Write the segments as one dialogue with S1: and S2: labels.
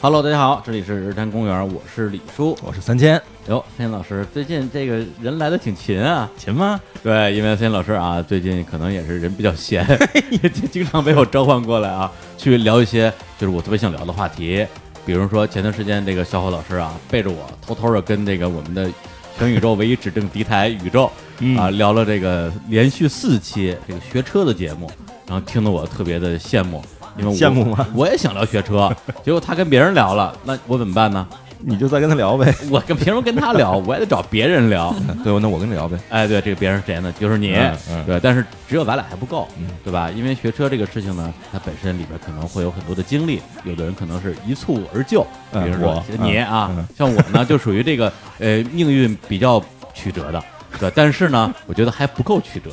S1: Hello，大家好，这里是日坛公园，我是李叔。
S2: 我是三千，
S1: 哟，森老师，最近这个人来的挺勤啊。
S2: 行吗？
S1: 对，因为森老师啊，最近可能也是人比较闲，也经常被我召唤过来啊，去聊一些就是我特别想聊的话题。比如说前段时间这个小伙老师啊，背着我偷偷的跟这个我们的全宇宙唯一指定敌台宇宙
S2: 嗯
S1: 啊聊了这个连续四期这个学车的节目，然后听得我特别的羡慕，因为我
S2: 羡慕吗？
S1: 我也想聊学车，结果他跟别人聊了，那我怎么办呢？
S2: 你就再跟他聊呗。
S1: 我跟凭什么跟他聊？我也得找别人聊。
S2: 对，那我跟你聊呗。
S1: 哎，对，这个别人是谁呢？就是你。
S2: 嗯嗯
S1: 对，但是只有咱俩还不够
S2: 嗯，
S1: 对吧？因为学车这个事情呢，它本身里边可能会有很多的经历，有的人可能是一蹴而就，比
S2: 嗯
S1: 如说
S2: 我
S1: 你
S2: 嗯
S1: 啊
S2: 嗯，
S1: 像我呢，就属于这个呃命运比较曲折的，对。但是呢，我觉得还不够曲折，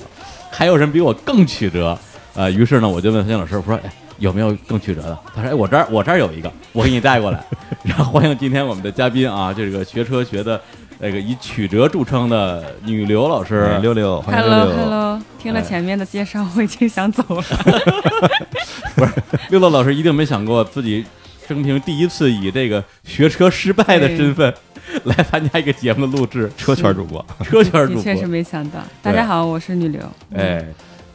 S1: 还有人比我更曲折。呃，于是呢，我就问孙老师，我说，哎，有没有更曲折的？他说，哎，我这儿我这儿有一个，我给你带过来。然后欢迎今天我们的嘉宾啊，这个学车学的那个以曲折著称 的女刘老师。
S2: 哎六六，欢迎六
S3: Hello
S2: 六。
S3: Hello，听了
S1: 哎
S3: 前面的介绍，我已经想走 了。
S1: 六乐老师一定没想过自己生平第一次以这个学车失败的身份来参加一个节目的录 制，
S2: 车圈主播，
S1: 车圈
S3: 的
S1: 主
S3: 确是
S1: 播。
S3: 没想到。大家好，我是女流。
S2: 嗯
S1: 哎，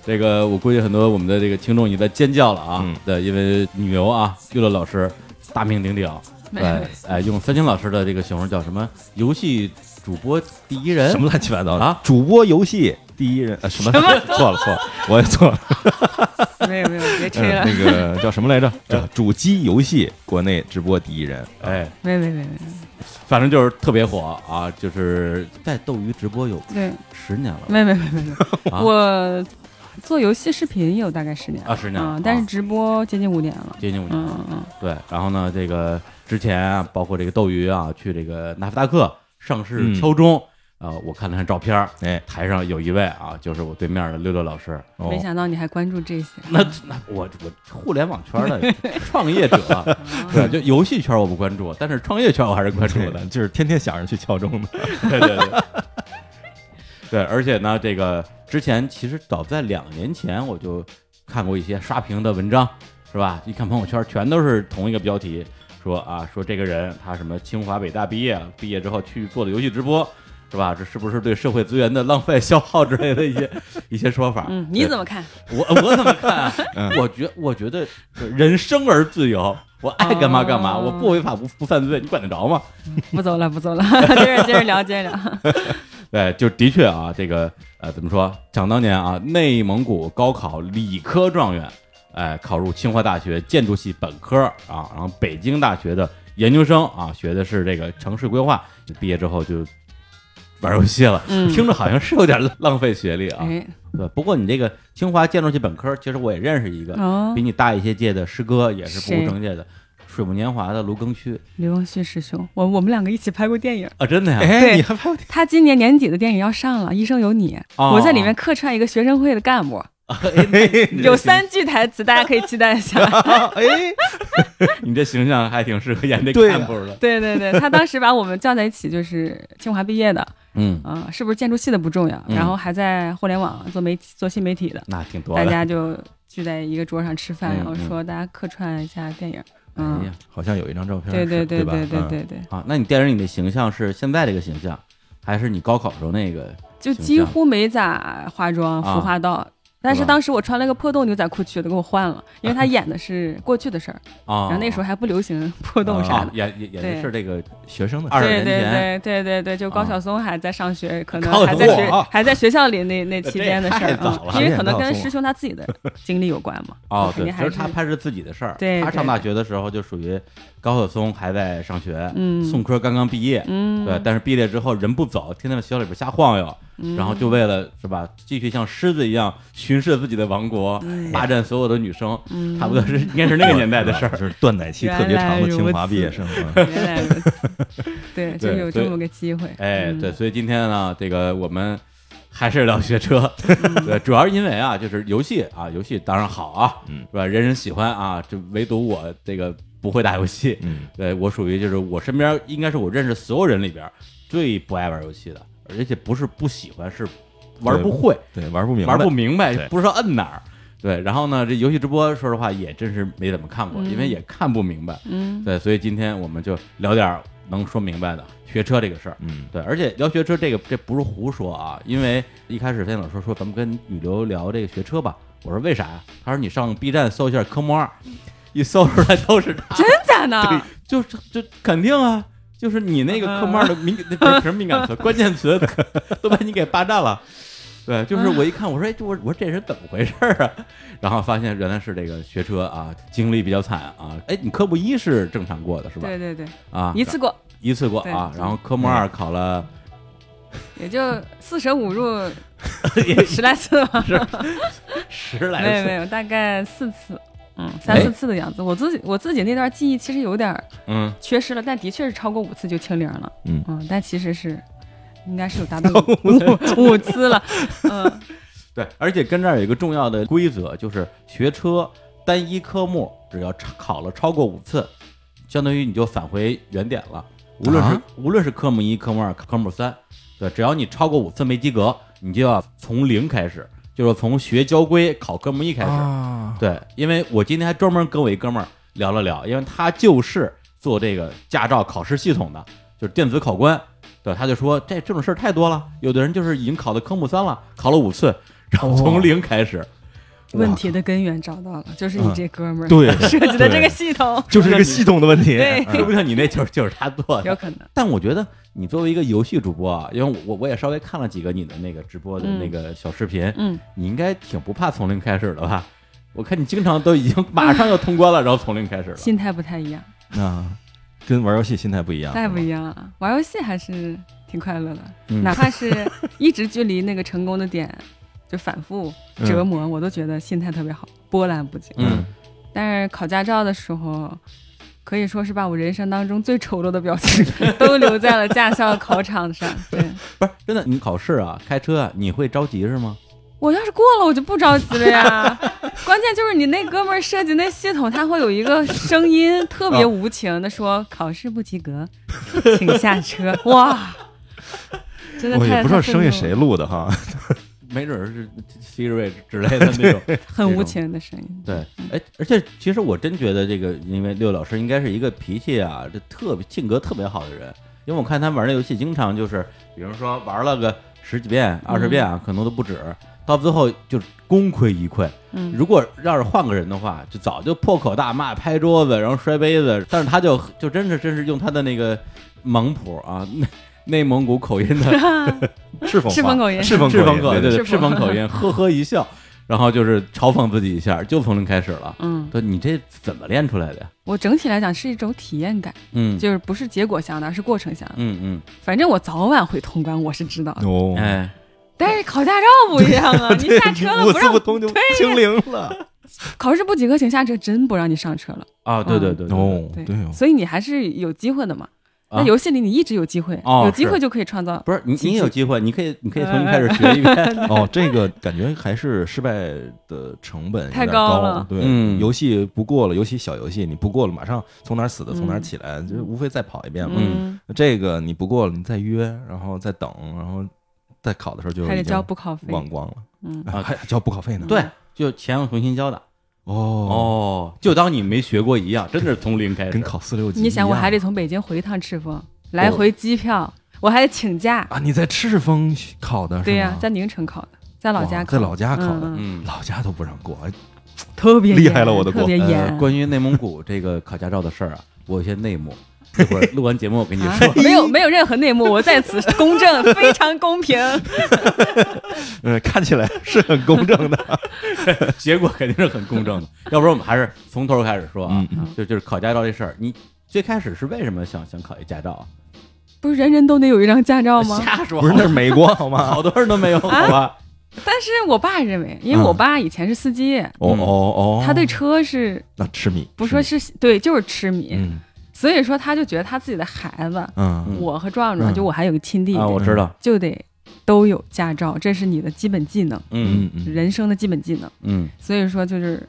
S1: 这个我估计很多我们的这个听众也在尖叫了啊！
S2: 嗯
S1: 对，因为女流啊，六乐老师大名鼎鼎，
S3: 没
S1: 对，哎，用三清老师的这个形容叫什么？游戏主播第一人
S2: 什么乱七八糟的
S1: 啊？
S2: 主播游戏第一人，呃什么？错了错了，我也 错了。
S3: 没有没有，别吹
S2: 嗯
S3: 了。
S2: 那 个叫什么来着？叫主机游戏国内直播第一人。
S1: 哎，
S3: 没没没没，
S1: 反正就是特别火啊！就是在斗鱼直播有
S3: 对，
S1: 十年了吧，
S3: 没没没没没。
S1: 啊
S3: 我做游戏视频有大概十年了
S1: 啊十年了
S3: 嗯但是
S1: 啊
S3: 直播接近五年了。
S1: 接近五年
S3: 嗯
S1: 了。
S3: 嗯嗯，
S1: 对，然后呢，这个之前啊，包括这个斗鱼啊，去这个纳斯达克上市
S2: 嗯
S1: 敲钟，呃，我看了看照片儿，
S2: 哎，
S1: 台上有一位啊，就是我对面的六六老师，
S2: 哦
S3: 没想到你还关注这些。
S1: 那那我我互联网圈儿 的创业者，对，就游戏圈儿我不关注，但是创业圈儿我还是关注
S2: 对
S1: 的
S2: 的，，就是天天想着去敲钟的。
S1: 对对 对。对，而且呢，这个之前其实早在两年前我就看过一些刷屏的文章，是吧？一看朋友圈全都是同一个标题，说啊，说这个人他什么清华北大毕业，毕业之后去做的游戏直播，是吧？这是不是对社会资源的浪费消耗之类的一些 一些说法？
S3: 嗯，你怎么看？
S1: 啊对我我怎么看、啊？我觉我觉得人生而自由，我爱干嘛干嘛，
S3: 哦
S1: 我不违法不不犯罪，你管得着吗？
S3: 不走了不走了， 接着接着聊接着
S1: 啊
S3: 聊。
S1: 对，就的确啊，这个呃，怎么说？想当年啊，内蒙古高考理科状元，哎、考入清华大学建筑系本科啊，然后北京大学的研究生啊，学的是这个城市规划，毕业之后就玩游戏了。
S3: 嗯
S1: 听着好像是有点浪费学历啊。
S3: 哎
S1: 对，不过你这个清华建筑系本科，其实我也认识一个、
S3: 哦
S1: 比，你大一些届的师哥，也是不务
S3: 谁
S1: 正业的，水木年华的卢庚戌
S3: 刘光旭师兄，我我们两个一起拍过电影。
S1: 啊，真的呀、
S2: 哎，
S3: 对
S2: 你还拍过电
S3: 他今年年底的电影要上了，《一生有你》，
S1: 哦哎
S3: 我在里面客串一个学生会的干部，
S2: 影？
S3: 有三句台词，大家可以期待一 下。
S2: 哎，
S1: 你这形象还挺适合演这
S2: 对啊
S1: 干部的。
S3: 对对对，他当时把我们叫在一起，就是清华毕业的，
S1: 嗯，
S3: 啊，是不是建筑系的不重要，
S1: 嗯
S3: 然后还在互联网做媒体做新媒体的，
S1: 那挺多
S3: 大
S1: 的。
S3: 家就聚在一个桌上吃饭，
S1: 嗯
S3: 然后说大家客串一下电影。
S1: 哎
S3: 嗯，
S1: 呀，
S2: 好像有一张照片
S3: 对
S2: 是，
S3: 对
S2: 对吧
S3: 对对
S2: 嗯
S3: 对对，
S1: 啊，那你电影里的形象是现在这个形象，还是你高考时候那个？
S3: 就
S1: 形
S3: 几
S1: 象
S3: 乎没咋化妆，
S1: 啊
S3: 服化道。但是
S1: 吧
S3: 当时我穿了个破洞牛仔裤去的，给我换了，因为他演的是过去的事儿，
S1: 啊，
S3: 然后那时候还不流行破洞
S2: 啊
S3: 啥
S1: 啊
S3: 的，。
S1: 演演演的
S3: 对
S1: 是这个
S2: 学生的
S1: 二十
S3: 对
S1: 年
S3: 对
S1: 前
S3: 对对对对，就高
S1: 啊
S3: 晓松还在上学，可
S1: 高
S3: 能还
S1: 晓
S3: 在
S1: 松
S3: 学
S2: 啊
S3: 还在学校里那那期
S1: 这
S3: 间的
S1: 太
S3: 事儿，
S1: 早了
S3: 嗯因为
S2: 高
S3: 可能
S2: 晓
S3: 跟
S2: 松
S3: 师兄他 自己的经历有关嘛。
S1: 哦，
S3: 肯
S1: 对，
S3: 定
S1: 其
S3: 还
S1: 实
S3: 是
S1: 他拍是自己的事儿。
S3: 对
S1: 他上
S3: 对
S1: 大
S3: 对
S1: 学的时候就属于高晓松还在上学，
S3: 嗯
S1: 宋科刚刚毕业，
S3: 嗯，
S1: 对，但是毕业之后人不走，天天在学校里边瞎晃悠，
S3: 嗯
S1: 然后就为了是吧，继续像狮子一样巡视自己的王国，霸占所有的女生，
S3: 嗯
S1: 差不多是应该是那个年代的事儿。
S2: 就是断奶期特别长的清华毕业生。嗯
S3: 原来如此， 对，就
S1: 对
S3: 有
S1: 所以
S3: 这么个机会。
S1: 哎，
S3: 嗯
S1: 对，，所以今天呢，这个我们还是聊学车， 对，主要是因为啊，就是游戏啊，游戏当然好啊，
S2: 嗯
S1: 是吧？人人喜欢啊，就唯独我这个不会打游戏，
S2: 嗯，
S1: 对我属于就是我身边应该是我认识所有人里边最不爱玩游戏的，而且不是不喜欢，是玩不会，
S2: 对，玩不明白，
S1: 玩不明白，
S2: 对
S1: 不知道摁哪儿。对，然后呢，这游戏直播说实话也真是没怎么看过，因为也看不明白。
S3: 嗯，
S1: 对，所以今天我们就聊点儿能说明白的学车这个事儿。
S2: 嗯，
S1: 对，而且聊学车这个这不是胡说啊，因为一开始飞老师说咱们跟女流聊这个学车吧，我说为啥呀？他说你上 B 站搜一下科目二，一搜出来都是他，
S3: 真假的？啊
S1: 就是这肯定啊，就是你那个科目二的
S3: 啊
S1: 敏、那不是什么敏感词，关键词 都把你给霸占了。对，就是我一看，我说哎，这我我说这人怎么回事儿啊？然后发现原来是这个学车啊，经历比较惨啊。哎，你科目一是正常过的是吧？
S3: 对对对，
S1: 啊，
S3: 一次过
S1: 一次过
S3: 对嗯
S1: 啊，然后科目二考了。
S3: 也就四舍五入
S1: 也
S3: 十来次吧，
S1: 十
S3: 没
S1: 来哎
S3: 有没
S1: 岁，
S3: 有，大概四次。嗯，三四次的样子，我自己我自己那段记忆其实有点儿
S1: 嗯，
S3: 缺失了，但的确是超过五次就清零了。
S2: 嗯
S3: 但其实是应该是有达到五五次 了。嗯，
S1: 对，而且跟这儿有一个重要的规则，就是学车单一科目只要超考了超过五次，相当于你就返回原点了。无论是、
S2: 啊
S1: 无论是科目一、科目二、科目三，对，只要你超过五次没及格，你就要从零开始，就是从学交规考科目一开始。
S2: 啊，
S1: 对，因为我今天还专门跟我一哥们儿聊了聊，因为他就是做这个驾照考试系统的，就是电子考官。对，他就说这这种事儿太多了，有的人就是已经考到科目三了，考了五次，然后从零开始。
S3: 问题的根源找到了，就是你这哥们儿、
S2: 嗯对
S3: 设计的这个系统，
S2: 就是这个系统的问题。
S3: 对，
S1: 说不定你那就是就是他做
S3: 有
S1: 的。
S3: 可能。
S1: 但我觉得你作为一个游戏主播啊，因为我我也稍微看了几个你的那个直播的
S3: 嗯
S1: 那个小视频，
S3: 嗯，
S1: 你应该挺不怕从零开始的吧？我看你经常都已经马上就通关了，然后从零开始了。
S3: 心态不太一样，
S2: 啊，跟玩游戏心态不一样，
S3: 太不
S2: 样。
S3: 一样了啊。玩游戏还是挺快乐的，
S1: 嗯
S3: 哪怕是一直距离那个成功的点就反复
S2: 嗯
S3: 折磨，我都觉得心态特别好，波澜不惊。
S1: 嗯，
S3: 但是考驾照的时候，可以说是把我人生当中最丑陋的表情都留在了驾校考场上。 对
S1: 不是真的，你考试啊，开车啊，你会着急是吗？
S3: 我要是过了，我就不着急 了呀。关键就是你那哥们儿设计那系统，他会有一个声音特别无情的说：“考试不及 格，请下车。”哇，真的
S2: 我
S3: 太
S2: 也不知道
S3: 太愤
S2: 声音
S3: 怒了
S2: 谁录的 哈，
S1: 没准儿是 Siri 之类的那种。
S3: 很
S1: 那
S3: 无
S1: 种
S3: 情的声音。
S1: 对，哎，而且其实我真觉得这个，因为六老师应该是一个脾气啊，这特别性格特别好的人，因为我看他玩那游戏，经常就是，比如说玩了个十几遍、二十遍啊，可能都不止，到最后就是功亏一篑。
S3: 嗯，
S1: 如果要是换个人的话，就早就破口大骂、拍桌子，然后摔杯子。但是他就就真是真是用他的那个蒙普啊，内内蒙古口音的
S2: 赤峰话
S3: 赤峰口音
S2: 赤峰
S1: 赤
S2: 口
S1: 峰
S2: 音
S1: 口
S2: 对
S1: 音，对
S2: 对对，
S1: 对，
S3: 赤
S1: 赤
S3: 峰
S1: 峰口音，呵呵一笑，然后就是嘲讽自己一下，就从零开始了。
S3: 嗯，
S1: 对，你这怎么练出来的呀？
S3: 我整体来讲是一种体验感，
S1: 嗯，
S3: 就是不是结果向的，而是过程向的。
S1: 嗯
S3: 反正我早晚会通关，我是知道的。
S1: 嗯，
S2: 哦，
S1: 哎，
S3: 但是考驾照不一 样啊，你下车了
S2: 五
S3: 不
S2: 次
S3: 让
S2: 不通就清零了。
S3: 考试不及格，请下车，真不让你上车了。
S1: 啊，对对对对对，
S2: 哦，
S3: 对
S2: 对哦，
S3: 所以你还是有机会的嘛。
S1: 啊
S3: 那游戏里你一直有机会，
S1: 哦
S3: 有机会就可以创造。
S1: 不是你，
S3: 奇
S1: 你也有
S3: 迹
S1: 机会，你可以，你可以从零开始学一遍。
S2: 哦，这个感觉还是失败的成本有点
S3: 太高
S2: 高
S3: 了
S2: 对，
S1: 嗯
S2: 游戏不过了，尤其小游戏，你不过了，马上从哪儿死的从哪儿
S3: 嗯
S2: 起来，就无非再跑一遍嘛。
S3: 嗯，
S2: 这个你不过了，你再约，然后再等，然后再考的时候就
S3: 还
S2: 已
S3: 得
S2: 经
S3: 交补考费。
S2: 忘光了，
S3: 哎嗯，
S1: 啊
S2: 啊还交补考费呢。
S1: 对，就钱要重新交的。
S2: 哦，
S1: 哦，就当你没学过一样，真的是从零开始
S2: 跟。考四六级一样。
S3: 你想，我还得从北京回一趟赤峰，来回机
S2: 哦
S3: 票，我还得请假。
S2: 啊，你在赤峰考的是吗？
S3: 对呀，在宁城考的，在老家
S2: 哇
S3: 考，
S2: 在老家考的
S3: 嗯，嗯
S1: 嗯，
S2: 老家都不让过，哎
S3: 特别
S2: 厉
S3: 严
S2: 害了我的国
S3: 特别
S1: 呃，
S3: 严。
S1: 关于内蒙古这个考驾照的事儿啊，我有些内幕，一会儿录完节目我 跟你
S3: 啊
S1: 说。
S3: 没
S2: 哎
S3: 有没有任何内幕，我在此公正， 非常公平。
S2: 呃，看起来是很公正的。
S1: 结果肯定是很公正 的，要不然我们还是从头开始说啊
S2: 嗯，
S1: 就就是考驾照这事儿，你最开始是为什么想想考一驾照啊？
S3: 不是人人都得有一张驾照吗？
S1: 瞎说，
S2: 不是，那是美国好吗？
S1: 好多人都没有，好吧？
S3: 但是我爸认为，因为
S2: 嗯
S3: 我爸以前是司机，
S2: 哦
S1: 嗯
S2: 哦哦，
S3: 他对车是
S2: 那痴迷，
S3: 不说
S2: 痴
S3: 是对，就是痴迷，
S2: 迷嗯
S3: 所以说他就觉得他自己的孩子，
S2: 嗯，
S3: 我和壮壮，
S2: 嗯
S3: 就我还有个亲弟弟，
S1: 啊，我知道，
S3: 就得都有驾照，这是你的基本技能，
S1: 嗯
S2: 嗯
S3: 人生的基本技能。
S1: 嗯
S3: 所以说，就是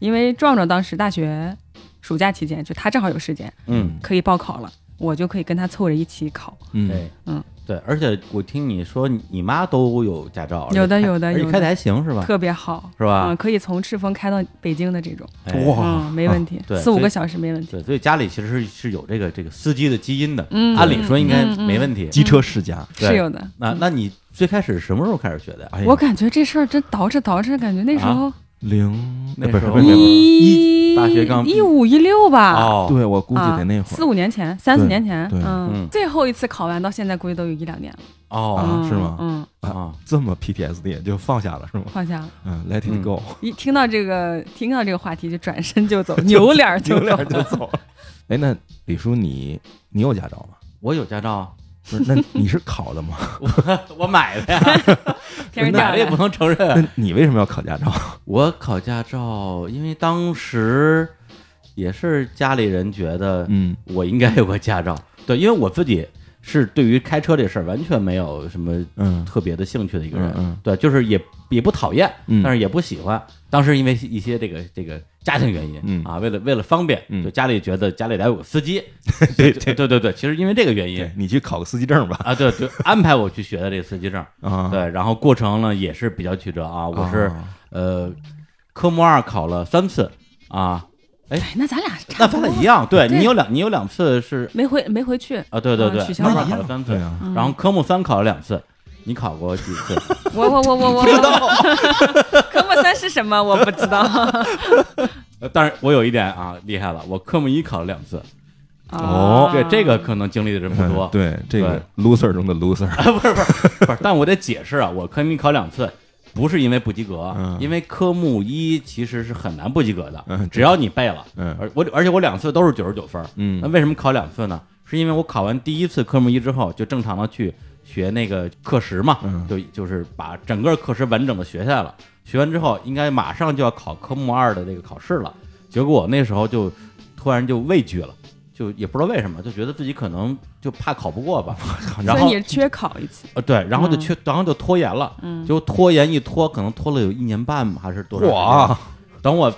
S3: 因为壮壮当时大学暑假期间，就他正好有时间
S1: 嗯
S3: 可以报考了，我就可以跟他凑着一起考。
S2: 嗯
S1: 嗯，哎，对，而且我听你说你你妈都有驾照，而且
S3: 有的
S1: 开
S3: 有的
S1: 而且
S3: 有的
S1: 开的还行是吧？啊
S3: 特别好，
S1: 是吧
S3: 嗯，可以从赤峰开到北京的这种，
S1: 哎
S2: 哇
S3: 嗯，没问题
S1: 对，
S3: 四
S1: 所
S3: 五
S1: 以
S3: 个小时没问题。
S1: 啊对，所以家里其实是是有这个这个司机的基因的，
S3: 嗯
S1: 按理说应该
S3: 嗯嗯
S1: 没问题。
S2: 机车世家，
S1: 对
S3: 是有的。
S1: 那那你最开始什么时候开始学的呀？
S2: 哎呀，啊
S3: 我感觉这事儿真倒着倒着，感觉那时候
S2: 零
S1: 嗯那
S2: 哎不是
S1: 时候
S2: 不是不是不是
S3: 一
S1: 大学刚
S3: 一五一六吧，
S1: 哦，
S2: 对我估计
S3: 啊
S2: 得那会
S3: 四
S2: 儿
S3: 五年前，三四
S2: 对
S3: 年前，
S2: 对
S3: 嗯
S1: 嗯，
S3: 最后一次考完到现在估计都有一两年了。
S1: 哦
S2: 啊
S3: 嗯
S2: 是吗
S3: 嗯，
S1: 啊，
S2: 这么 PTSD 就放下了是吗？
S3: 放下了。
S2: 嗯，Let
S1: 嗯
S2: it go，
S3: 一听到这个，听到这个话题就转身 就走，扭脸儿就
S2: 扭脸就
S3: 走。
S2: 走 了。哎，那李叔你你有驾照吗？
S1: 我有驾照啊，
S2: 不是，那你是考的 吗？
S1: 我买的呀，
S3: 天上掉
S1: 买
S3: 下
S1: 了也不
S3: 来，
S1: 能承认。啊
S2: 那你为什么要考 驾照？
S1: 我考驾照，因为当时也是家里人觉得
S2: 嗯，
S1: 我应该有个驾照，对，因为我自己是对于开车这事儿完全没有什么
S2: 嗯
S1: 特别的兴趣的一个人，
S2: 嗯嗯
S1: 对，就是也也不讨厌，
S2: 嗯
S1: 但是也不喜欢。当时因为一些这个这个家庭原因，
S2: 嗯
S1: 啊，为了为了方便，
S2: 嗯
S1: 就家里觉得家里得有个司 机，
S2: 对
S1: 对对对对，其实因为这个原因
S2: 对，你去考个司机证吧。
S1: 啊，对，就安排我去学的这个司机证，
S2: 啊，
S1: 对，然后过程呢也是比较曲折啊，我是、
S2: 啊
S1: 呃科目二考了三次啊，
S3: 哎那咱俩差
S1: 那
S3: 不
S1: 咱
S3: 多
S1: 俩一样，对
S3: 对
S1: 你有两你有两次是
S3: 没回没回去，嗯
S1: 啊，对对
S3: 啊
S1: 对，
S3: 取消
S1: 科目
S3: 了
S1: 二考了三次
S2: 对，啊，
S1: 然后科目三考了两次，你考过几 次？
S3: 我我我我我不知道， 科目三是什么我不知道
S1: 呃当然，我有一点啊厉害了，我科目一考了两次，
S3: 啊
S2: 哦
S1: 对这个可能经历的人不多
S2: 嗯。对这个 loser 中的 loser，
S1: 啊，不是不是不是，但我得解释啊，我科目一考两次，不是因为不及格，
S2: 嗯
S1: 因为科目一其实是很难不及格的，
S2: 嗯
S1: 只要你背了，
S2: 嗯
S1: 而我而且我两次都是九十九分儿，
S2: 嗯
S1: 那为什么考两次呢？是因为我考完第一次科目一之后，就正常的去学那个课时嘛，
S2: 嗯
S1: 就就是把整个课时完整的学下来了。学完之后，应该马上就要考科目二的这个考试了。结果我那时候就突然就畏惧了，就也不知道为什么，就觉得自己可能就怕考不过 吧。然
S3: 所以
S1: 后
S3: 你缺考一次，
S1: 呃对，然后就
S3: 嗯
S1: 缺，然后就拖延了，
S3: 嗯，
S1: 就拖延一拖，可能拖了有一年半吧，还是多少？
S2: 哇，
S1: 等我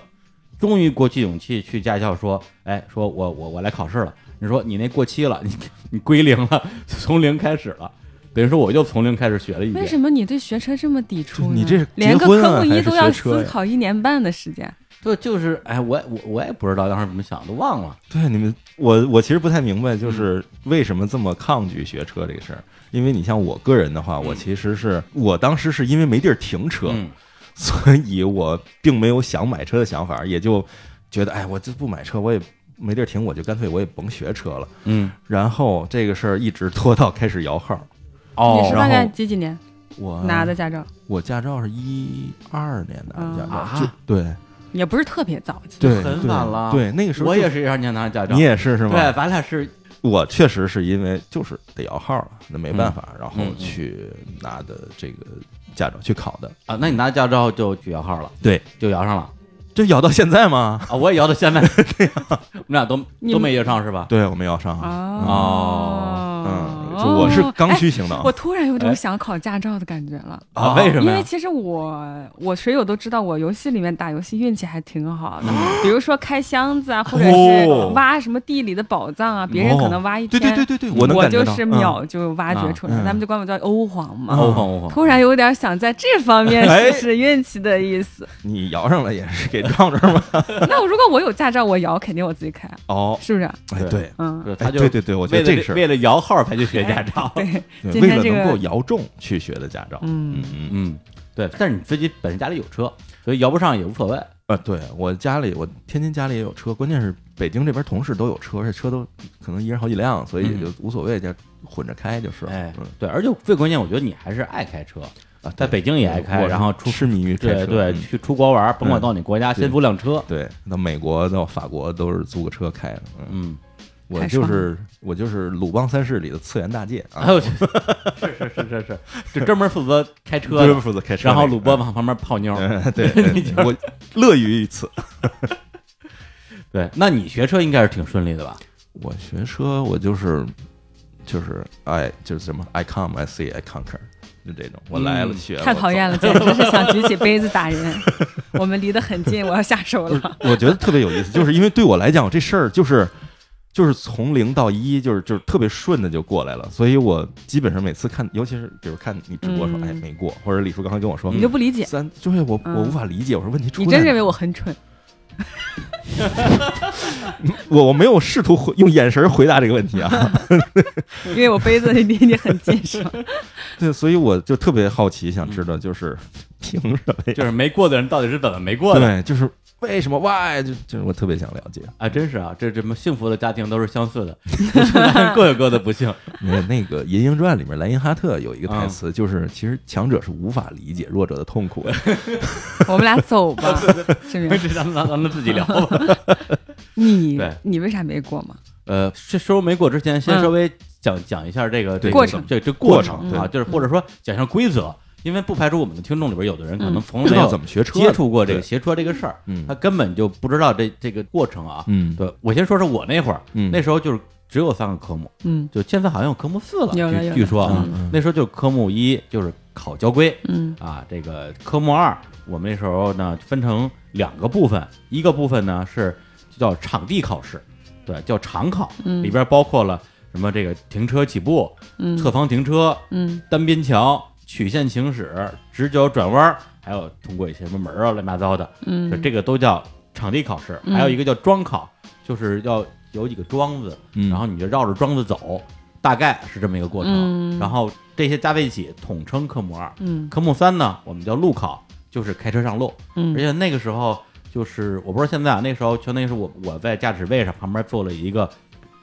S1: 终于鼓起勇气去驾校说，哎，说我我我来考试了。你说你那过期了，你你归零了， 从零开始了，等于说我又从零开始学了一
S3: 为
S1: 遍。
S3: 什么你对学车这么抵触呢？
S2: 你这是
S3: 连个
S2: 结婚啊
S3: 科目一都要
S2: 还是学车呀
S3: 思考一年半的时间，
S1: 对，就是哎，我我我也不知道当时怎么想，都忘了。
S2: 对你们，我我其实不太明白，就是为什么这么抗拒学车这个事儿。因为你像我个人的话，我其实是我当时是因为没地儿停车，
S1: 嗯，
S2: 所以我并没有想买车的想法，也就觉得，哎，我这不买车，我也没地儿停，我就干脆我也甭学车了。
S1: 嗯，
S2: 然后这个事儿一直拖到开始摇号。
S3: 你
S1: 哦
S3: 是
S2: 然后
S3: 大
S2: 啊
S3: 概几几年
S2: 我
S3: 拿的嗯驾照？
S2: 我驾照是一二年拿的驾照，
S1: 啊
S2: 就对
S3: 也不是特别早期，
S2: 对，
S1: 很
S2: 对
S1: 晚了
S2: 对，那个时候
S1: 我
S2: 就
S1: 也是一二年拿的驾照，
S2: 你也是是吗？
S1: 对，咱俩是
S2: 我确实是因为就是得摇号了，那没办法，然后
S1: 嗯嗯
S2: 去拿的这个驾照去考的，
S1: 啊，那你拿驾照就去摇号了，
S2: 对，
S1: 就摇上了
S2: 这摇到现在吗？
S1: 啊，我也摇到 现在，对呀，
S2: 啊
S1: 我们俩都
S3: 你们
S1: 都没摇上是啊吧？
S2: 对，我没摇上，
S3: 哦
S2: 嗯，就我是刚
S3: 哎
S2: 需型的，
S3: 我突然有
S1: 哎
S3: 种想考驾照的感觉了，
S1: 啊，
S2: 啊
S1: 为什
S3: 因
S1: 么
S3: 为
S1: 呀？
S3: 其实我我水友都知道，我游戏里面打游戏运气还挺好的，比如说开箱子啊，或者是
S2: 嗯哦
S3: 挖什么地里的宝藏啊，别人可能挖一
S2: 对
S3: 天，
S2: 对对对对，能
S3: 我
S2: 感觉
S3: 就
S2: 到，
S3: 是秒就挖掘出来，
S2: 嗯
S3: 咱们就管我叫欧皇嘛。
S2: 啊
S1: 欧皇欧皇，
S3: 突然有点想在这方面
S1: 哎
S3: 试试运气的意 思。
S2: 嗯你摇上了也是给撞这儿吗？
S3: 那如果我有驾照，我摇肯定我自己开，
S2: 哦，
S3: 是不是？
S2: 哎
S1: 对
S2: 对，
S3: 嗯，
S1: 对，
S2: 哎
S1: 他就
S2: 对对对，我觉
S1: 为
S2: 得
S1: 了
S2: 这个事儿
S1: 为了摇号才去学驾 照。
S3: 对，
S2: 对嗯
S3: 今
S2: 为
S3: 天
S2: 了
S3: 这个
S2: 能够摇中去学的驾照，
S3: 嗯
S2: 嗯嗯
S1: 嗯，对，但是你自己本身家里有车，所以摇不上也无所谓。
S2: 啊，对我家里我天津家里也有车，关键是北京这边同事都有车，而且车都可能一人好几辆，所以也就无所谓，就混着开就是了，
S1: 嗯哎
S2: 嗯。，
S1: 对，而且最关键，我觉得你还是爱开车，
S2: 啊，
S1: 在北京也爱开，然后出
S2: 痴迷于开
S1: 对
S2: 车，
S1: 对，
S2: 嗯
S1: 去出国玩，甭管
S2: 嗯
S1: 到哪国家，
S2: 对
S1: 先租辆车。
S2: 对，到美国到法国都是租个车开的。嗯，
S1: 嗯，
S2: 我
S3: 太
S2: 就
S3: 爽了
S2: 是我就是鲁邦三世里的次元大介啊
S1: 还，有是是是是是，就专门负责开车
S2: 专门
S1: 的，
S2: 负责开车那个，
S1: 然后鲁波往旁边泡妞。
S2: 嗯。嗯对，对我乐于于此。
S1: 对，那你学车应该是挺顺利的吧？
S2: 我学车，我就是就是爱就是什么，I come, I see, I conquer，就这种。我来了，
S1: 嗯
S2: 学了
S3: 太讨厌。了，简直是想举起杯子打 人。我们离得很近，我要下手
S2: 我走
S3: 了。
S2: 了我觉得特别有意思，就是因为对我来讲，这事儿就是就是从零到一，就是就是特别顺的就过来了。所以我基本上每次看，尤其是比如看你直播说，
S3: 嗯
S2: 哎没过，或者李叔刚才跟我说
S1: 嗯
S2: 嗯
S3: 你就不理解，
S2: 三，就是我
S3: 嗯
S2: 我无法理解，我说问题出
S3: 你
S2: 在
S3: 真
S2: 哪
S3: 认
S2: 儿
S3: 为我很蠢？
S2: 我我没有试图回用眼神回答这个问题啊，
S1: 嗯
S3: 因为我杯子 离你很近是 吗？
S2: 对，所以我就特别好奇，想知
S3: 嗯
S2: 道就是 凭什么呀？
S1: 就是没过的人到底是怎么没过的
S2: 对，就是为什么 why？就就是我特别想了解。
S1: 啊？真是啊，这这么幸福的家庭都是相似的， 不幸的人各有各的不幸。
S2: 没有那个《银鹰传》里面莱因哈特有一个台
S1: 啊
S2: 词，就是其实强者是无法理解弱者的 痛苦的。
S3: 我们俩走吧，志明，
S1: 这咱们咱们自己聊吧。
S3: 你
S1: 对
S3: 你为啥没过嘛？
S1: 呃，这收没过之前，先
S3: 嗯
S1: 稍微讲讲一下这个这个
S3: 过程
S1: 这这
S2: 过
S1: 过
S2: 程
S1: 啊，就是或者说讲一下规则，因为不排除我们的听众里边有的人可能
S3: 嗯
S1: 从
S2: 不
S1: 来
S2: 知
S1: 没
S2: 道
S1: 有
S2: 怎么学车的
S1: 接触过这个
S2: 对
S1: 学车这个事儿，
S2: 嗯
S1: 他根本就不知道这这个过程啊。
S2: 嗯，
S1: 对我先说说我那会儿，
S2: 嗯
S1: 那时候就是只有三个科目，
S3: 嗯
S1: 就现在好像有科目四了，
S3: 有了有
S1: 据
S3: 了
S1: 据说啊，
S2: 嗯
S1: 那时候就是科目一就是考交规
S3: 嗯
S1: 啊，这个科目二我们那时候呢分成两个部分，一个部分呢是叫场地考试，对，叫场考，
S3: 嗯
S1: 里边包括了什么这个停车起步、
S3: 嗯
S1: 侧方停车、
S3: 嗯
S1: 单边桥、曲线行驶、直角转弯，还有通过一些什么门啊乱七八糟的，就
S3: 嗯，
S1: 这个都叫场地考试，
S3: 嗯
S1: 还有一个叫桩考，就是要有几个桩子，
S2: 嗯
S1: 然后你就绕着桩子走，大概是这么一个过程。
S3: 嗯
S1: 然后这些加在一起统称科目二。
S3: 嗯
S1: 科目三呢，我们叫路考，就是开车上路，而
S3: 嗯
S1: 且那个时候就是我不知道现在啊，那时候相当于是我我在驾驶位上旁边坐了一个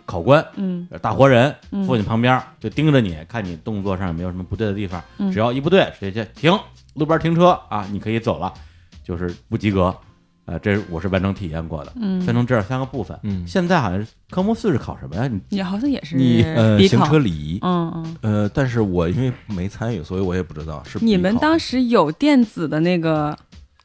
S1: 考官。
S3: 嗯
S1: 大活人
S3: 嗯
S1: 坐你旁边，就盯着你，看你动作上有没有什么不对的地方。
S3: 嗯
S1: 只要一不对，直接停，路边停车啊，你可以走了，就是不及格。呃，这我是完整体验过的，分
S3: 嗯，
S1: 成这三个部分。
S2: 嗯
S1: 现在好像是科目四是考什么呀？你
S3: 也好像也是
S2: 你呃
S3: 笔
S2: 行
S3: 考
S2: 车，礼仪，
S3: 嗯嗯。
S2: 呃，但是我因为没参与，所以我也不知道是
S3: 你们当
S2: 时
S3: 时有电子的那个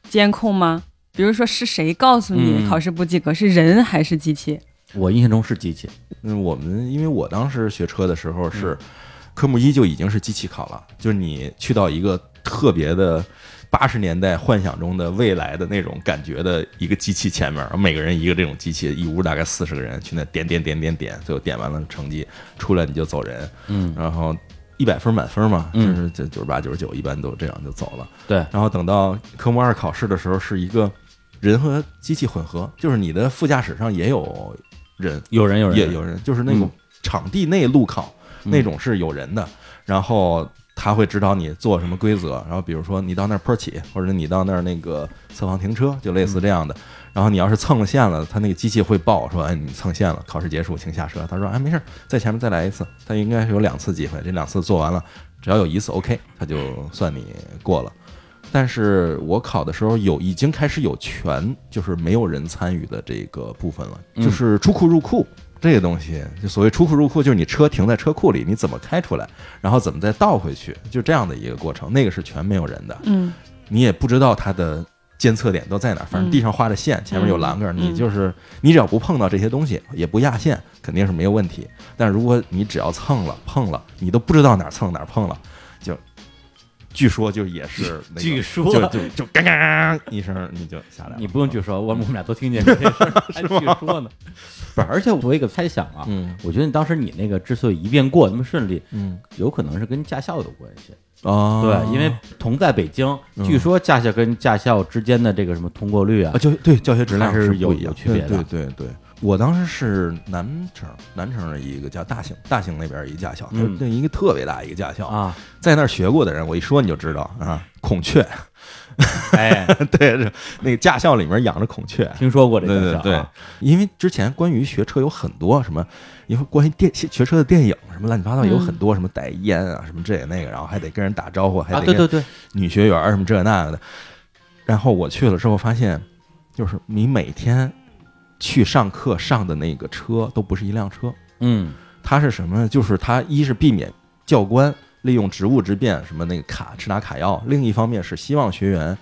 S3: 监控吗？比如说是谁告诉
S1: 嗯
S3: 你考试不及格，是人还是机器？
S1: 我印象中是机器，
S2: 我们因为我当时学车的时候是
S1: 嗯
S2: 科目一就已经是机器考了，就是你去到一个特别的。八十年代幻想中的未来的那种感觉的一个机器前面，每个人一个这种机器，一屋大概四十个人去那点点点点点，最后点完了成绩出来你就走人，
S1: 嗯，
S2: 然后一百分满分嘛，就
S1: 嗯
S2: 是这九十八、九十九，一般都这样就走了。
S1: 对，
S2: 然后等到科目二考试的时候，是一个人和机器混合，就是你的副驾驶上也有人，
S1: 有人有人
S2: 也有人，就是那种
S1: 嗯
S2: 场地内路考、
S1: 嗯
S2: 那种是有人的，然后。他会指导你做什么规则，然后比如说你到那儿坡起，或者你到那儿那个侧方停车，就类似这样的。然后你要是蹭了线了，他那个机器会报说，哎，你蹭线了，考试结束，请下车。他说，哎，没事儿，在前面再来一次。他应该是有两次机会，这两次做完了，只要有一次 OK，他就算你过了。但是我考的时候有已经开始有全，就是没有人参与的这个部分了，
S1: 嗯
S2: 就是出库入库这个东西，就所谓出库入库，就是你车停在车库里，你怎么开出来，然后怎么再倒回去，就这样的一个过程，那个是全没有人的，
S3: 嗯
S2: 你也不知道它的监测点都在哪儿，反正
S3: 嗯
S2: 地上画着线，前面有栏杆，
S3: 嗯
S2: 你就是你只要不碰到这些东西，也不压线，肯定是没有问题。但如果你只要蹭了碰了，你都不知道哪儿蹭哪儿碰了，就据说就也是、 那个、
S1: 据说
S2: 就就就嘎嘎一声你就下来了，啊
S1: 你不用据说，我们我们俩都听见过这事 儿，还据说呢。不是，而且我有一个猜想啊，
S2: 嗯
S1: 我觉得你当时你那个之所以一遍过那么顺利，
S2: 嗯
S1: 有可能是跟驾校有关系。
S2: 啊，
S1: 对，因为同在北京，
S2: 嗯
S1: 据说驾校跟驾校之间的这个什么通过率啊
S2: 啊，，教对教学质量
S1: 还是
S2: 是
S1: 有
S2: 不一样
S1: 有区别的
S2: 对对对对，我当时是南城，南城的一个叫大兴，大兴那边一驾校，它
S1: 嗯
S2: 那一个特别大一个驾校，
S1: 啊，
S2: 在那儿学过的人，我一说你就知道啊，孔雀，
S1: 哎，
S2: 对，是那个驾校里面养着孔雀。
S1: 听说过
S2: 对
S1: 这个
S2: 对
S1: 驾校
S2: 对
S1: 啊，，
S2: 因为之前关于学车有很多什么，因为关于电学车的电影什么乱七八糟有很多，什么带烟啊，什么这个那个，然后还得跟人打招呼，
S1: 嗯
S2: 还
S1: 啊，
S2: 得
S1: 对
S2: 跟
S1: 对对，
S2: 女学员儿什么这那个的。然后我去了之后发现，就是你每天去上课上的那个车都不是一辆车，
S1: 嗯
S2: 它是什么呢？就是它一是避免教官利用职务之便什么那个卡吃拿卡要，另一方面是希望学员。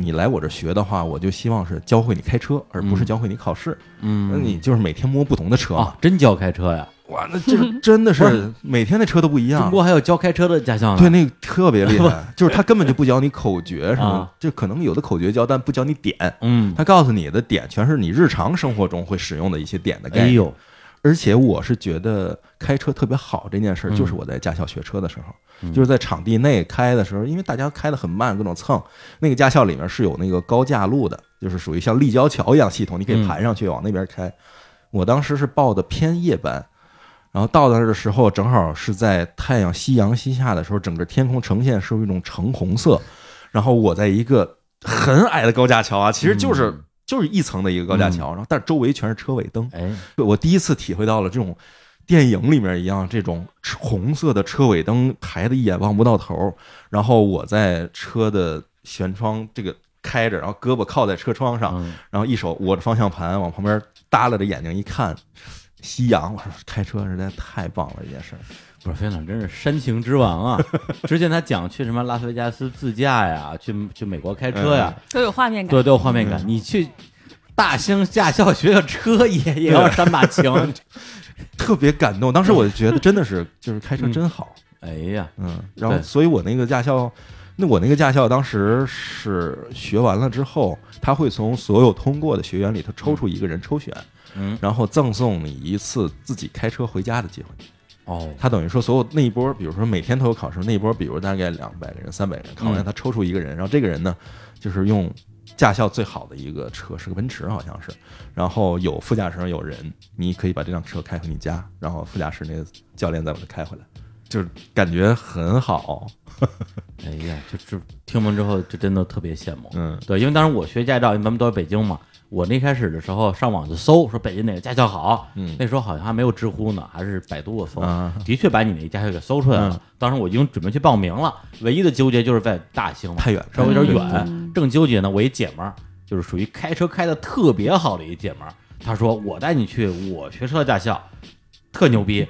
S2: 你来我这学的话，我就希望是教会你开车，而不是
S1: 嗯
S2: 教会你考试。那、
S1: 嗯，
S2: 你就是每天摸不同的车嘛？
S1: 啊，真教开车呀？
S2: 哇，那这真的
S1: 不
S2: 是
S1: 是
S2: 每天的车都 不一样。
S1: 中国还有教开车的驾校呢？
S2: 对，那个特别 厉害，就是他根本就不教你口诀什么
S1: 啊，
S2: 就可能有的口诀教，但不教你点。
S1: 嗯，
S2: 他告诉你的点全是你日常生活中会使用的一些点的概
S1: 哎
S2: 念，
S1: 呦，
S2: 而且我是觉得开车特别好这件事儿，
S1: 嗯
S2: 就是我在驾校学车的时候，
S1: 嗯
S2: 就是在场地内开的时候，因为大家开的很慢，各种蹭。那个驾校里面是有那个高架路的，就是属于像立交桥一样系统，你可以
S1: 嗯
S2: 盘上去往那边开。我当时是报的偏夜班，然后到那儿的时候，正好是在太阳夕阳西下的时候，整个天空呈现是一种橙红色。然后我在一个很矮的高架桥啊，其实就是、
S1: 嗯
S2: 就是一层的一个高架桥，然后但是周围全是车尾灯。
S1: 哎，
S2: 对我第一次体会到了这种电影里面一样这种红色的车尾灯排的一眼望不到头，然后我在车的舷窗这个开着，然后胳膊靠在车窗上，
S1: 嗯
S2: 然后一手握着方向盘往旁边耷拉着眼睛一看。夕阳，我说开车实在太棒了，这件事儿。
S1: 不是飞长真是煽情之王啊！之前他讲去什么拉斯维加斯自驾呀，去去美国开车呀，
S3: 都有画面感
S1: 对，。都有画面感。你去大兴驾校学个车也也要煽把情，
S2: 特别感动，当时我就觉得真的是，就是开车真好，
S1: 哎呀，
S2: 嗯，然后
S1: 对
S2: 所以我那个驾校，那我那个驾校当时是学完了之后，他会从所有通过的学员里头抽出一个人抽选，
S1: 嗯，
S2: 然后赠送你一次自己开车回家的机会。
S1: 哦，
S2: 他等于说所有那一波，比如说每天都有考试，那一波比如大概两百个人、三百人，考
S1: 嗯
S2: 完他抽出一个人，然后这个人呢，就是用驾校最好的一个车，是个奔驰好像是，然后有副驾驶上有人，你可以把这辆车开回你家，然后副驾驶那个教练再把它开回来，就是感觉很好，
S1: 哎呀，就是听完之后，就真的特别羡慕。
S2: 嗯
S1: 对，因为当时我学驾照，因为咱们都在北京嘛。我那开始的时候上网就搜，说北京哪个驾校好，
S2: 嗯
S1: 那时候好像还没有知乎呢，还是百度我搜，
S2: 啊
S1: 的确把你那个驾校给搜出来了。当时我已经准备去报名了，唯一的纠结就是在大兴嘛，
S2: 太远了
S1: 稍微有点远。
S3: 嗯
S1: 正纠结呢，我一姐们儿就是属于开车开的特别好的一姐们儿，她说我带你去我学车的驾校，特牛逼，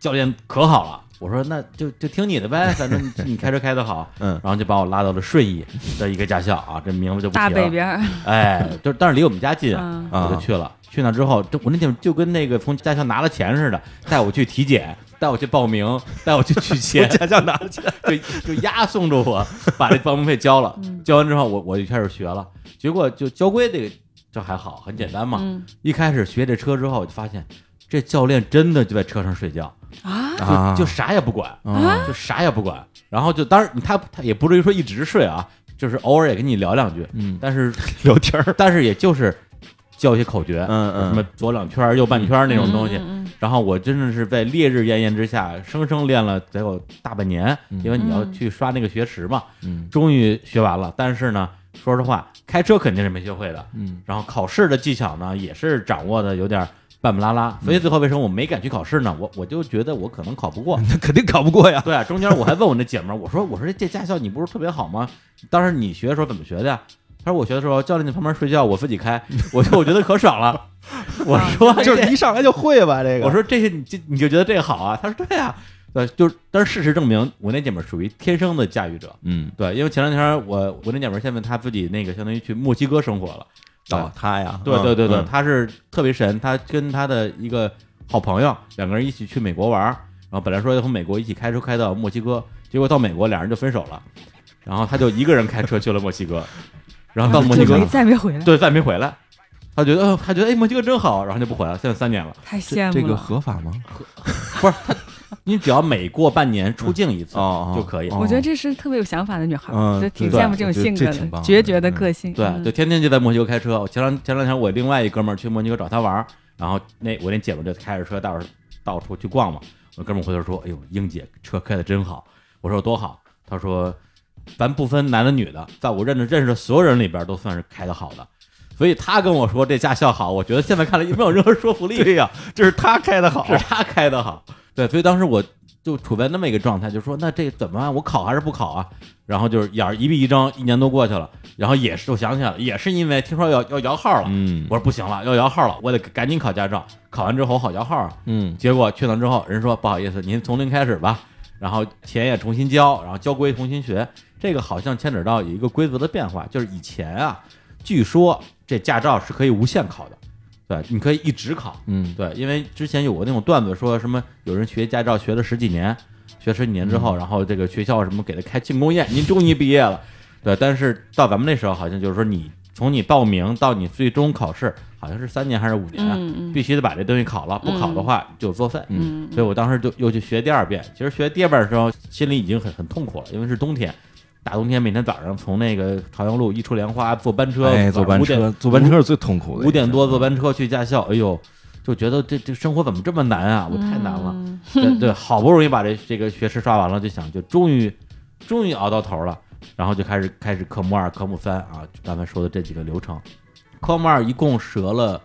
S1: 教练可好了。我说那就就听你的呗，反正你你开车开的好，
S2: 嗯
S1: 然后就把我拉到了顺义的一个驾校啊，这名字就不提
S3: 大
S1: 了。
S3: 北边儿，
S1: 哎，就是但是离我们家近啊，
S3: 嗯，
S1: 我就
S2: 啊，
S1: 去了。去那之后，这我那姐们就跟那个从驾校拿了钱似的，带我去体检，带我去报名，带我去取 钱，
S2: 驾校拿去，
S1: 就就押送着我把这报名费交了
S3: 嗯，
S1: 交完之后我我就开始学了，结果就交规这个这还好，很简单嘛。
S3: 嗯
S1: 一开始学这车之后，我就发现这教练真的就在车上睡觉，
S3: 啊
S1: 就、
S2: 啊
S1: 就啥也不管，
S2: 啊
S1: 就啥也不管。然后就当然他他也不至于说一直睡啊，就是偶尔也跟你聊两句，
S2: 嗯，
S1: 但 是
S2: 聊天儿，
S1: 但是也就是教一些口诀，
S2: 嗯嗯
S1: 什么左两圈儿右半圈儿那种东西。
S3: 嗯嗯嗯
S1: 然后我真的是在烈日炎炎之下，生生练了得有大半年，
S2: 嗯
S1: 因为你要
S3: 嗯
S1: 去刷那个学时嘛，
S2: 嗯
S1: 终于学完了。但是呢，说实话，开车肯定是没学会的，
S2: 嗯
S1: 然后考试的技巧呢也是掌握的有点半不拉拉，
S2: 嗯
S1: 所以最后为什么我没敢去考试呢？我我就觉得我可能考不 过。
S2: 那肯定考不过呀，
S1: 对啊，中间我还问我那姐们儿，我说我说这驾校你不是特别好吗？当时你学的时候怎么学的呀？她说我学的时候教练在旁边睡觉，我自己开， 我说我觉得可爽了。我说
S3: 啊
S2: 就是
S1: 这
S2: 一上来就会吧，这个，
S1: 我说这些你这你就觉得这个好啊？她说对啊，对，就是但是事实证明我那姐们儿属于天生的驾驭者，
S2: 嗯，
S1: 对，因为前两天我我那姐们儿现在她自己那个相当于去墨西哥生活了，
S2: 哦，他呀，
S1: 对对对对，
S2: 嗯，
S1: 她是特别神，她跟她的一个好朋友两个人一起去美国玩儿，然后本来说要从美国一起开车开到墨西哥，结果到美国俩人就分手了，然后她就一个人开车去了墨西哥，然后到墨西
S3: 啊就
S1: 哥
S3: 没再没回来，
S1: 对再没回来，她觉得呃她觉得哎墨西哥真好，然后就不回来了，现在三年了，
S3: 太
S2: 这
S3: 羡
S2: 这
S3: 慕
S2: 个
S3: 了。
S2: 合法吗？
S1: 你只要每过半年出境一次
S2: 哦哦
S1: 就可以，
S2: 哦
S3: 我觉得这是特别有想法的女孩儿，
S2: 嗯
S3: 就挺
S2: 对
S3: 羡慕这种性
S2: 我觉
S3: 格
S2: 得这挺
S3: 的，
S2: 棒的
S3: 决绝的个性。
S1: 对，
S3: 嗯
S1: 就天天就在墨西哥开车。我前两前两天我另外一哥们儿去墨西哥找他玩儿，然后那我那姐们儿就开着车到处到处去逛嘛。我哥们儿回头说：“哎呦，英姐车开的真好。”我说：“多好。”他说：“咱不分男的女的，在我认识认识的所有人里边都算是开的好的。”所以他跟我说这驾校好，我觉得现在看来没有任何说服力。啊
S2: 对呀，这是他开的好，
S1: 是他开的好。对，所以当时我就处在那么一个状态，就说那这怎么办？我考还是不考啊？然后就是眼儿一闭一睁，一年多过去了，然后也是我想起来了，也是因为听说要要摇号了，
S2: 嗯
S1: 我说不行了，要摇号了，我得赶紧考驾照，考完之后我好摇号啊。
S2: 嗯
S1: 结果去那之后，人说不好意思，您从零开始吧，然后钱也重新交，然后交规重新学。这个好像牵扯到有一个规则的变化，就是以前啊，据说这驾照是可以无限考的，对，你可以一直考，
S2: 嗯
S1: 对，因为之前有过那种段子，说什么有人学驾照学了十几年，学十几年之
S2: 嗯
S1: 后，然后这个学校什么给他开庆功宴，您终于毕业了。对，但是到咱们那时候，好像就是说你从你报名到你最终考试，好像。好像是三年还是五年啊，
S3: 嗯嗯
S1: 必须得把这东西考了，不考的话就有作废。
S3: 嗯
S1: 所以我当时就又去学第二遍。其实学第二遍的时候，心里已经很很痛苦了，因为是冬天，大冬天每天早上从那个朝阳路一出莲花坐班车，
S2: 哎，坐
S1: 早上
S2: 班
S1: 5点
S2: 车，坐班车是最痛苦的。
S1: 五点多坐班车去驾校，哎呦，就觉得这这生活怎么这么难啊！我太难了，
S3: 嗯
S1: 对 对，好不容易把这这个学时刷完了，就想就终于终于熬到头了，然后就开始开始科目二、科目三啊，就刚才说的这几个流程。科目二一共折了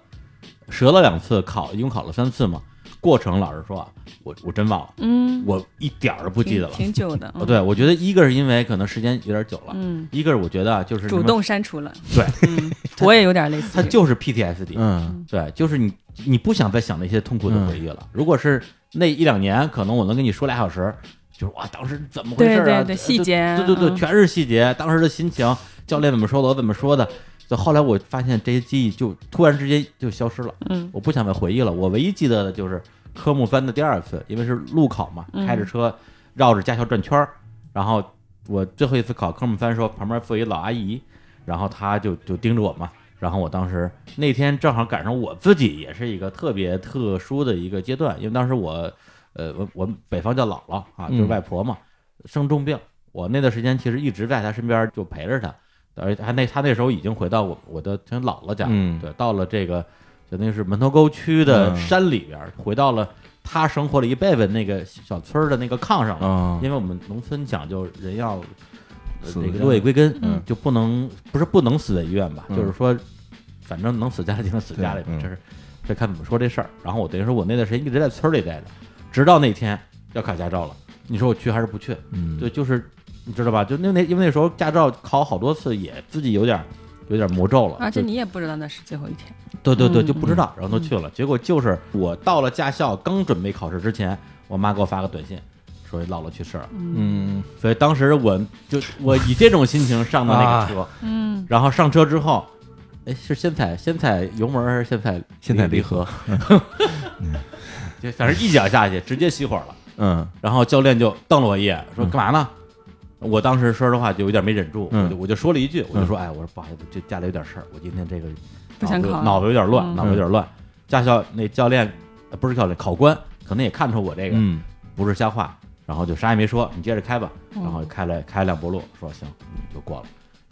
S1: 折了两次考，一共考了三次嘛。过程老实说啊，我我真忘了，
S3: 嗯，
S1: 我一点儿都不记得了。
S3: 挺挺久的。
S1: 哦，对，我觉得一个是因为可能时间有点久了，
S3: 嗯，
S1: 一个是我觉得啊，就是
S3: 嗯，
S1: 什么
S3: 主动删除了。
S1: 对，
S3: 嗯，我也有点类似
S1: 它
S3: 这个。
S1: 就是 PTSD，
S2: 嗯，
S1: 对，就是你你不想再想那些痛苦
S3: 嗯
S1: 的回忆了。如果是那一两年，可能我能跟你说俩小时，就是哇，当时怎么回事
S3: 对
S1: 啊？
S3: 对对，
S1: 就
S3: 细节，
S1: 对对对，
S3: 嗯
S1: 全是细节，当时的心情，教练怎么说的，我怎么说的。就后来我发现这些记忆就突然之间就消失了，
S3: 嗯
S1: 我不想再回忆了。我唯一记得的就是科目三的第二次，因为是路考嘛，
S3: 嗯
S1: 开着车绕着驾校转圈儿。然后我最后一次考科目三的时候，旁边坐一老阿姨，然后她就就盯着我嘛。然后我当时那天正好赶上我自己也是一个特别特殊的一个阶段，因为当时我，呃，我我们北方叫姥姥啊，就是
S2: 嗯
S1: 外婆嘛，生重病，我那段时间其实一直在她身边就陪着她，而且她那她那时候已经回到我我的跟姥姥家，
S2: 嗯
S1: 对，到了这个就那是门头沟区的
S2: 嗯
S1: 山里边，回到了她生活了一辈子那个小村儿的那个炕上了，
S2: 啊，
S1: 因为我们农村讲究人要呃
S2: 死
S1: 这
S2: 在
S1: 个
S2: 家
S1: 落叶归根，
S3: 嗯
S1: 就不能不是不能死在医院吧，
S2: 嗯
S1: 就是说反正能死家里就能死家里吧，
S2: 对嗯
S1: 这是这看怎么说这事儿。然后我等于说我那段时间一直在村里待着，直到那天要考驾照了，你说我去还是不去？
S2: 嗯，
S1: 对，就是你知道吧？就那那因为那时候驾照考好多次，也自己有点有点魔咒了，
S3: 而且
S1: 就
S3: 啊你也不知道那是最后一天。
S1: 对对对，
S3: 嗯
S1: 就不知道，然后就去了。结果就是我到了驾校，刚准备考试之前，我妈给我发个短信，说姥姥去世了。
S2: 嗯，
S1: 所以当时我就我以这种心情上的
S2: 啊
S1: 那个车，
S3: 嗯，
S1: 然后上车之后，哎，是先踩先踩油门还是先踩
S2: 先踩
S1: 离
S2: 离
S1: 合？ 就反正一脚下去，直接熄火了。
S2: 嗯，
S1: 然后教练就瞪了我一眼，说
S2: 嗯
S1: 干嘛呢？我当时说实话就有点没忍住，
S2: 嗯
S1: 我就我就说了一句，我就说哎，我说不好意思，这家里有点事儿，我今天这个
S3: 不想
S1: 脑子
S3: 考
S1: 脑子有点乱，
S3: 嗯
S1: 脑子有点乱。驾校那教练呃不是教练，考官可能也看出我这个
S2: 嗯，
S1: 不是瞎话，然后就啥也没说，你接着开吧。
S3: 嗯
S1: 然后开了开两波路，说行，就过了。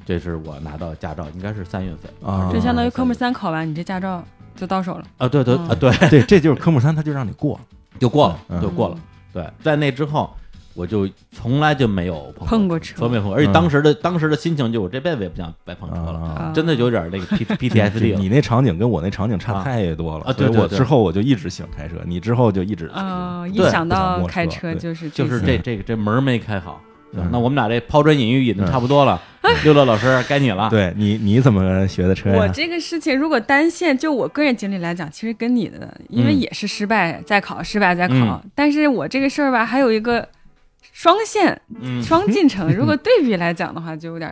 S1: 这是我拿到驾照，应该是三月份
S2: 啊
S3: 就相当于科目三考完，你这驾照就到手了。
S1: 啊，对对
S3: 嗯
S1: 啊，对，
S2: 对，这就是科目三，他就让你过，
S1: 就过了，
S2: 嗯
S1: 就过了。对，在那之后，我就从来就没有
S3: 碰
S1: 过
S3: 过车
S1: 从来没有碰过，而且
S2: 嗯
S1: 当时的当时的心情就我这辈子也不想再碰车了，
S2: 啊。
S3: 啊
S1: 真的有点那个 P P T S D
S2: 这
S1: 了
S2: 你。那场景跟我那场景差
S1: 啊
S2: 太多了
S1: 啊对
S2: 所以我
S1: 对对
S2: 之后我就一直喜欢开车，你之后就一直
S3: 啊，一
S1: 对
S3: 想到
S2: 不想摸
S3: 开
S2: 车
S3: 车
S2: 对
S3: 就是这
S1: 就是
S3: 些
S1: 这这个这门儿没开好。行
S2: 嗯
S1: 那我们俩这抛砖引玉引的
S2: 嗯
S1: 差不多了， 六乐老师该你了。
S2: 对你你怎么学的车
S3: 啊我
S2: 呀？
S3: 这个事情，如果单线就我个人经历来讲，其实跟你的，因为
S1: 嗯
S3: 也是失败再考，失败再考。
S1: 嗯
S3: 但是我这个事儿吧，还有一个双线、
S1: 嗯，
S3: 双进程， 如果对比来讲的话，就有点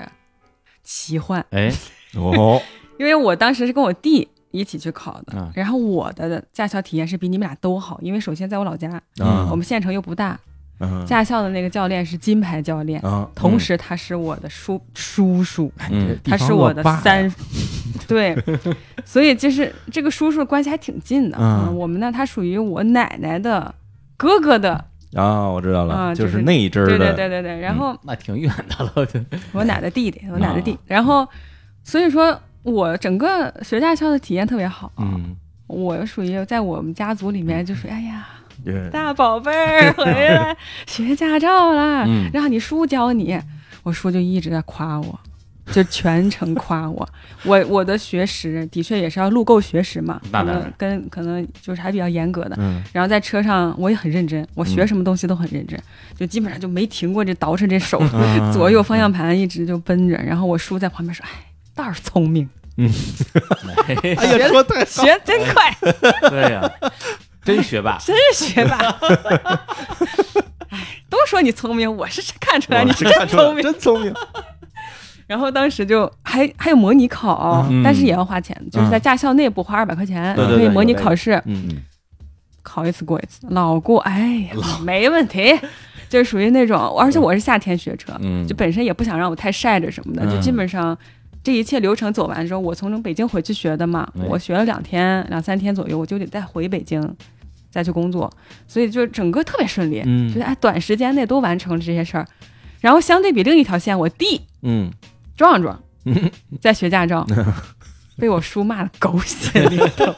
S3: 奇幻。
S1: 哎，
S2: 哦，
S3: 因为我当时是跟我弟一起去考的，
S1: 啊
S3: 然后我的驾校体验是比你们俩都好，因为首先在我老家，
S2: 啊
S1: 嗯
S3: 我们县城又不大，
S2: 嗯
S3: 驾校的那个教练是金牌教练，
S2: 啊，
S3: 同时他是我的叔叔叔。
S2: 哎
S1: 嗯
S3: 他是我的三，对，所以就是这个叔叔关系还挺近的。
S2: 嗯
S3: 我们呢，他属于我奶奶的哥哥的，
S2: 啊，我知道了，
S3: 啊就
S2: 就是是那一阵儿
S3: 对
S2: 的，
S3: 对对对对。然后
S1: 那挺远的了，就
S3: 我奶奶弟弟，我奶奶弟，然后所以说我整个学驾校的体验特别好。
S2: 嗯，
S3: 我属于在我们家族里
S1: 嗯
S3: 面，就是哎呀，
S2: 就是
S3: 大宝贝儿回来学驾照啦，
S1: 嗯
S3: 让你叔教你。我叔就一直在夸我，就全程夸 我。我我的学识的确也是要录够学识嘛，
S1: 那当
S3: 可
S1: 然
S3: 能跟可能就是还比较严格的。
S2: 嗯
S3: 然后在车上我也很认真，我学什么东西都很认真，就基本上就没停过这倒饬 这手，
S1: 嗯
S2: 啊
S3: 左右方向盘一直就奔着。然后我叔在旁边说：“哎，倒是 聪明，
S1: 哎
S2: 哎呀，说太
S3: 学得真快。”
S1: 对呀、真学霸。
S3: 真是学霸。 哎，都说你聪明，我是看出来啊你是真聪明。
S2: 真 聪明，
S3: 然后当时就还还有模拟考，
S1: 嗯
S3: 但是也要花钱，就是在驾校内部花二百块钱，
S1: 对对
S3: 可
S1: 对
S3: 以模拟
S1: 有这个
S3: 考试，
S2: 嗯
S3: 考一次过一次，老过，哎呀，没问题。就是属于那种，而且我是夏天学车，
S1: 嗯
S3: 就本身也不想让我太晒着什么的，
S2: 嗯
S3: 就基本上这一切流程走完之后，我从北京回去学的嘛，
S1: 哎
S3: 我学了两天两三天左右，我就得再回北京，再去工作，所以就整个特别顺利，
S2: 嗯
S3: 觉得哎，短时间内都完成了这些事儿。然后相对比另一条线，我弟
S2: 嗯，
S3: 壮壮在学驾照，被我叔骂的狗血淋头，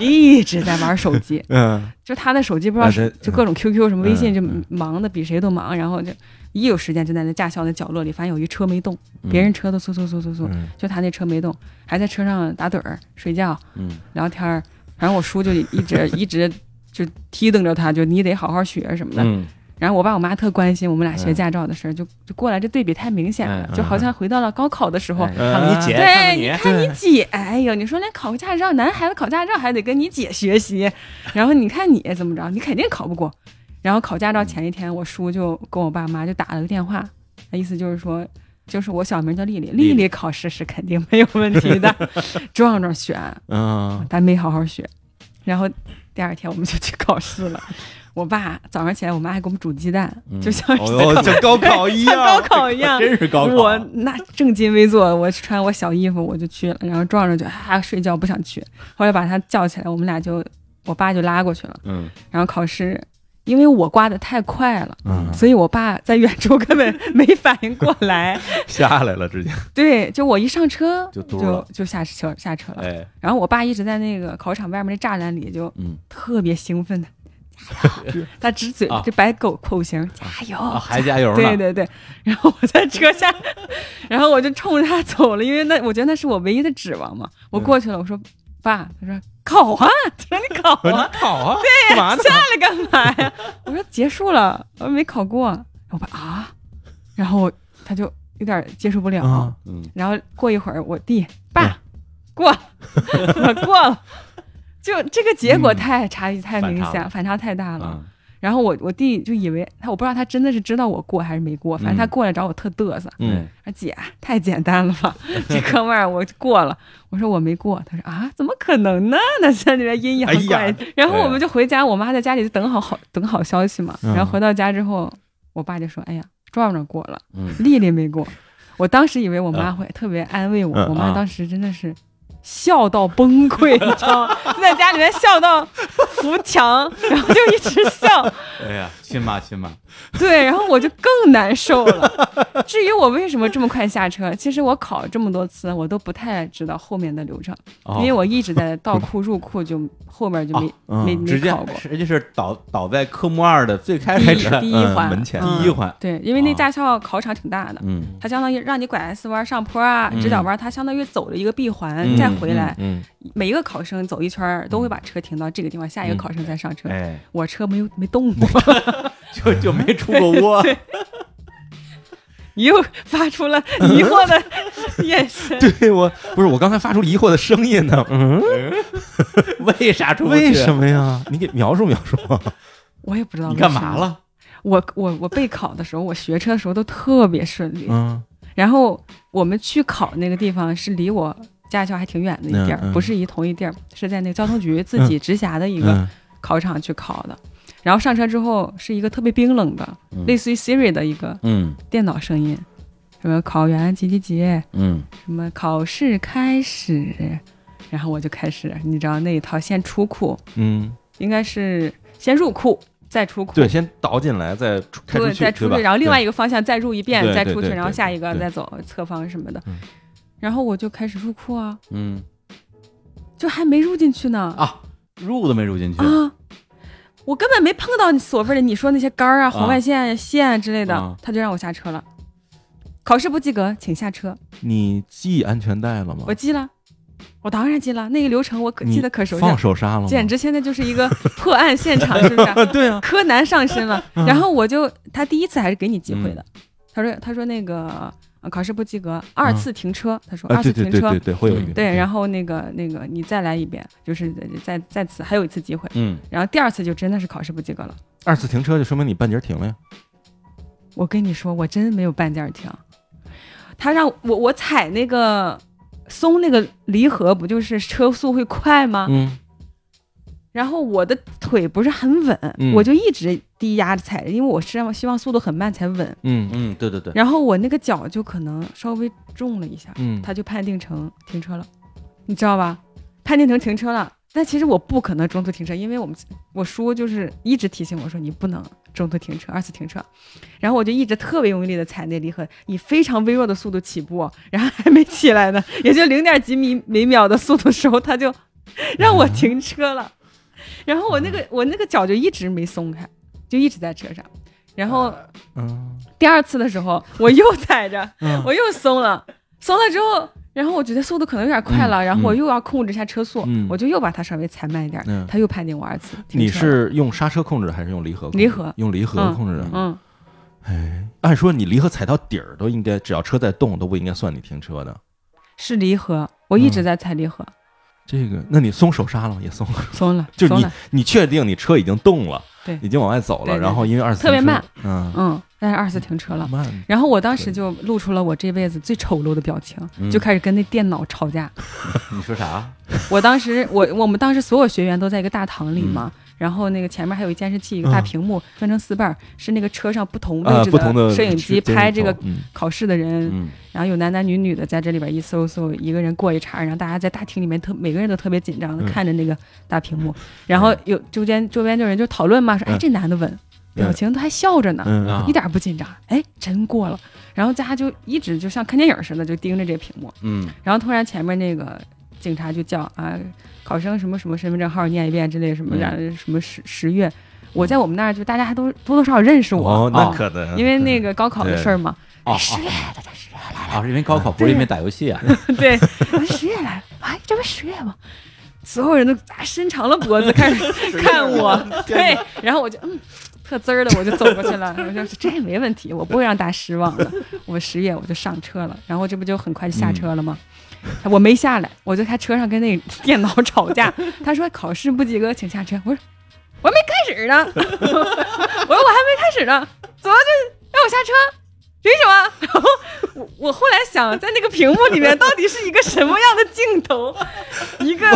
S3: 一直在玩手机。
S2: 嗯，
S3: 就他的手机不知道
S2: 啊
S3: 是
S2: 这
S3: 就各种 QQ 什么微信，就
S2: 嗯
S3: 忙的比谁都忙，然后就一有时间就在那驾校的角落里，发现有一车没动，别人车都嗖嗖嗖嗖嗖，
S2: 嗯
S3: 就他那车没动，还在车上打盹儿、睡觉、
S1: 嗯
S3: 聊天儿。反正我叔就一直一直就提瞪着他，就你得好好学什么的。
S1: 嗯，
S3: 然后我爸我妈特关心我们俩学
S1: 嗯
S3: 驾照的事儿，就就过来，这对比太明显了
S1: 哎，
S3: 就好像回到了高考的时候啊
S1: 哎。看看你姐，看
S3: 对，
S1: 看
S3: 你
S1: 你，嗯
S3: 看你姐，哎呦，你说连考个驾照，男孩子考驾照还得跟你姐学习，然后你看你怎么着，你肯定考不过。然后考驾照前一天，我叔就跟我爸妈就打了个电话，意思就是说，就是我小名叫丽丽，
S1: 丽丽
S3: 丽丽考试是肯定没有问题的， 壮壮选，
S2: 嗯
S3: 啊但没好好学。然后第二天我们就去考试了。我爸早上起来，我妈还给我们煮鸡蛋，
S1: 嗯
S3: 就像是在
S2: 哦，就高考一啊样，
S3: 像高 考一样，
S1: 真是高考，
S3: 我那正襟危坐，我穿我小衣服我就去了，然后壮壮就啊睡觉不想去，后来把他叫起来，我们俩就我爸就拉过去了，
S1: 嗯
S3: 然后考试，因为我刮的太快了，
S1: 啊
S2: 嗯，
S3: 所以我爸在远处根本没反应过来，
S2: 下来了，直接，
S3: 对，就我一上车
S1: 就嘟
S3: 嗯就
S1: 了，
S3: 就下车下车了，
S1: 哎，
S3: 然后我爸一直在那个考场外面那栅栏里就
S1: 嗯，
S3: 特别兴 奋的。加油！他指嘴
S1: 啊，
S3: 这摆狗口型，加油！
S1: 啊还加油呢，
S3: 对对对，然后我在车下， 然后我就冲着他走了，因为那我觉得那是我唯一的指望嘛。我过去了，我说爸，他说考啊，他说你考 啊，
S2: 考啊，干嘛呢？
S3: 下来干嘛呀？我说结束了，我没考过。我爸啊，然后他就有点接受不了。
S2: 啊，
S1: 嗯
S3: 然后过一会儿，我弟爸过了， 我过了，就这个结果太差异太
S1: 嗯反
S3: 明
S1: 差
S3: 显，
S1: 了
S3: 反差太大了。
S1: 啊，
S3: 然后我我弟就以为他，我不知道他真的是知道我过还是没过，反正他
S1: 嗯
S3: 过来找我特嘚瑟，
S2: 嗯
S1: 哎
S3: 说姐啊太简单了吧，这哥们儿我过了，我说我没过，他说啊怎么可能呢？那在那边阴阳
S2: 哎呀
S3: 怪气，然后
S1: 对
S3: 我们就回家，我妈在家里就等好好等好消息嘛，
S2: 嗯
S3: 然后回到家之后，我爸就说，哎呀壮壮过了，
S1: 嗯
S3: 丽丽没过，我当时以为我妈会特别安慰我，
S2: 嗯
S3: 我
S1: 啊
S3: 妈当时真的是。笑到崩溃，你知道吗？就在家里面笑到 扶墙，然后就一直笑，
S1: 哎呀，亲妈亲妈，
S3: 对，然后我就更难受了。 至于我为什么这么快下车，其实我考这么多次，我都不太知道后面的流程，
S1: 哦
S3: 因为我一直在倒库入库就，后面就没、
S2: 哦
S3: 没
S2: 嗯
S1: 直
S3: 没
S1: 接
S3: 考过。
S1: 实际是倒倒在科目二的最开
S3: 第一
S1: 始的
S3: 第一
S2: 嗯
S3: 环，
S2: 门前
S1: 第一环，
S3: 对，因为那
S1: 啊
S3: 驾校考场挺大的，
S1: 嗯
S3: 它相当于让你拐 S 弯、上坡啊、直角
S1: 嗯
S3: 弯，它相当于走了一个闭环、
S1: 嗯
S3: 再回来。
S2: 嗯，
S3: 每一个考生走一圈儿都会把车停到这个地方，下一个考生再上
S2: 嗯
S3: 车。
S1: 嗯哎，
S3: 我车没有没动过，
S1: 就就没出过窝，
S3: 你又发出了疑惑的 眼神。
S2: 对我不是我刚才发出疑惑的声音 呢，嗯，
S1: 为啥出不去？
S2: 为什么呀？你给描述描述 啊，
S3: 我也不知道
S1: 你
S3: 为
S1: 干
S3: 什
S1: 嘛
S3: 么
S1: 了？
S3: 我我我备考的时候，我学车的时候都特别顺利。
S2: 嗯
S3: 然后我们去考那个地方是离我驾校还挺远的一地儿，
S2: 嗯嗯
S3: 不是一同一地儿，是在那个交通局自己直辖的一个
S2: 嗯
S3: 考场去考的。然后上车之后是一个特别冰冷的，
S1: 嗯
S3: 类似于 Siri 的一个
S1: 嗯
S3: 电脑声音，什么考员几几几，
S1: 嗯
S3: 什么考试开始，然后我就开始，你知道那一套先出库，
S2: 嗯，
S3: 应该是先入库再出库，
S2: 对，先倒进来，再出开出
S3: 对，
S2: 去，
S3: 再出
S2: 对吧
S3: 去，然后另外一个方向再入一遍
S2: 对，
S3: 再
S2: 对
S3: 出去，
S2: 对对
S3: 然后下一个
S2: 对
S3: 再走侧方什么的
S2: 嗯。
S3: 然后我就开始入库啊，
S1: 嗯
S3: 就还没入进去呢
S1: 啊，入都没入进去
S3: 啊！我根本没碰到你所谓的你说那些杆儿啊、红外线、线啊之类
S1: 啊
S3: 的，他就让我下车了。考试不及格，请下车。
S2: 对你系安全带了吗
S3: 我？记了，我当然记了，那个流程我可
S2: 你
S3: 记得可熟悉
S2: 放
S3: 了，
S2: 手刹了吗？
S3: 简直现在就是一个破案现场，是不 是？
S2: 对啊，
S3: 柯南上身了。
S2: 嗯
S3: 然后我就他第一次还是给你机会的，他说他说那个呃考试不及格，二次停车，他说
S2: 啊，
S3: 二
S2: 对
S3: 次
S2: 对
S3: 停
S2: 对
S3: 车，
S2: 对对，会有一
S1: 嗯
S2: 个
S3: 对然后那个那个你再来一遍，就是再再次还有一次机会，
S1: 嗯
S3: 然后第二次就真的是考试不及格了。
S2: 二次停车就说明你半截儿停了呀。
S3: 我跟你说，我真没有半件儿停。他让我我踩那啊个松那个离合，不就是车速会快吗？
S2: 嗯，
S3: 然后我的腿不是很稳，
S2: 嗯
S3: 我就一直低压着踩着，因为我是希望速度很慢才稳。
S2: 嗯
S1: 嗯，对对对，
S3: 然后我那个脚就可能稍微重了一下，
S2: 嗯，
S3: 他就判定成停车了，你知道吧？判定成停车了，但其实我不可能中途停车，因为我们我叔就是一直提醒我说你不能中途停车，二次停车。然后我就一直特别用力的踩那离合，以非常微弱的速度起步，然后还没起来呢， 也就零点几米每秒的速度时候，他就 让我停车了。然后我那个我那个脚就一直没松开，就一直在车上。然后
S2: 嗯
S3: 第二次的时候，我又踩着，
S2: 嗯
S3: 我又松了，松了之后，然后我觉得速度可能有点快了，
S2: 嗯
S3: 然后我又要控制一下车速，
S2: 嗯
S3: 我就又把它稍微踩慢一点，
S2: 嗯
S3: 他又判定我二次停
S2: 你
S3: 车了。
S2: 是用刹车控制还是用离合控制？
S3: 离合
S2: 用离合控制的。哎
S3: 嗯，
S2: 按说你离合踩到底儿都应该，只要车在动都不应该算你停车的。
S3: 是离合，我一直在踩离合，
S2: 这个，那你松手刹了吗？也松了，
S3: 松了，
S2: 嗯就是
S3: 松
S2: 你
S3: 了，
S2: 你确定你车已经动了，
S3: 对
S2: 已经往外走
S3: 对
S2: 了，
S3: 对
S2: 然后因为二次
S3: 特别
S2: 停车
S3: 慢，
S2: 嗯，
S3: 嗯，但是二次停车了。
S2: 慢，
S3: 然后我当时就露出了我这辈子最丑陋的表情，
S1: 嗯
S3: 就开始跟那电脑吵架。
S1: 你说啥？
S3: 我当时，我我们当时所有学员都在一个大堂里嘛，然后那个前面还有一监视器，一个大
S2: 嗯
S3: 屏幕，分成四瓣儿，是那个车上不同
S2: 呃
S3: 位，置
S2: 不同的
S3: 摄影机拍这个
S2: 嗯
S3: 考试的人，
S1: 嗯
S3: 然后有男男女女的在这里边一搜搜，一个人过一茬儿，然后大家在大厅里面特每个人都特别紧张的
S2: 嗯
S3: 看着那个大屏幕，然后有周边周边就有人就讨论嘛，说哎
S2: 嗯
S3: 这男的稳，表情都还笑着呢，
S2: 嗯
S1: 啊
S3: 一点儿不紧张，哎真过了，然后大家就一直就像看电影似的就盯着这屏幕，
S1: 嗯
S3: 然后突然前面那个警察就叫啊考生什么什么身份证号念一遍之类的什么
S1: 嗯
S3: 然后什么十十月，我在我们那儿就大家还都多多少少认识我，啊
S2: 哦，那
S1: 哦
S2: 可能
S3: 因为那个高考的
S2: 对
S3: 事儿嘛，
S1: 哦
S3: 哎十月
S1: 啊，是因为高考不是因为打游戏啊？
S3: 对，我说十月来了，哎，这不是十月吗？所有人都啊伸长了脖子开始看我，对，然后我就嗯，特滋儿的我就走过去了， 我说这也没问题，我不会让大家失望的。我十月我就上车了，然后这不就很快就下车了吗？我没下来，我就在车上跟那电脑吵架。他说考试不及格，请下车。我说我还没开始呢， 我说我还没开始呢，怎么就让我下车？凭什么？然后我 我后来想，在那个屏幕里面到底是一个什么样的镜头？一个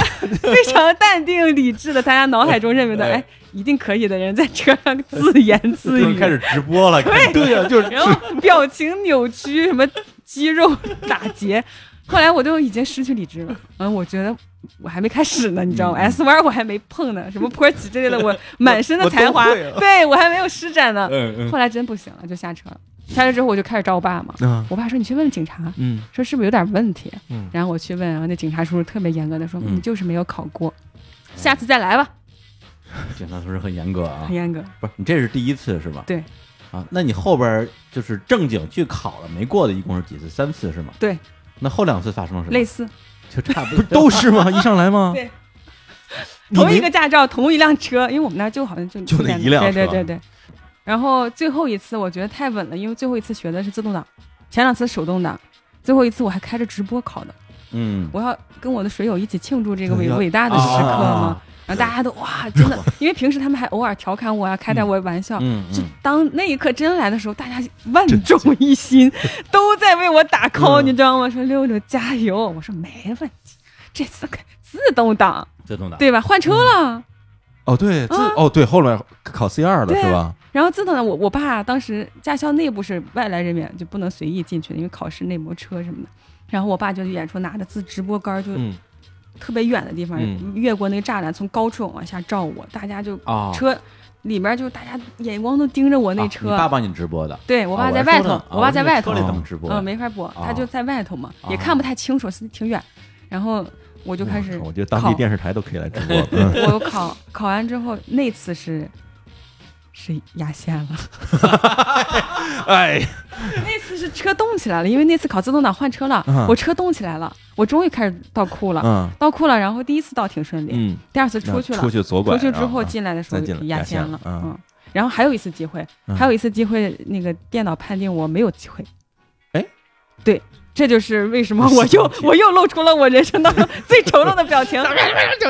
S3: 非常淡定理智的，大家脑海中认为的，哎，一定可以的人，在车上自言自 语，
S1: 开始直播了，对对呀，就是
S3: 然后表情扭曲，什么肌肉打结。后来我就已经失去理智了，嗯，我觉得我还没开始呢，你知
S2: 嗯
S3: 道吗？S 弯我还没碰呢，什么坡起之类的，我满身的才华，
S2: 我都会啊呃
S3: 对我还没有施展呢。
S1: 嗯嗯
S3: 后来真不行了，就下车了。下车之后我就开始找我爸嘛，
S2: 嗯
S3: 我爸说你去问警察，
S2: 嗯
S3: 说是不是有点问题？
S2: 嗯
S3: 然后我去问，然后那警察叔叔特别严格的说，
S1: 嗯
S3: 你就是没有考过，下次再来吧，
S1: 警察同志很严格啊
S3: 很，严格。
S2: 嗯
S1: 不是你这是第一次是吧？
S3: 对。
S1: 啊，那你后边儿就是正经去考了没过的，一共是几次？三次是吗？
S3: 对。
S1: 那后两次发生了什么？
S3: 类似
S1: 就差不
S2: 不
S1: 多
S2: 是都是吗？一上来吗？
S3: 对
S2: 你没，
S3: 同一个驾照，同一辆车，因为我们那儿就好像就
S2: 就那一辆
S3: 对对
S2: 车
S3: 对对。然后最后一次我觉得太稳了，因为最后一次学的是自动挡，前两次手动挡，最后一次我还开着直播考的。
S1: 嗯，
S3: 我要跟我的水友一起庆祝这个
S2: 对
S3: 伟
S2: 要啊
S3: 伟大的时刻嘛。然后大家都哇，真 的，因为平时他们还偶尔调侃我呀、开点我玩笑。
S1: 嗯
S3: 就
S1: 嗯
S3: 当那一刻真来的时候，大家万众 一心，都在为我打 call，、
S2: 嗯
S3: 你知道吗？说六六加油，我说没问题，这次可自动
S2: 啊
S3: 挡
S1: 自动挡。
S3: 对吧？换车了。
S2: 哦对，自
S3: 啊
S2: 哦对，后来考 C 二了
S3: 对啊
S2: 是吧？
S3: 然后自动呢，我我爸当时驾校内部是外来人员就不能随意进去的，因为考试内摩车什么的。然后我爸就远处拿着自直播杆儿，就
S2: 嗯，
S3: 特别远的地方、
S2: 嗯
S3: 越过那个栅栏，从高处往下照我，大家就
S1: 啊，
S3: 车、里面就大家眼光都盯着我那
S1: 啊你
S3: 车。
S1: 爸帮你直播的。
S3: 对我
S1: 啊
S3: 爸在
S1: 还
S3: 外
S1: 说
S3: 头，
S1: 呢啊
S3: 我爸在外
S1: 车
S3: 头
S1: 里
S2: 啊，
S1: 怎么直播
S3: 嗯，？没法播，他就在外头嘛，也
S1: 啊哎
S3: 看不太清楚，是挺远。然后我就开始
S2: 嗯我觉得当地
S3: 考
S2: 电视台都可以来直播。 嗯
S3: 我考考完之后，那次是是压线了。
S2: 哎，
S3: 那次是车动起来了，因为那次考自动挡换车了，
S2: 嗯
S3: 我车动起来了，我终于开始倒库了，
S2: 嗯
S3: 倒库了。然后第一次倒挺顺利，
S2: 嗯，
S3: 第二次
S2: 那
S3: 出去了，
S2: 出
S3: 出
S2: 去左拐，
S3: 之后
S2: 啊
S3: 进来的时候
S2: 再进来
S3: 压线
S2: 压
S3: 了，
S2: 线了嗯
S3: 然后还有一次机会，
S2: 嗯
S3: 还有一次机会，那个电脑判定我没有机会。
S2: 哎，
S3: 对，这就是为什么我又我又露出了我人生当 中最丑陋的表情。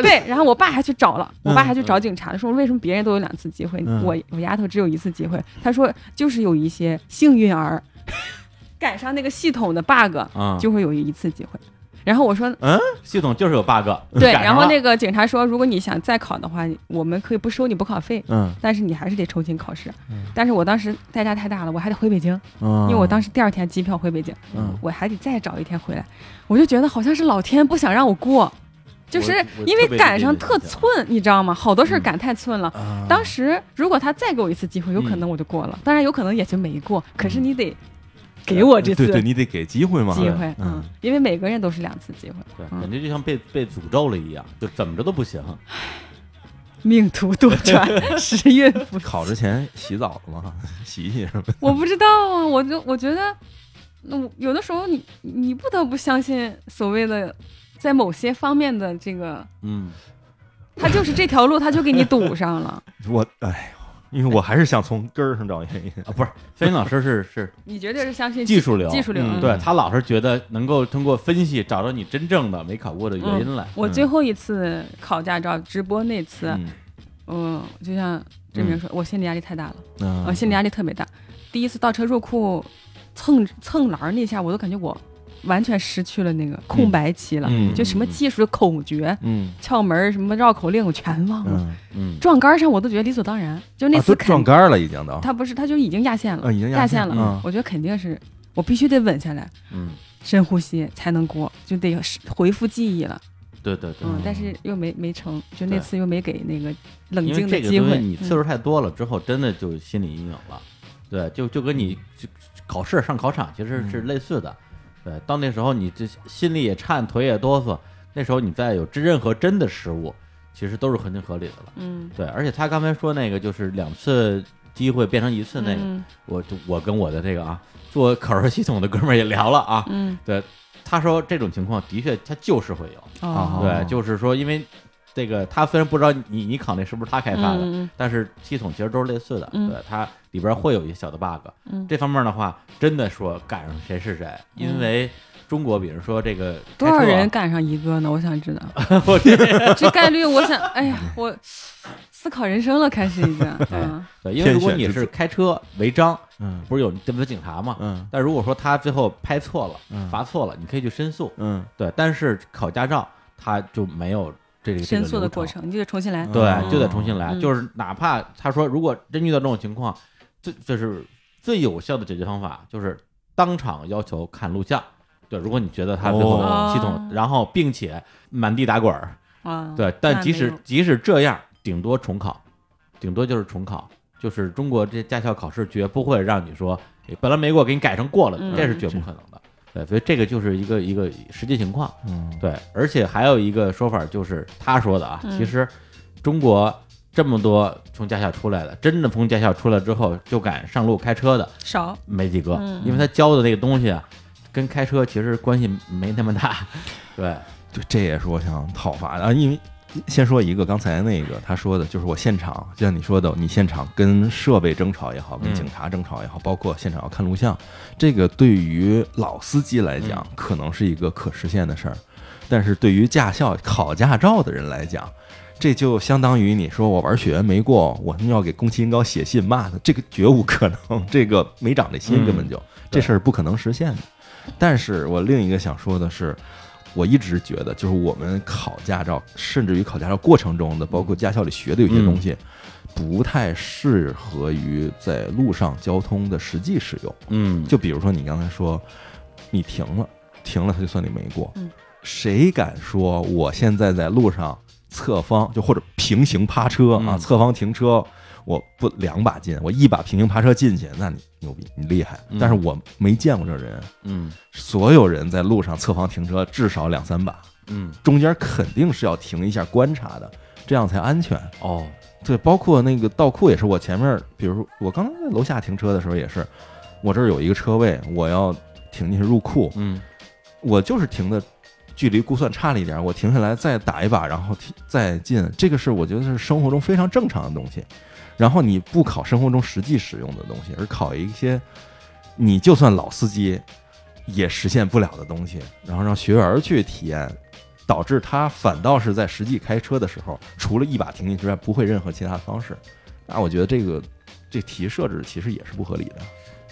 S3: 对，然后我爸还去找了，我爸还去找警察，说为什么别人都有两次机会，
S2: 嗯
S3: 我我丫头只有一次机会。他说就是有一些幸运儿 赶上那个系统的 bug，
S2: 嗯
S1: 啊，
S3: 就会有一次机会。然后我说
S1: 系统就是有 bug 你
S3: 对，
S1: 赶
S3: 然
S1: 上
S3: 后
S1: 了
S3: 那个警察说，如果你想再考的话，我们可以不收你补考费，
S2: 嗯
S3: 但是你还是得重新考试。
S1: 嗯
S3: 但是我当时代价太大了，我还得回北京，
S2: 嗯，
S3: 因为我当时第二天机票回北京，
S2: 嗯
S3: 我还得再找一天回来。我就觉得好像是老天不想让我过，就是
S1: 我
S3: 因
S1: 特
S3: 为
S1: 别
S3: 赶
S1: 理解
S3: 上
S1: 这个
S3: 特
S1: 想法
S3: 寸，你知道吗？好多事儿
S2: 嗯
S3: 赶太寸了。
S2: 啊
S3: 当时如果他再给我一次机会，有
S1: 嗯
S3: 可能我就过了，当然有可能也就没过。可是你得给我这次
S2: 对对，你得给机会嘛，
S3: 机会，
S2: 嗯
S3: 嗯，因为每个人都是两次机会，
S1: 对，
S3: 嗯
S1: 感觉就像被被诅咒了一样，就怎么着都不行。
S3: 命途多 舛，时运不济
S2: 考之前洗澡了吗？ 洗一洗什么？
S3: 我不知道啊，我就我觉得，那我有的时候你你不得不相信所谓的，在某些方面的这个，
S1: 嗯，
S3: 他就是这条路，他就给你堵上了。
S2: 我哎呦，因为我还是想从根儿上找原因。
S1: 啊，不是，飞云老师是 是
S3: 你绝对是相信
S1: 技术流，
S3: 技术流。
S2: 嗯
S3: 嗯
S1: 对他老是觉得能够通过分析找到你真正的没考过的原因来。
S3: 嗯我最后一次考驾照直播那次，
S2: 嗯，
S3: 嗯，就像郑明说，我心理压力太大了，
S2: 嗯
S3: 我心理压力特别大。第一次倒车入库蹭蹭栏儿那下，我都感觉我完全失去了那个空白期了，
S2: 嗯
S3: 就什么技术口诀、
S2: 嗯
S3: 窍门儿、什么绕口令，我全忘了。
S2: 嗯，
S1: 嗯，
S3: 撞杆儿上我都觉得理所当然，就那
S2: 啊
S3: 次
S2: 都
S3: 肯、
S2: 撞杆儿了已经都，
S3: 他不是他就已经压线了，
S1: 呃
S2: 啊已经
S3: 压
S2: 线
S3: 了，
S2: 嗯
S3: 我觉得肯定是我必须得稳下来，
S1: 嗯，
S3: 深呼吸才能过，就得是恢复记忆了，
S1: 对对对。
S3: 嗯，
S2: 嗯
S3: 但是又没没成，就
S1: 对
S3: 那次又没给那个冷
S1: 因为
S3: 静的
S1: 这个
S3: 机
S1: 东西
S3: 会，嗯
S1: 你次数太多了之后，真的就心理阴影了。对，就就跟你就考试上考场其实
S3: 嗯
S1: 是类似的。对，到那时候你这心里也颤，腿也哆嗦。那时候你再有任何真的失误，其实都是合情合理的了。
S3: 嗯，
S1: 对，而且他刚才说那个就是两次机会变成一次
S3: 嗯，
S1: 那个，
S3: 嗯
S1: 我就我跟我的这个啊做考试系统的哥们儿也聊了啊，
S3: 嗯
S1: 对，他说这种情况的确他就是会有，
S3: 哦，
S1: 啊对，就是说因为这个他虽然不知道你你考那是不是他开发的，
S3: 嗯嗯
S1: 但是系统其实都是类似的，
S3: 嗯
S1: 对，它里边会有一些小的 bug。
S3: 嗯
S1: 这方面的话，真的说赶上谁是谁，因为中国比如说这个
S3: 多少
S1: 开车啊
S3: 人赶上一个呢？我想知道
S1: 我 这
S3: 这概率，我想，哎 呀，我思考人生了，开始已经，嗯，
S1: 啊对，因为如果
S2: 天选
S1: 你
S2: 之
S1: 是
S2: 子
S1: 开车违章，
S2: 嗯
S1: 不是有跟子警察嘛？
S2: 嗯
S1: 但如果说他最后拍错了、
S2: 嗯
S1: 罚错了，你可以去申诉。
S2: 嗯，
S1: 对，但是考驾照他就没有这个
S3: 申诉
S1: 这个
S3: 的过。
S1: 流程
S3: 程，你就得重新来，
S1: 对，
S2: 嗯
S1: 就得重新来。
S3: 嗯
S1: 就是哪怕他说，如果真遇到这种情况，最就是最有效的解决方法就是当场要求看录像。对，如果你觉得他最后
S3: 哦
S1: 系统，然后并且满地打滚儿，
S3: 啊，
S1: 对，但
S3: 那
S1: 即
S3: 没
S1: 使
S3: 有
S1: 即使这样，顶多重考，顶多就是重考，就是中国这驾校考试绝不会让你说诶本来没过，给你改成过了，
S3: 嗯
S1: 这是绝不可能的。对，所以这个就是一个一个实际情况。
S2: 嗯
S1: 对，而且还有一个说法就是他说的啊，
S3: 嗯
S1: 其实中国这么多从驾校出来的，真的从驾校出来之后就敢上路开车的
S3: 少，
S1: 没几个，
S3: 嗯
S1: 因为他教的那个东西啊，跟开车其实关系没那么大。 对，
S2: 对，这也是我想讨伐的啊，因为。先说一个，刚才那个他说的，就是我现场，就像你说的，你现场跟设备争吵也好，跟
S1: 嗯
S2: 警察争吵也好，包括现场要看录像，这个对于老司机来讲，
S1: 嗯
S2: 可能是一个可实现的事儿，但是对于驾校考驾照的人来讲，这就相当于你说我玩雪原没过，我他妈要给宫崎英高写信骂他，这个绝无可能，这个没长这
S1: 嗯
S2: 心，根本就、这事儿不可能实现的。但是我另一个想说的是，我一直觉得，就是我们考驾照，甚至于考驾照过程中的，包括驾校里学的有些东
S1: 嗯
S2: 西，不太适合于在路上交通的实际使用。
S1: 嗯，
S2: 就比如说你刚才说，你停了，停了，他就算你没过。
S3: 嗯
S2: 谁敢说我现在在路上侧方就或者平行趴车啊，
S1: 嗯
S2: 侧方停车，我不两把进，我一把平行趴车进去，那你牛逼，你厉害。
S1: 嗯
S2: 但是我没见过这人，
S1: 嗯
S2: 所有人在路上侧方停车至少两三把，
S1: 嗯
S2: 中间肯定是要停一下观察的，这样才安全。
S1: 哦，
S2: 对，包括那个倒库也是，我前面，比如说我刚才在楼下停车的时候也是，我这儿有一个车位，我要停进去入库，
S1: 嗯
S2: 我就是停的距离估算差了一点，我停下来再打一把，然后停再进，这个是我觉得是生活中非常正常的东西。然后你不考生活中实际使用的东西，而考一些你就算老司机也实现不了的东西，然后让学员去体验，导致他反倒是在实际开车的时候，除了一把停进之外，不会任何其他的方式。那我觉得这个这题设置其实也是不合理的。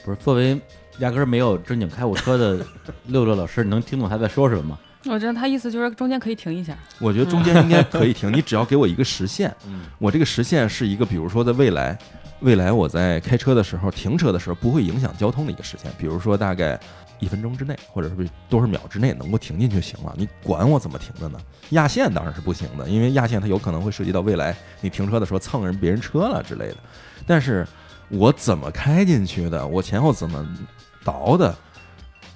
S1: 不是作为压根儿没有正经开过车的六六老师，你能听懂他在说什么吗？
S3: 我知道他意思就是中间可以停一下，
S2: 我觉得中间应该可以停，你只要给我一个时限，
S1: 嗯
S2: 我这个时限是一个，比如说在未来，未来我在开车的时候停车的时候不会影响交通的一个时限，比如说大概一分钟之内，或者是多少秒之内能够停进去行了。你管我怎么停的呢？压线当然是不行的，因为压线它有可能会涉及到未来你停车的时候蹭人别人车了之类的。但是我怎么开进去的，我前后怎么倒的，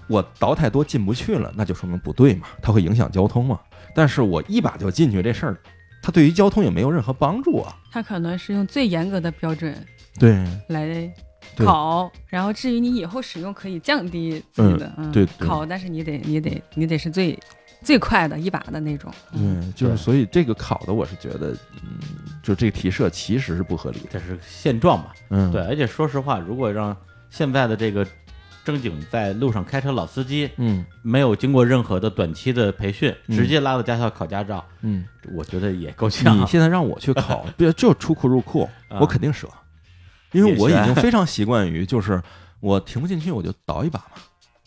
S2: 我倒太多进不去了，那就说明不对嘛，它会影响交通嘛。但是我一把就进去这事儿，它对于交通也没有任何帮助啊。嗯
S3: 他可能是用最严格的标准
S2: 对
S3: 来
S2: 对
S3: 考，然后至于你以后使用，可以降低自己的、嗯
S2: 对对
S3: 考，但是你得你得你得是最最快的一把的那种。嗯，
S2: 对，就是
S1: 对
S2: 所以这个考的我是觉得，嗯，就这个提设其实是不合理的。
S1: 这是现状吧？
S2: 嗯，
S1: 对，，而且说实话，如果让现在的这个正经在路上开车老司机，
S2: 嗯
S1: 没有经过任何的短期的培训，
S2: 嗯
S1: 直接拉到驾校考驾照，
S2: 嗯，
S1: 我觉得也够
S2: 你
S1: 呛。
S2: 现在让我去 考，别就出库入库，
S1: 啊
S2: 我肯定折，因为
S1: 也
S2: 我已
S1: 是
S2: 经非常习惯于就是我停不进去我就倒一把嘛。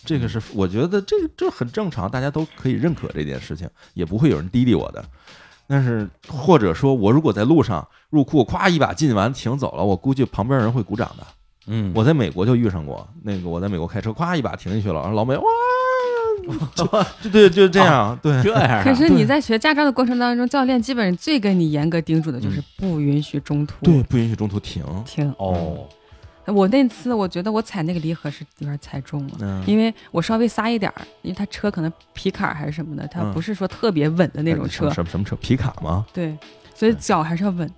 S2: 这个是我觉得这这很正常，大家都可以认可这件事情，也不会有人滴滴我的。但是或者说我如果在路上入库，咵一把进完停走了，我估计旁边人会鼓掌的。
S1: 嗯，
S2: 我在美国就遇上过，那个我在美国开车，咵一把停进去了，然后老美哇，
S3: 哦
S2: 就 对，就这样，对，
S1: 这 样、啊，
S3: 可是你在学驾照的过程当中，教练基本上最跟你严格叮嘱的就是不允许中途
S2: 对，不允许中途停。
S3: 停。
S1: 哦，
S3: 我那次我觉得我踩那个离合是有点踩中了。
S2: 嗯，
S3: 因为我稍微撒一点儿，因为他车可能皮卡还是什么的，它
S2: 嗯
S3: 不是说特别稳的那种车，
S2: 什么什么车，皮卡吗？
S3: 对，所以脚还是要稳，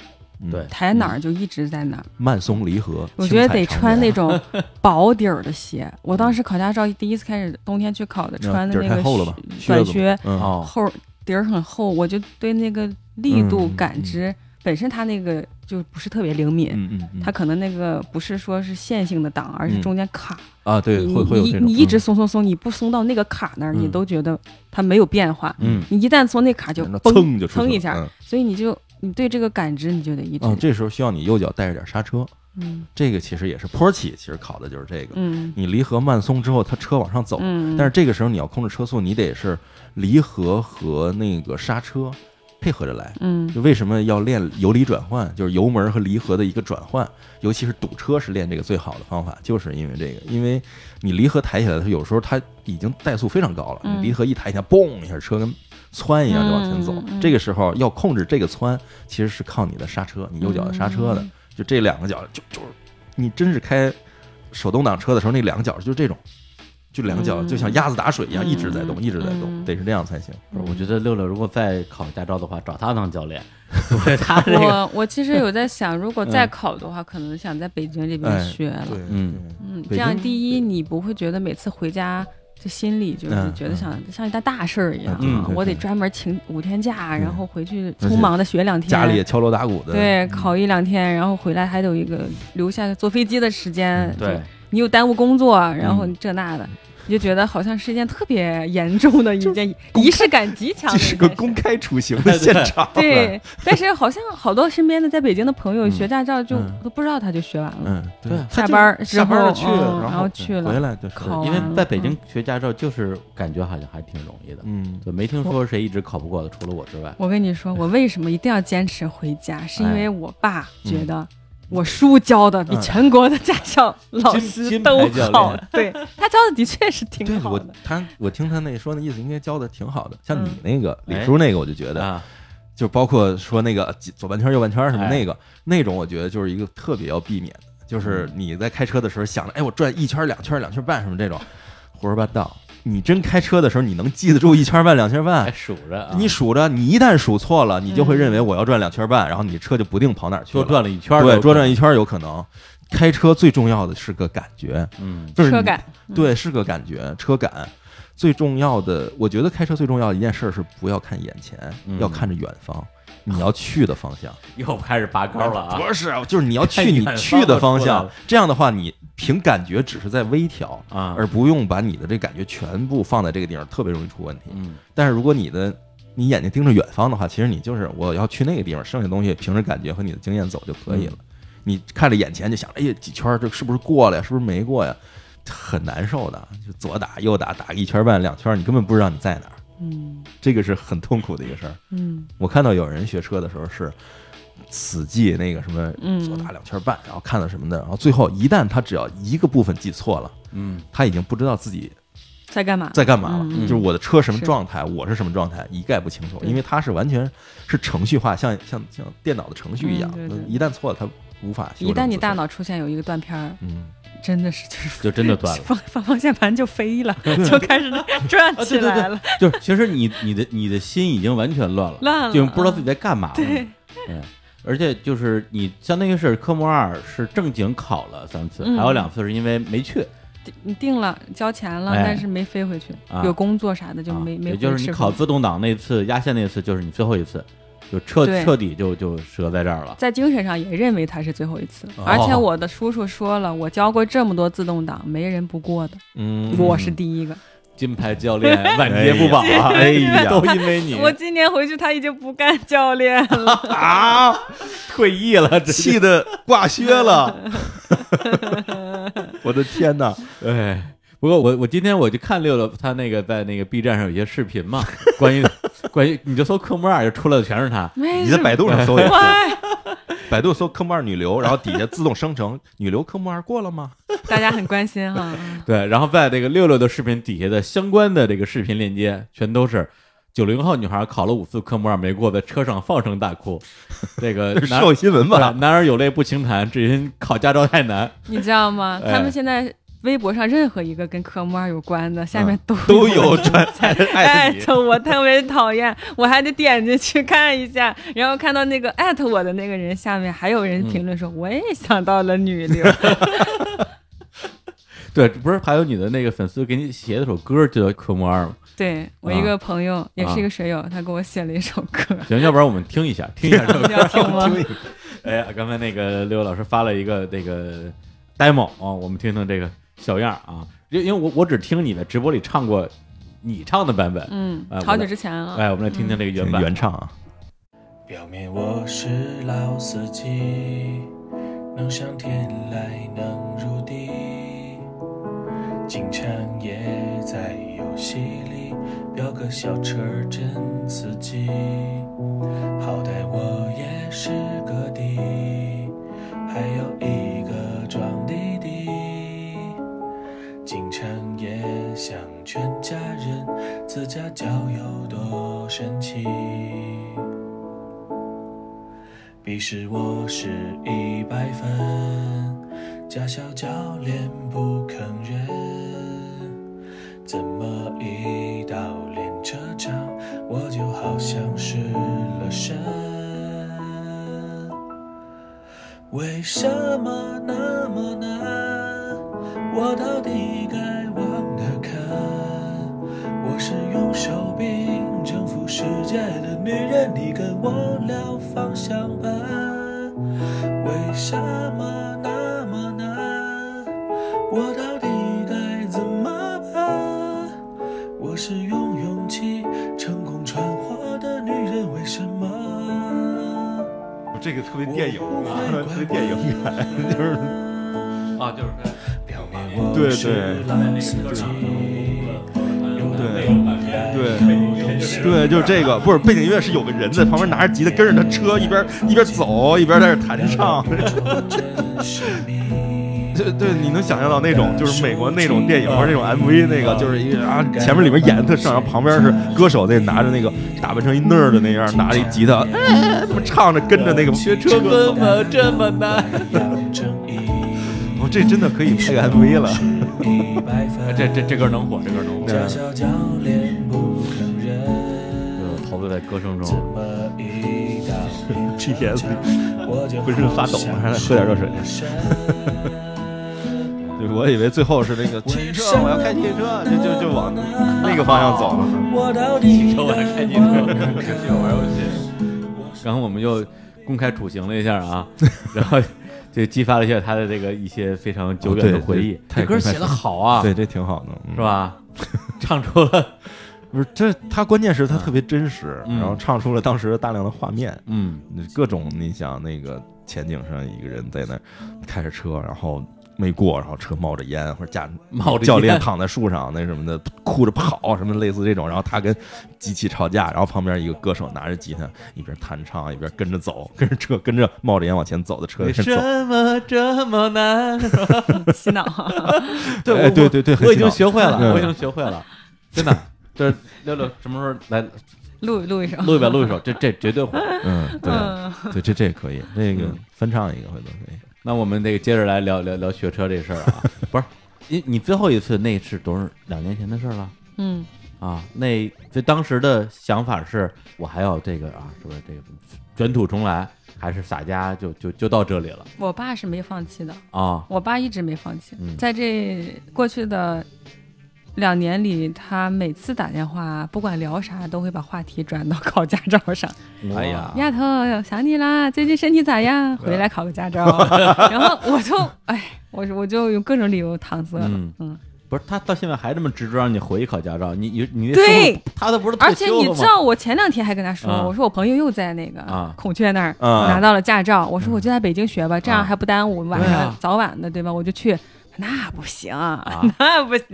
S2: 嗯
S1: 对，
S3: 抬哪儿就一直在哪儿。
S2: 慢松离合，
S3: 我觉
S2: 轻
S3: 得
S2: 踩
S3: 得
S2: 长
S3: 穿那
S2: 流
S3: 种 薄底儿的鞋。我当时考驾照第一次开始冬天去考的，
S2: 嗯
S3: 穿的
S2: 底儿
S3: 那
S2: 太
S3: 个
S2: 厚了吧
S3: 靴，
S2: 靴
S3: 短
S2: 子
S3: 靴，
S2: 嗯，
S1: 哦，
S3: 后底儿很厚，我就对那个力度
S2: 嗯
S3: 感知，本身它那个就不是特别灵敏。
S2: 嗯嗯嗯，
S3: 它可能那个不是说是线性的档，而是
S2: 嗯
S3: 中间卡。
S2: 啊，对，
S3: 你
S2: 会会有这
S3: 你
S2: 种，
S3: 你一直松松松，你不松到那个卡那儿，你
S2: 嗯
S3: 都觉得它没有变化。
S1: 嗯，
S3: 你一旦松那卡就
S2: 那
S3: 嘣
S2: 蹭就出去
S3: 蹭一
S2: 了
S3: 下，
S2: 嗯
S3: 所以你就你对这个感知你就得一直
S2: 啊，这时候需要你右脚带着点刹车，
S3: 嗯
S2: 这个其实也是坡起，其实考的就是这个，
S3: 嗯
S2: 你离合慢松之后，它车往上走，
S3: 嗯，
S2: 但是这个时候你要控制车速，你得是离合和那个刹车配合着来。
S3: 嗯
S2: 就为什么要练油离转换，就是油门和离合的一个转换，尤其是堵车是练这个最好的方法，就是因为这个，因为你离合抬起来的时候，有时候它已经怠速非常高了，
S3: 嗯
S2: 你离合一抬起来，嘣一下，车跟窜一样就往前走。
S3: 嗯嗯
S2: 这个时候要控制这个窜，其实是靠你的刹车，你右脚的刹车的，
S3: 嗯
S2: 就这两个脚就就是你真是开手动挡车的时候，那两个脚就这种。就两个脚
S3: 嗯
S2: 就像鸭子打水一样，
S3: 嗯
S2: 一直在动，
S3: 嗯
S2: 一直在动，
S3: 嗯
S2: 得是这样才行。
S1: 不是我觉得六六如果再考驾照的话，找他当教 练，我觉得他这个，
S3: 我我其实有在想，如果再考的话，可能想在北京这边
S2: 哎
S3: 学了。
S1: 嗯
S3: 嗯，
S2: 北
S3: 这样
S2: 京
S3: 第一，你不会觉得每次回家就心里就是
S2: 嗯
S3: 觉得像像一件大事儿一样
S1: 嗯
S3: 啊，
S2: 对
S3: 我得
S2: 对
S3: 专门请五天假，
S2: 嗯
S3: 然后回去
S2: 而且
S3: 匆忙的学两天，
S2: 家里也嗯敲锣打鼓的，
S3: 对考一两天，然后回来还得有一个留下坐飞机的时间
S2: 嗯，
S1: 对，
S3: 你又耽误工作，然后你这那的，你就觉得好像是一件特别严重的一件仪式感极强
S2: 这
S3: 的一件
S2: 是
S3: 事。。
S2: 个公开处刑的现场 啊
S3: 对，但是好像好多身边的在北京的朋友
S2: 嗯
S3: 学驾照就
S2: 嗯
S3: 都不知道他就学完了，
S2: 嗯，
S1: 对
S3: 下班儿之
S2: 下
S3: 后
S2: 班了去，然
S3: 嗯然后去
S2: 回
S3: 了，
S2: 来就是
S3: 考
S1: 因为
S3: 完
S1: 在
S3: 了
S1: 北京学驾照就是感觉好像还挺容易的，
S2: 嗯，
S1: 对，没听说谁一直考不过的，除了我之外。
S3: 我跟你说，我为什么一定要坚持回家，是因
S1: 哎嗯
S3: 为我爸觉得我叔教的比全国的驾校老
S1: 金
S3: 师
S1: 金牌
S3: 都
S1: 教
S3: 好
S1: 练，
S3: 对他教的的确是挺
S2: 对
S3: 好
S2: 我
S3: 的。
S2: 他我听他那说那意思，应该教的挺好的。像你
S3: 嗯
S2: 那个李
S1: 哎
S2: 叔那个，我就觉得
S1: 啊，
S2: 就包括说那个左半圈右半圈什么
S1: 哎
S2: 那个那种，我觉得就是一个特别要避免的，就是你在开车的时候想着，哎，我转一圈两圈两圈半什么这种胡说八道。你真开车的时候，你能记得住一圈半两圈半
S1: 还？数着啊，
S2: 你数着，你一旦数错了，你就
S3: 嗯
S2: 会认为我要转两圈半，然后你车就不定跑哪儿去
S1: 多
S2: 了。
S1: 转了一圈儿，
S2: 对，多转一圈儿有可能。开车最重要的是个感觉，
S1: 嗯，
S2: 就是你
S3: 车感，
S2: 对，是个感觉，车感。最重要的，我觉得开车最重要的一件事儿是不要看眼前，
S1: 嗯
S2: 要看着远方，你要去的方向。
S1: 又开始拔高了 啊
S2: 不是，就是你要去
S1: 看
S2: 你
S1: 远
S2: 去的
S1: 方
S2: 方
S1: 就出来
S2: 向
S1: 了。
S2: 这样的话，你凭感觉只是在微调，
S1: 啊，
S2: 而不用把你的这感觉全部放在这个地方，特别容易出问题。
S1: 嗯，
S2: 但是如果你的你眼睛盯着远方的话，其实你就是我要去那个地方，剩下的东西凭着感觉和你的经验走就可以了。你看着眼前就想，哎呀，几圈儿这是不是过了呀？是不是没过呀？很难受的，就左打右打，打个一圈半两圈，你根本不知道你在哪儿。
S3: 嗯
S2: 这个是很痛苦的一个事儿。
S3: 嗯
S2: 我看到有人学车的时候是死记那个什么
S3: 嗯
S2: 左打两圈半，然后看了什么的，然后最后一旦他只要一个部分记错了，
S1: 嗯
S2: 他已经不知道自己
S3: 在干嘛？
S2: 在干嘛了，
S3: 嗯
S2: 就是我的车什么
S3: 是
S2: 状态，我是什么状态，一概不清楚，
S3: 对
S2: 因为它是完全是程序化，像像像电脑的程序一样，
S3: 嗯对对
S2: 一旦错了它无法修正。
S3: 一旦你大，脑出现有一个断片儿，
S2: 嗯，
S3: 真的是就是
S1: 就真的断了
S3: 放放方向盘就飞了，就开始转起
S1: 啊
S3: 来了，
S1: 就是其实你你的你的心已经完全乱了，
S3: 乱了啊
S1: 就不知道自己在干嘛了。
S3: 对，
S1: 嗯，而且就是你相当于是科目二是正经考了三次，
S3: 嗯
S1: 还有两次是因为没去
S3: 你定了交钱了，
S1: 哎
S3: 但是没飞回去
S1: 啊，
S3: 有工作啥的就
S1: 啊，
S3: 没没
S1: 也
S3: 回
S1: 就是你
S3: 市
S1: 考
S3: 过
S1: 自动挡那次压线那次就是你最后一次，就彻
S3: 对
S1: 彻底就就折在这儿了。
S3: 在精神上也认为它是最后一次，
S2: 哦
S3: 而且我的叔叔说了，我教过这么多自动挡，没人不过的，
S2: 嗯，
S3: 我是第一个。
S1: 金牌教练晚节不保啊，
S2: 哎呀
S1: 都因为你
S3: 我今年回去他已经不干教练了，
S1: 啊退役了，这
S2: 气的挂靴了，我的天哪！
S1: 哎。不过我我今天我就看六六他那个在那个 B 站上有一些视频嘛，关于关于你就搜科目二就出来的全是他，
S3: 没
S2: 你在百度上搜一下，
S3: 喂，
S2: 百度搜科目二女流，然后底下自动生成女流科目二过了吗？
S3: 大家很关心哈，嗯
S1: 对，然后在这个六六的视频底下的相关的这个视频链接，全都是九零后女孩考了五次科目二没过，在车上放声大哭。这个男
S2: 社会新闻吧，
S1: 男儿有泪不轻弹，只因考驾照太难。
S3: 你知道吗？
S1: 哎
S3: 他们现在微博上任何一个跟科目二有关的，下面
S1: 嗯
S3: 都
S2: 都有专艾
S3: 艾
S2: 特你。
S3: 特我，特别讨厌， 我还得点进去看一下，然后看到那个艾特我的那个人下面还有人评论说，我也想到了女流，
S1: 对，不是还有你的那个粉丝给你写了首歌就叫科目二吗？
S3: 对我
S1: 啊
S3: 一个朋友，也是一个水友，他给我写了一首歌，
S1: 行，要不然我们听一下，听一下这首
S3: 你
S1: 歌。
S3: 要听吗？
S1: 哎呀，刚才那个六老师发了一个这个 demo 啊、我们听听这个小样儿啊，因为因为我我只听你在直播里唱过你唱的版本，
S3: 嗯
S1: 哎，
S3: 好
S1: 我
S3: 久
S1: 来
S3: 之前了，
S1: 哎，我们来听听这个原版。
S2: 原唱啊，
S4: 表面我是老司机，能上天来能入地，经常也在游戏里飙个小车儿真刺激。好歹我也是个的，还有一个装弟弟。经常也想全家人自驾郊游多神奇。彼时我是一百分，驾校教练不肯认，怎么一到练车场，我就好像失了神。为什么那么难？我到底该往哪看？我是用手柄征服世界的女人，你跟我聊方向盘，为什么那么难？我到底该怎么办？我是用勇气成功传话的女人，为什么？
S2: 这个特别
S4: 电影啊特别电影
S2: 感，
S4: 就是
S1: 啊，就是
S4: 表面我
S2: 对
S4: 是
S2: 对
S4: 老司机，用
S2: 对
S4: 对
S2: 对对，就是这个，不是背景音乐是有个人在旁边拿着吉他跟着他车一边一边走一边在那弹唱， 对对，你能想象到那种就是美国那种电影或者那种 MV 那个，就是一个啊前面里面演的特上，然后旁边是歌手那拿着那个打扮成一 nerd 的那样，拿着一吉他，哎，这么唱着跟着那个学车歌走，
S1: 么这么难？
S2: 哦，这真的可以拍个 MV 了。
S1: 这这这歌能火，这歌能火。
S4: 驾校教练不肯认。
S1: 就是陶醉在歌声
S4: 怎
S1: 中，
S4: 么一到
S2: GPS
S4: 我就
S2: 浑身发抖
S4: 好
S2: 还得
S4: 像
S2: 喝点热水
S4: 是神
S2: 对，我以为最后是那个汽车，我要开汽车，就就就往那个方向走 了。
S4: 我到底
S1: 我来开
S4: 该
S1: 你
S4: 往
S1: 的
S4: 哪看
S1: 玩游戏。刚刚我们又公开处刑了一下 啊，然后就激发了一下他的这个一些非常久远的回忆。
S2: 哦对
S1: 这
S2: 对
S1: 歌
S2: 太
S1: 写的好啊，
S2: 对，这挺好的，嗯
S1: 是？ 吧？唱出了，
S2: 不是，这他关键是他特别真实，
S1: 嗯
S2: 然后唱出了当时大量的画面，
S1: 嗯，
S2: 各种你想那个前景上一个人在那儿开着车，然后没过，然后车冒着烟，或者驾
S1: 冒着
S2: 教练
S1: 烟
S2: 躺在树上那什么的，哭着跑什么类似这种，然后他跟机器吵架，然后旁边一个歌手拿着吉他一边弹唱一边跟着走，跟着车跟着冒着烟往前走的车
S1: 为
S2: 往前走，
S1: 什么这么难？
S3: 洗脑。
S1: 对
S2: 哎
S1: 我
S2: 对对对很
S1: 我已
S2: 洗
S1: 经
S2: 脑
S1: 学会了，
S2: 嗯
S1: 我已经学会了， 真的。就是六六什么时候来
S3: 录录一首，
S1: 录一遍录一首，这这绝对火。
S2: 嗯，
S3: 嗯
S2: 对对，这这可以，那个
S1: 嗯
S2: 翻唱一个回头可以。
S1: 那我们那个接着来聊聊聊学车这事儿 啊，不是你你最后一次那是多少两年前的事儿了
S3: 嗯，
S1: 啊？那就当时的想法是我还要这个啊，是不是这个卷土重来，还是洒家就就就到这里了
S3: 我爸是没放弃的，
S1: 啊？
S3: 我爸一直没放弃，
S1: 嗯
S3: 在这过去的两年里，他每次打电话，不管聊啥，都会把话题转到考驾照上。
S1: 哎呀，
S3: 丫头，想你啦，最近身体咋样？回来考个 驾照。然后我就，哎，我我就用各种理由搪塞了。
S1: 嗯
S3: 嗯
S1: 不是他到现在还这么执着让你回去考驾照，你你你
S3: 对
S1: 生活他都不是退
S3: 而且
S1: 休了
S3: 你
S1: 吗
S3: 知道，我前两天还跟他说，
S1: 啊
S3: 我说我朋友又在那个
S1: 啊
S3: 孔雀那儿
S2: 啊
S3: 拿到了驾照，我说我就在北京学吧，这
S1: 啊
S3: 样还不耽误晚
S1: 对
S3: 上
S1: 啊
S3: 早晚的，对吧？我就去。那不行， 那不行，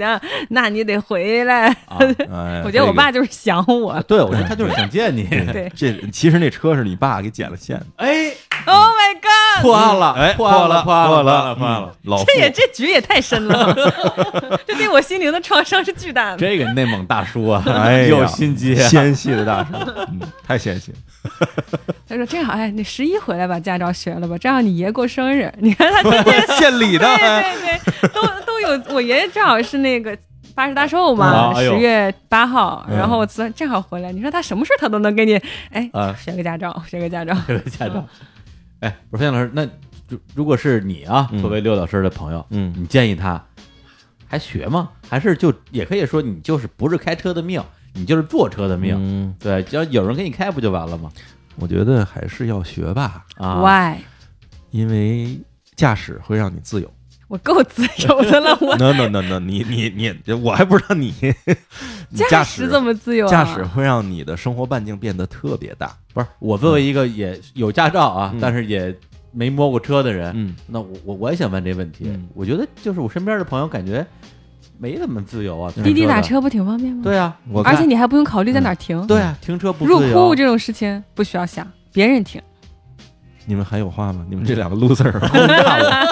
S3: 那你得回来。
S1: 啊，
S2: 哎，
S3: 我觉
S2: 这
S3: 得我
S2: 个
S3: 爸就是想我。
S1: 对我觉得他就是想见你。
S3: 对
S2: 这其实那车是你爸给剪了线的，
S1: 哎，
S3: ，Oh my god！
S1: 破案了，
S2: 哎，
S1: 破
S2: 破
S1: 案了，破案了，
S2: 了，了，
S1: 破案了。
S2: 嗯，老
S3: 这也
S2: 父
S3: 这局也太深 了，这对我心灵的创伤是巨大的。
S1: 这个内蒙大叔啊，
S2: 哎 呀
S1: 有心机啊。
S2: 纤细的大 叔，嗯太纤细了。
S3: 他说：“这样，哎，你十一回来把驾照学了吧，这样你爷过生日。你看他天天，
S2: 献礼的，
S3: 对对对，都都有。我爷爷正好是那个八十大寿嘛，
S1: 啊哎
S3: 十、
S1: 呦
S3: 月八号，
S1: 嗯
S3: 然后我昨正好回来。你说他什么事儿他都能给你，哎，
S1: 啊
S3: 学个驾照，学个驾照。
S1: 这位家
S3: 嗯
S1: 长，哎，不是范老师，那如如果是你啊，
S2: 嗯
S1: 作为六老师的朋友，
S2: 嗯，
S1: 你建议他还学吗？还是就也可以说你就是不是开车的命，你就是坐车的命。
S2: 嗯，
S1: 对，只要有人给你开，不就完了吗？
S2: 我觉得还是要学吧，
S1: 啊，
S3: Why？
S2: 因为驾驶会让你自由。
S3: 我够自由的了， 我
S2: no no no no，你你你，我还不知道你，你
S3: 驾
S2: 驶
S3: 驶怎么自由、啊？
S2: 驾驶会让你的生活半径变得特别大。
S1: 不是我作为一个也有驾照啊，
S2: 嗯
S1: 但是也没摸过车的人，
S2: 嗯，
S1: 那我我我也想问这问题。
S2: 嗯
S1: 我觉得就是我身边的朋友感觉没怎么自由
S2: 嗯
S1: 啊，
S3: 滴滴打
S1: 的。
S3: 车不挺方便吗？
S1: 对啊，
S2: 我
S3: 而
S2: 看
S3: 且你还不用考虑在哪儿停，
S1: 对啊，停车不
S3: 入
S1: 自由
S3: 库。这种事情不需要想，别人停。
S2: 你们还有话吗？你们这两个 loser。
S1: 嗯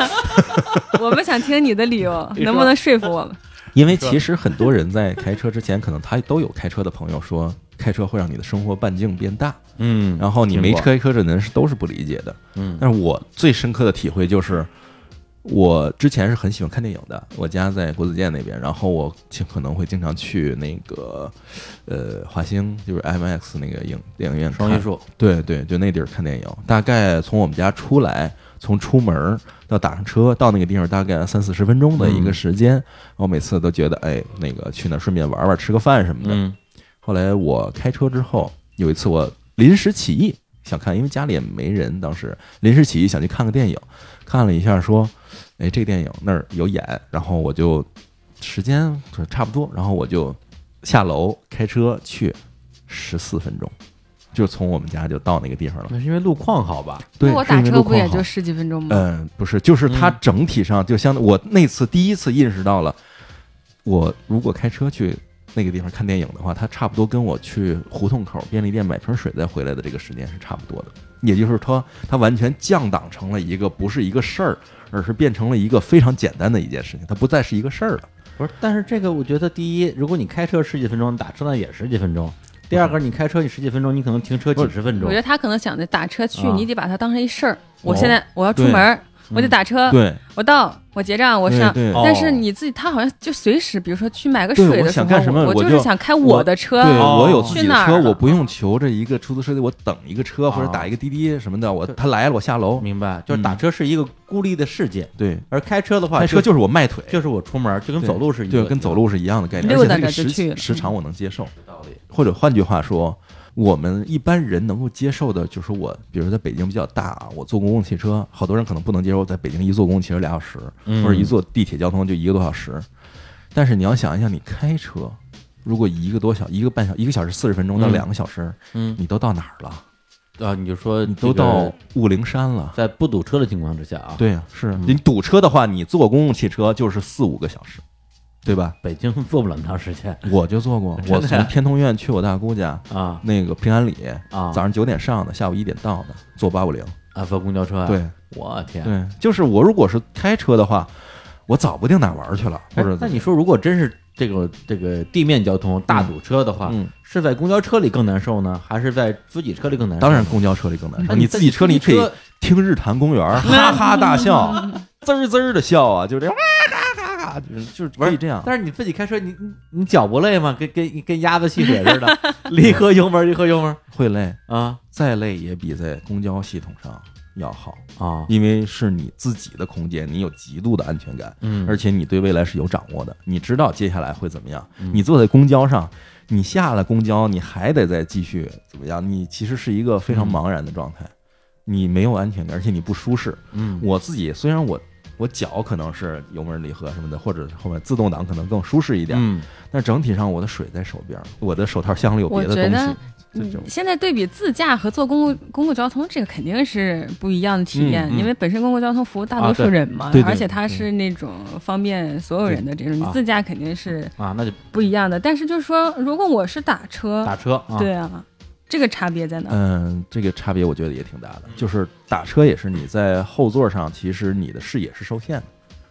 S3: 我们想听你的理 由，
S1: 你说
S3: 能不能说服我们？
S2: 因为其实很多人在开车之前，可能他都有开车的朋友说，开车会让你的生活半径变大。
S1: 嗯
S2: 然后你没
S1: 听过
S2: 开车的人是都是不理解的。
S1: 嗯
S2: 但是我最深刻的体会就是，我之前是很喜欢看电影的，我家在国子监那边，然后我经可能会经常去那个呃华星，就是 IMAX 那个影电影院看
S1: 双榆，树，
S2: 对对，就那地儿看电影。大概从我们家出来，从出门儿到打上车到那个地方，大概三四十分钟的
S1: 嗯
S2: 一个时间。我每次都觉得，哎，那个去那儿顺便玩玩，吃个饭什么的。
S1: 嗯
S2: 后来我开车之后，有一次我临时起意想看，因为家里也没人，当时临时起意想去看个电影，看了一下说，哎，这个电影那儿有演，然后我就时间差不多，然后我就下楼开车去，十四分钟，就从我们家就到那个地方了。
S1: 那是因为路况好吧？
S2: 对，
S3: 那我
S2: 是因
S3: 打
S2: 为
S3: 车
S2: 路
S3: 不
S2: 况
S3: 也
S2: 好
S3: 就十几分钟吗？
S2: 嗯，不是，就是它
S1: 嗯
S2: 整体上就相当，我那次第一次意识到了，我如果开车去那个地方看电影的话，它差不多跟我去胡同口便利店买瓶水再回来的这个时间是差不多的。也就是说，它完全降档成了一个不是一个事儿，而是变成了一个非常简单的一件事情，它不再是一个事儿了。
S1: 不是，但是这个我觉得，第一，如果你开车十几分钟，打车那也十几分钟；第二个，你开车你十几分钟，你可能停车几十分
S3: 我
S1: 钟
S3: 觉。得他可能想着打车去，
S1: 啊
S3: 你得把它当成一事儿。
S1: 哦
S3: 我现在我要
S2: 嗯
S3: 出
S2: 对嗯
S3: 门儿，
S1: 嗯
S3: 我得打车，
S2: 对，
S3: 我到，我结账，我上。
S2: 对对
S1: 哦
S3: 但是你自己，他好像就随时，比如说去买个
S2: 对
S3: 水
S2: 我
S3: 的时
S2: 想
S3: 候，
S2: 干什么
S3: 我
S2: 我
S3: 就
S2: 就是
S3: 想开
S2: 我
S3: 我的车。
S2: 对
S1: 哦
S2: 我有自己
S3: 去
S2: 的
S3: 哪儿
S2: 车，
S3: 了
S2: 我不用求着一个出租车，我等一个车或者
S1: 哦
S2: 打一个滴滴什么的，我他来了我下楼。
S1: 明白，就是
S2: 嗯
S1: 打车是一个孤立的世界，
S2: 对，
S1: 而开车的话，
S2: 开车就是我迈腿，
S1: 就是我出门，就跟
S2: 对
S1: 走路是一
S2: 对，
S1: 个
S2: 跟走路是一样的概念，
S3: 溜
S2: 而且
S3: 达
S2: 这个
S3: 着就
S2: 时
S3: 去了嗯
S2: 时长我能接受。
S1: 道理。
S2: 或者换句话说，我们一般人能够接受的，就是我，比如在北京比较大啊，我坐公共汽车，好多人可能不能接受，在北京一坐公共汽车俩小时，
S1: 嗯
S2: 或者一坐地铁交通就一个多小时。但是你要想一想，你开车，如果一个多小一个半小一个小时四十分钟到
S1: 嗯
S2: 两个小时，
S1: 嗯
S2: 你都到哪儿了？
S1: 啊，你就说
S2: 你
S1: 这
S2: 都
S1: 个
S2: 到雾灵山了。
S1: 在不堵车的情况之下啊，，
S2: 对呀、是啊
S1: 嗯
S2: 你堵车的话，你坐公共汽车就是四五个小时，对吧？
S1: 北京坐不了那么长时间
S2: 我就坐过，
S1: 真
S2: 我
S1: 的
S2: 从
S1: 呀
S2: 天通苑去我大姑家，
S1: 啊
S2: 那个平安里，
S1: 啊，
S2: 早上九点上的，下午一点到的，坐八五零。
S1: 啊坐公交车啊，
S2: 对
S1: 我天，
S2: 对，就是我如果是开车的话，我早不定哪玩儿去了，或
S1: 哎
S2: 者
S1: 那你说，如果真是这个这个地面交通大堵车的话，
S2: 嗯嗯
S1: 是在公交车里更难受呢，还是在自己车里更难受？
S2: 当然，公交车里更难受，
S1: 那
S2: 你
S1: 你
S2: 自己车里可以听日坛 公园，哈哈大笑，滋儿滋儿的笑啊，就这样，哇嘎嘎嘎，就是就是可以这样。
S1: 但是你自己开车，你你你脚不累吗？跟跟跟鸭子戏水似的，离合油门，离合油门
S2: 会累，
S1: 啊
S2: 再累也比在公交系统上要好，
S1: 啊，
S2: 因为是你自己的空间，你有极度的安全感，
S1: 嗯
S2: 而
S1: 而
S2: 且你对未来是有掌握的，你知道接下来会怎么样。
S1: 嗯
S2: 你坐在公交上，你下了公交，你还得再继续怎么样？你其实是一个非常
S1: 嗯
S2: 茫然的状态，你没有安全感，而且你不舒适。
S1: 嗯
S2: 我自己虽然我我脚可能是油门离合什么的，或者是后面自动挡可能更舒适一点，
S1: 嗯
S2: 但整体上我的水在手边儿，我的手套箱里有别的
S3: 我觉
S2: 东
S3: 得
S2: 西，这种
S3: 嗯现在对比自驾和坐公共公共交通，这个肯定是不一样的体验，
S2: 嗯嗯
S3: 因为本身公共交通服务大
S1: 啊
S3: 多数
S1: 对
S3: 人嘛，
S2: 对对
S3: 而且它是那种方便所有人的这种，你
S1: 啊
S3: 自驾肯定是
S1: 啊，那就
S3: 不一样的。但是就是说，如果我是打车，
S1: 打车啊，
S3: 对啊，这个差别在哪？
S2: 嗯，这个差别我觉得也挺大的。就是打车也是你在后座上，其实你的视野是受限的，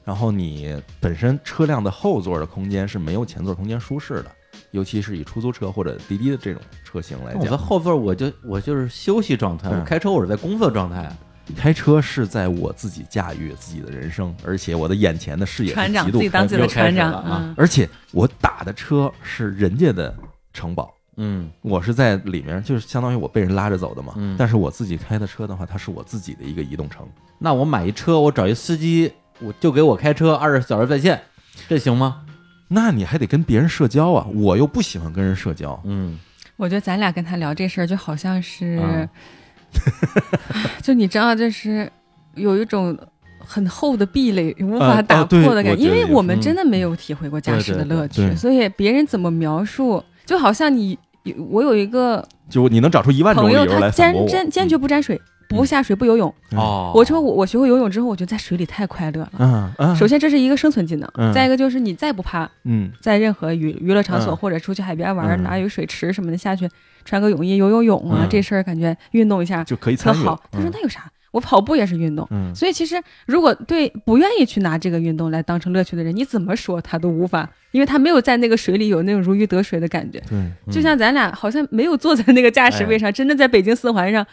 S2: 然后你本身车辆的后座的空间是没有前座空间舒适的，尤其是以出租车或者滴滴的这种车型来
S1: 那我在
S2: 讲，
S1: 后座，我就我就是休息状态，
S2: 嗯
S1: 我开车我是在工作状态啊，
S2: 开车是在我自己驾驭自己的人生，而且我的眼前的视野
S3: 船
S2: 是
S3: 长
S2: 极
S3: 自
S2: 度
S3: 己当自己的
S1: 又开
S3: 船
S1: 始
S3: 长嗯
S1: 了啊
S2: 而且我打的车是人家的城堡，
S1: 嗯
S2: 我是在里面，就是相当于我被人拉着走的嘛。
S1: 嗯
S2: 但是我自己开的车的话，它是我自己的一个移动城。
S1: 那我买一车，我找一司机，我就给我开车，二十四小时在线，这行吗？
S2: 那你还得跟别人社交啊，我又不喜欢跟人社交。
S1: 嗯，
S3: 我觉得咱俩跟他聊这事儿，就好像是，
S1: 啊
S3: 就你知道，就是有一种很厚的壁垒无
S2: 呃
S3: 法
S2: 哦
S3: 打破
S2: 对
S3: 的感觉，
S2: 我觉
S3: 因
S2: 得
S3: 为
S2: 也嗯
S3: 我们
S1: 是
S3: 真的没有体会过驾驶的
S1: 对对对
S3: 乐趣，
S2: 对
S3: 所以别人怎么描述，就好像你，我有一个
S2: 就你能找出一万种
S3: 朋
S2: 理
S3: 友，
S2: 由
S3: 他
S2: 来反
S3: 坚
S2: 驳我。
S3: 坚坚决不沾水，不下水不游泳。
S2: 嗯
S1: 哦，
S3: 我说我我学会游泳之后，我觉得在水里太快乐了。
S2: 嗯嗯，
S3: 首先，这是一个生存技能；
S2: 嗯
S3: 再一个就是你再不怕，
S2: 嗯
S3: 在任何娱娱乐场所
S2: 嗯
S3: 或者出去海边玩，
S2: 嗯
S3: 哪有水池什么的下去穿个泳衣游游泳啊，
S2: 嗯
S3: 这事儿感觉运动一下
S2: 就可以
S3: 特
S2: 参与
S3: 好
S2: 了。。
S1: 嗯
S3: 他说那有啥？我跑步也是运动。
S2: 嗯
S3: 所以其实如果对不愿意去拿这个运动来当成乐趣的人，你怎么说他都无法，因为他没有在那个水里有那种如鱼得水的感觉。
S2: 嗯，
S1: 嗯
S3: 就像咱俩好像没有坐在那个 驾驶位上，真的在北京四环上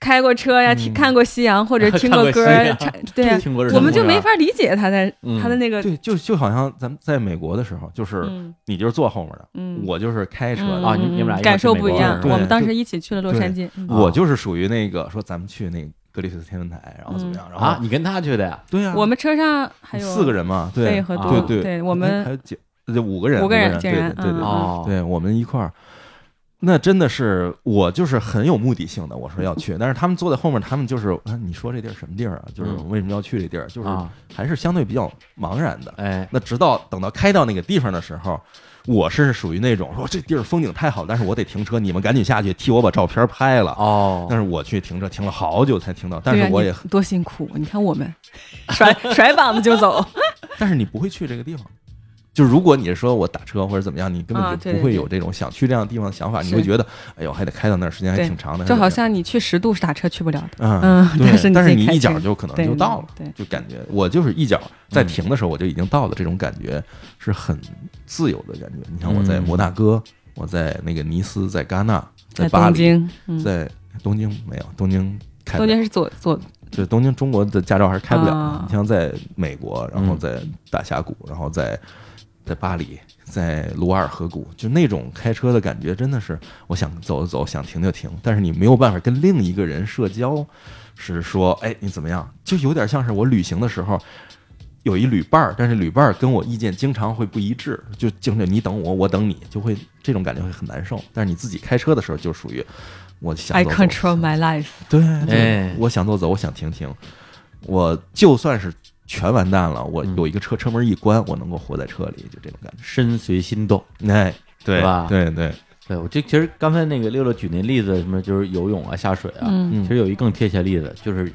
S3: 开过车呀，听看过夕阳或者
S1: 嗯
S3: 听
S1: 看过
S3: 歌
S1: 夕
S3: 儿
S1: 阳
S3: 唱，对 呀，
S1: 听过这
S3: 我们就
S1: 种
S3: 没
S1: 啊
S3: 法理解他在
S1: 嗯
S3: 他的
S2: 对
S3: 那个
S2: 对，就就好像咱们在美国的时候，就是
S3: 嗯
S2: 你就是坐后面的，
S3: 嗯。
S2: 我就是开车
S3: 嗯
S2: 的，
S1: 啊你你们俩一块
S3: 感
S1: 儿去
S3: 受
S1: 美
S3: 不一
S1: 国
S3: 样。
S1: 是吧
S3: 我们
S2: 对
S3: 当
S2: 就
S3: 时一起去了洛
S2: 对
S3: 杉矶，嗯
S2: 我就是属于那个说咱们去那个格里菲斯天文台，然后怎么
S3: 嗯
S2: 样，然
S1: 啊，
S2: 后
S1: 你跟他去的呀？
S2: 对呀，
S3: 我们车上还有
S2: 四个人嘛，
S3: 费
S2: 对
S3: 和
S1: 啊
S3: 多，
S2: 对
S3: 对，我们
S2: 还有几呃五个人，
S3: 五个人
S2: 人，对
S3: 竟然
S2: 对对对
S3: 嗯
S2: 对。
S1: 哦，
S2: 对我们一块儿，那真的是我就是很有目的性的，我说要 去，但是他们坐在后面，他们就是、啊、你说这地儿什么地儿啊？就是
S1: 嗯
S2: 为什么要去这地儿？就是
S1: 啊，
S2: 还是相对比较茫然的。
S1: 哎，
S2: 那直到等到开到那个地方的时候，我是属于那种说这地儿风景太好，但是我得停车，你们赶紧下去替我把照片拍了。
S1: 哦，
S2: 但是我去停车停了好久才停到，但
S3: 对呀，啊
S2: 是我
S3: 你
S2: 也，
S3: 多辛苦。啊你看我们 甩甩膀子就走，
S2: 但是你不会去这个地方。就如果你说我打车或者怎么样，你根
S3: 啊
S2: 本
S3: 对
S2: 就不
S3: 对
S2: 会
S3: 对
S2: 有这种想去这样的地方的想法，你
S3: 是
S2: 会觉得，哎呦，还得开到那儿，时间还
S3: 对
S2: 挺长的。
S3: 就
S2: 还
S3: 好
S2: 得
S3: 像你去十度是打车去不了的。
S2: 嗯，
S3: 嗯，
S2: 对，
S3: 是你
S2: 但
S3: 自
S2: 是
S3: 己
S2: 你
S3: 开
S2: 一
S3: 车
S2: 脚，就可能
S3: 对嗯
S2: 就到了，
S3: 对
S2: 就感觉我就是一脚在停的时候我就已经到了，这种感觉是很自由的感觉。你看我在
S1: 嗯
S2: 摩纳哥，我在那个尼斯，在戛纳，
S3: 在
S2: 巴
S3: 东
S2: 黎，
S3: 京，嗯，
S2: 在东京没有东京开不
S3: 东
S2: 了，
S3: 京是左左，
S2: 就是东京中国的驾照还是开不了的
S3: 啊。
S2: 你像在美国，然后
S1: 嗯
S2: 在大峡谷，然后在在巴黎。在卢瓦尔河谷，就那种开车的感觉，真的是我想走就走，想停就停，但是你没有办法跟另一个人社交，是说，哎，你怎么样？就有点像是我旅行的时候有一旅伴儿，但是旅伴儿跟我意见经常会不一致，就经常你等我，我等你，就会这种感觉会很难受。但是你自己开车的时候，就属于我想
S3: I
S2: 走走
S3: control my life。
S2: 对，
S1: 哎
S2: 我想走走，我想停停，我就算是全完蛋了，我
S1: 嗯
S2: 有一个车车门一关，我能够活在车里，就这种感觉。
S1: 身随心动，
S2: 哎，对
S1: 是吧
S2: 对对，
S1: 对，我这其实刚才那个六六举那例子，什么就是游泳啊、下水啊，
S3: 嗯
S2: 嗯
S1: 其实有一更贴切例子，就是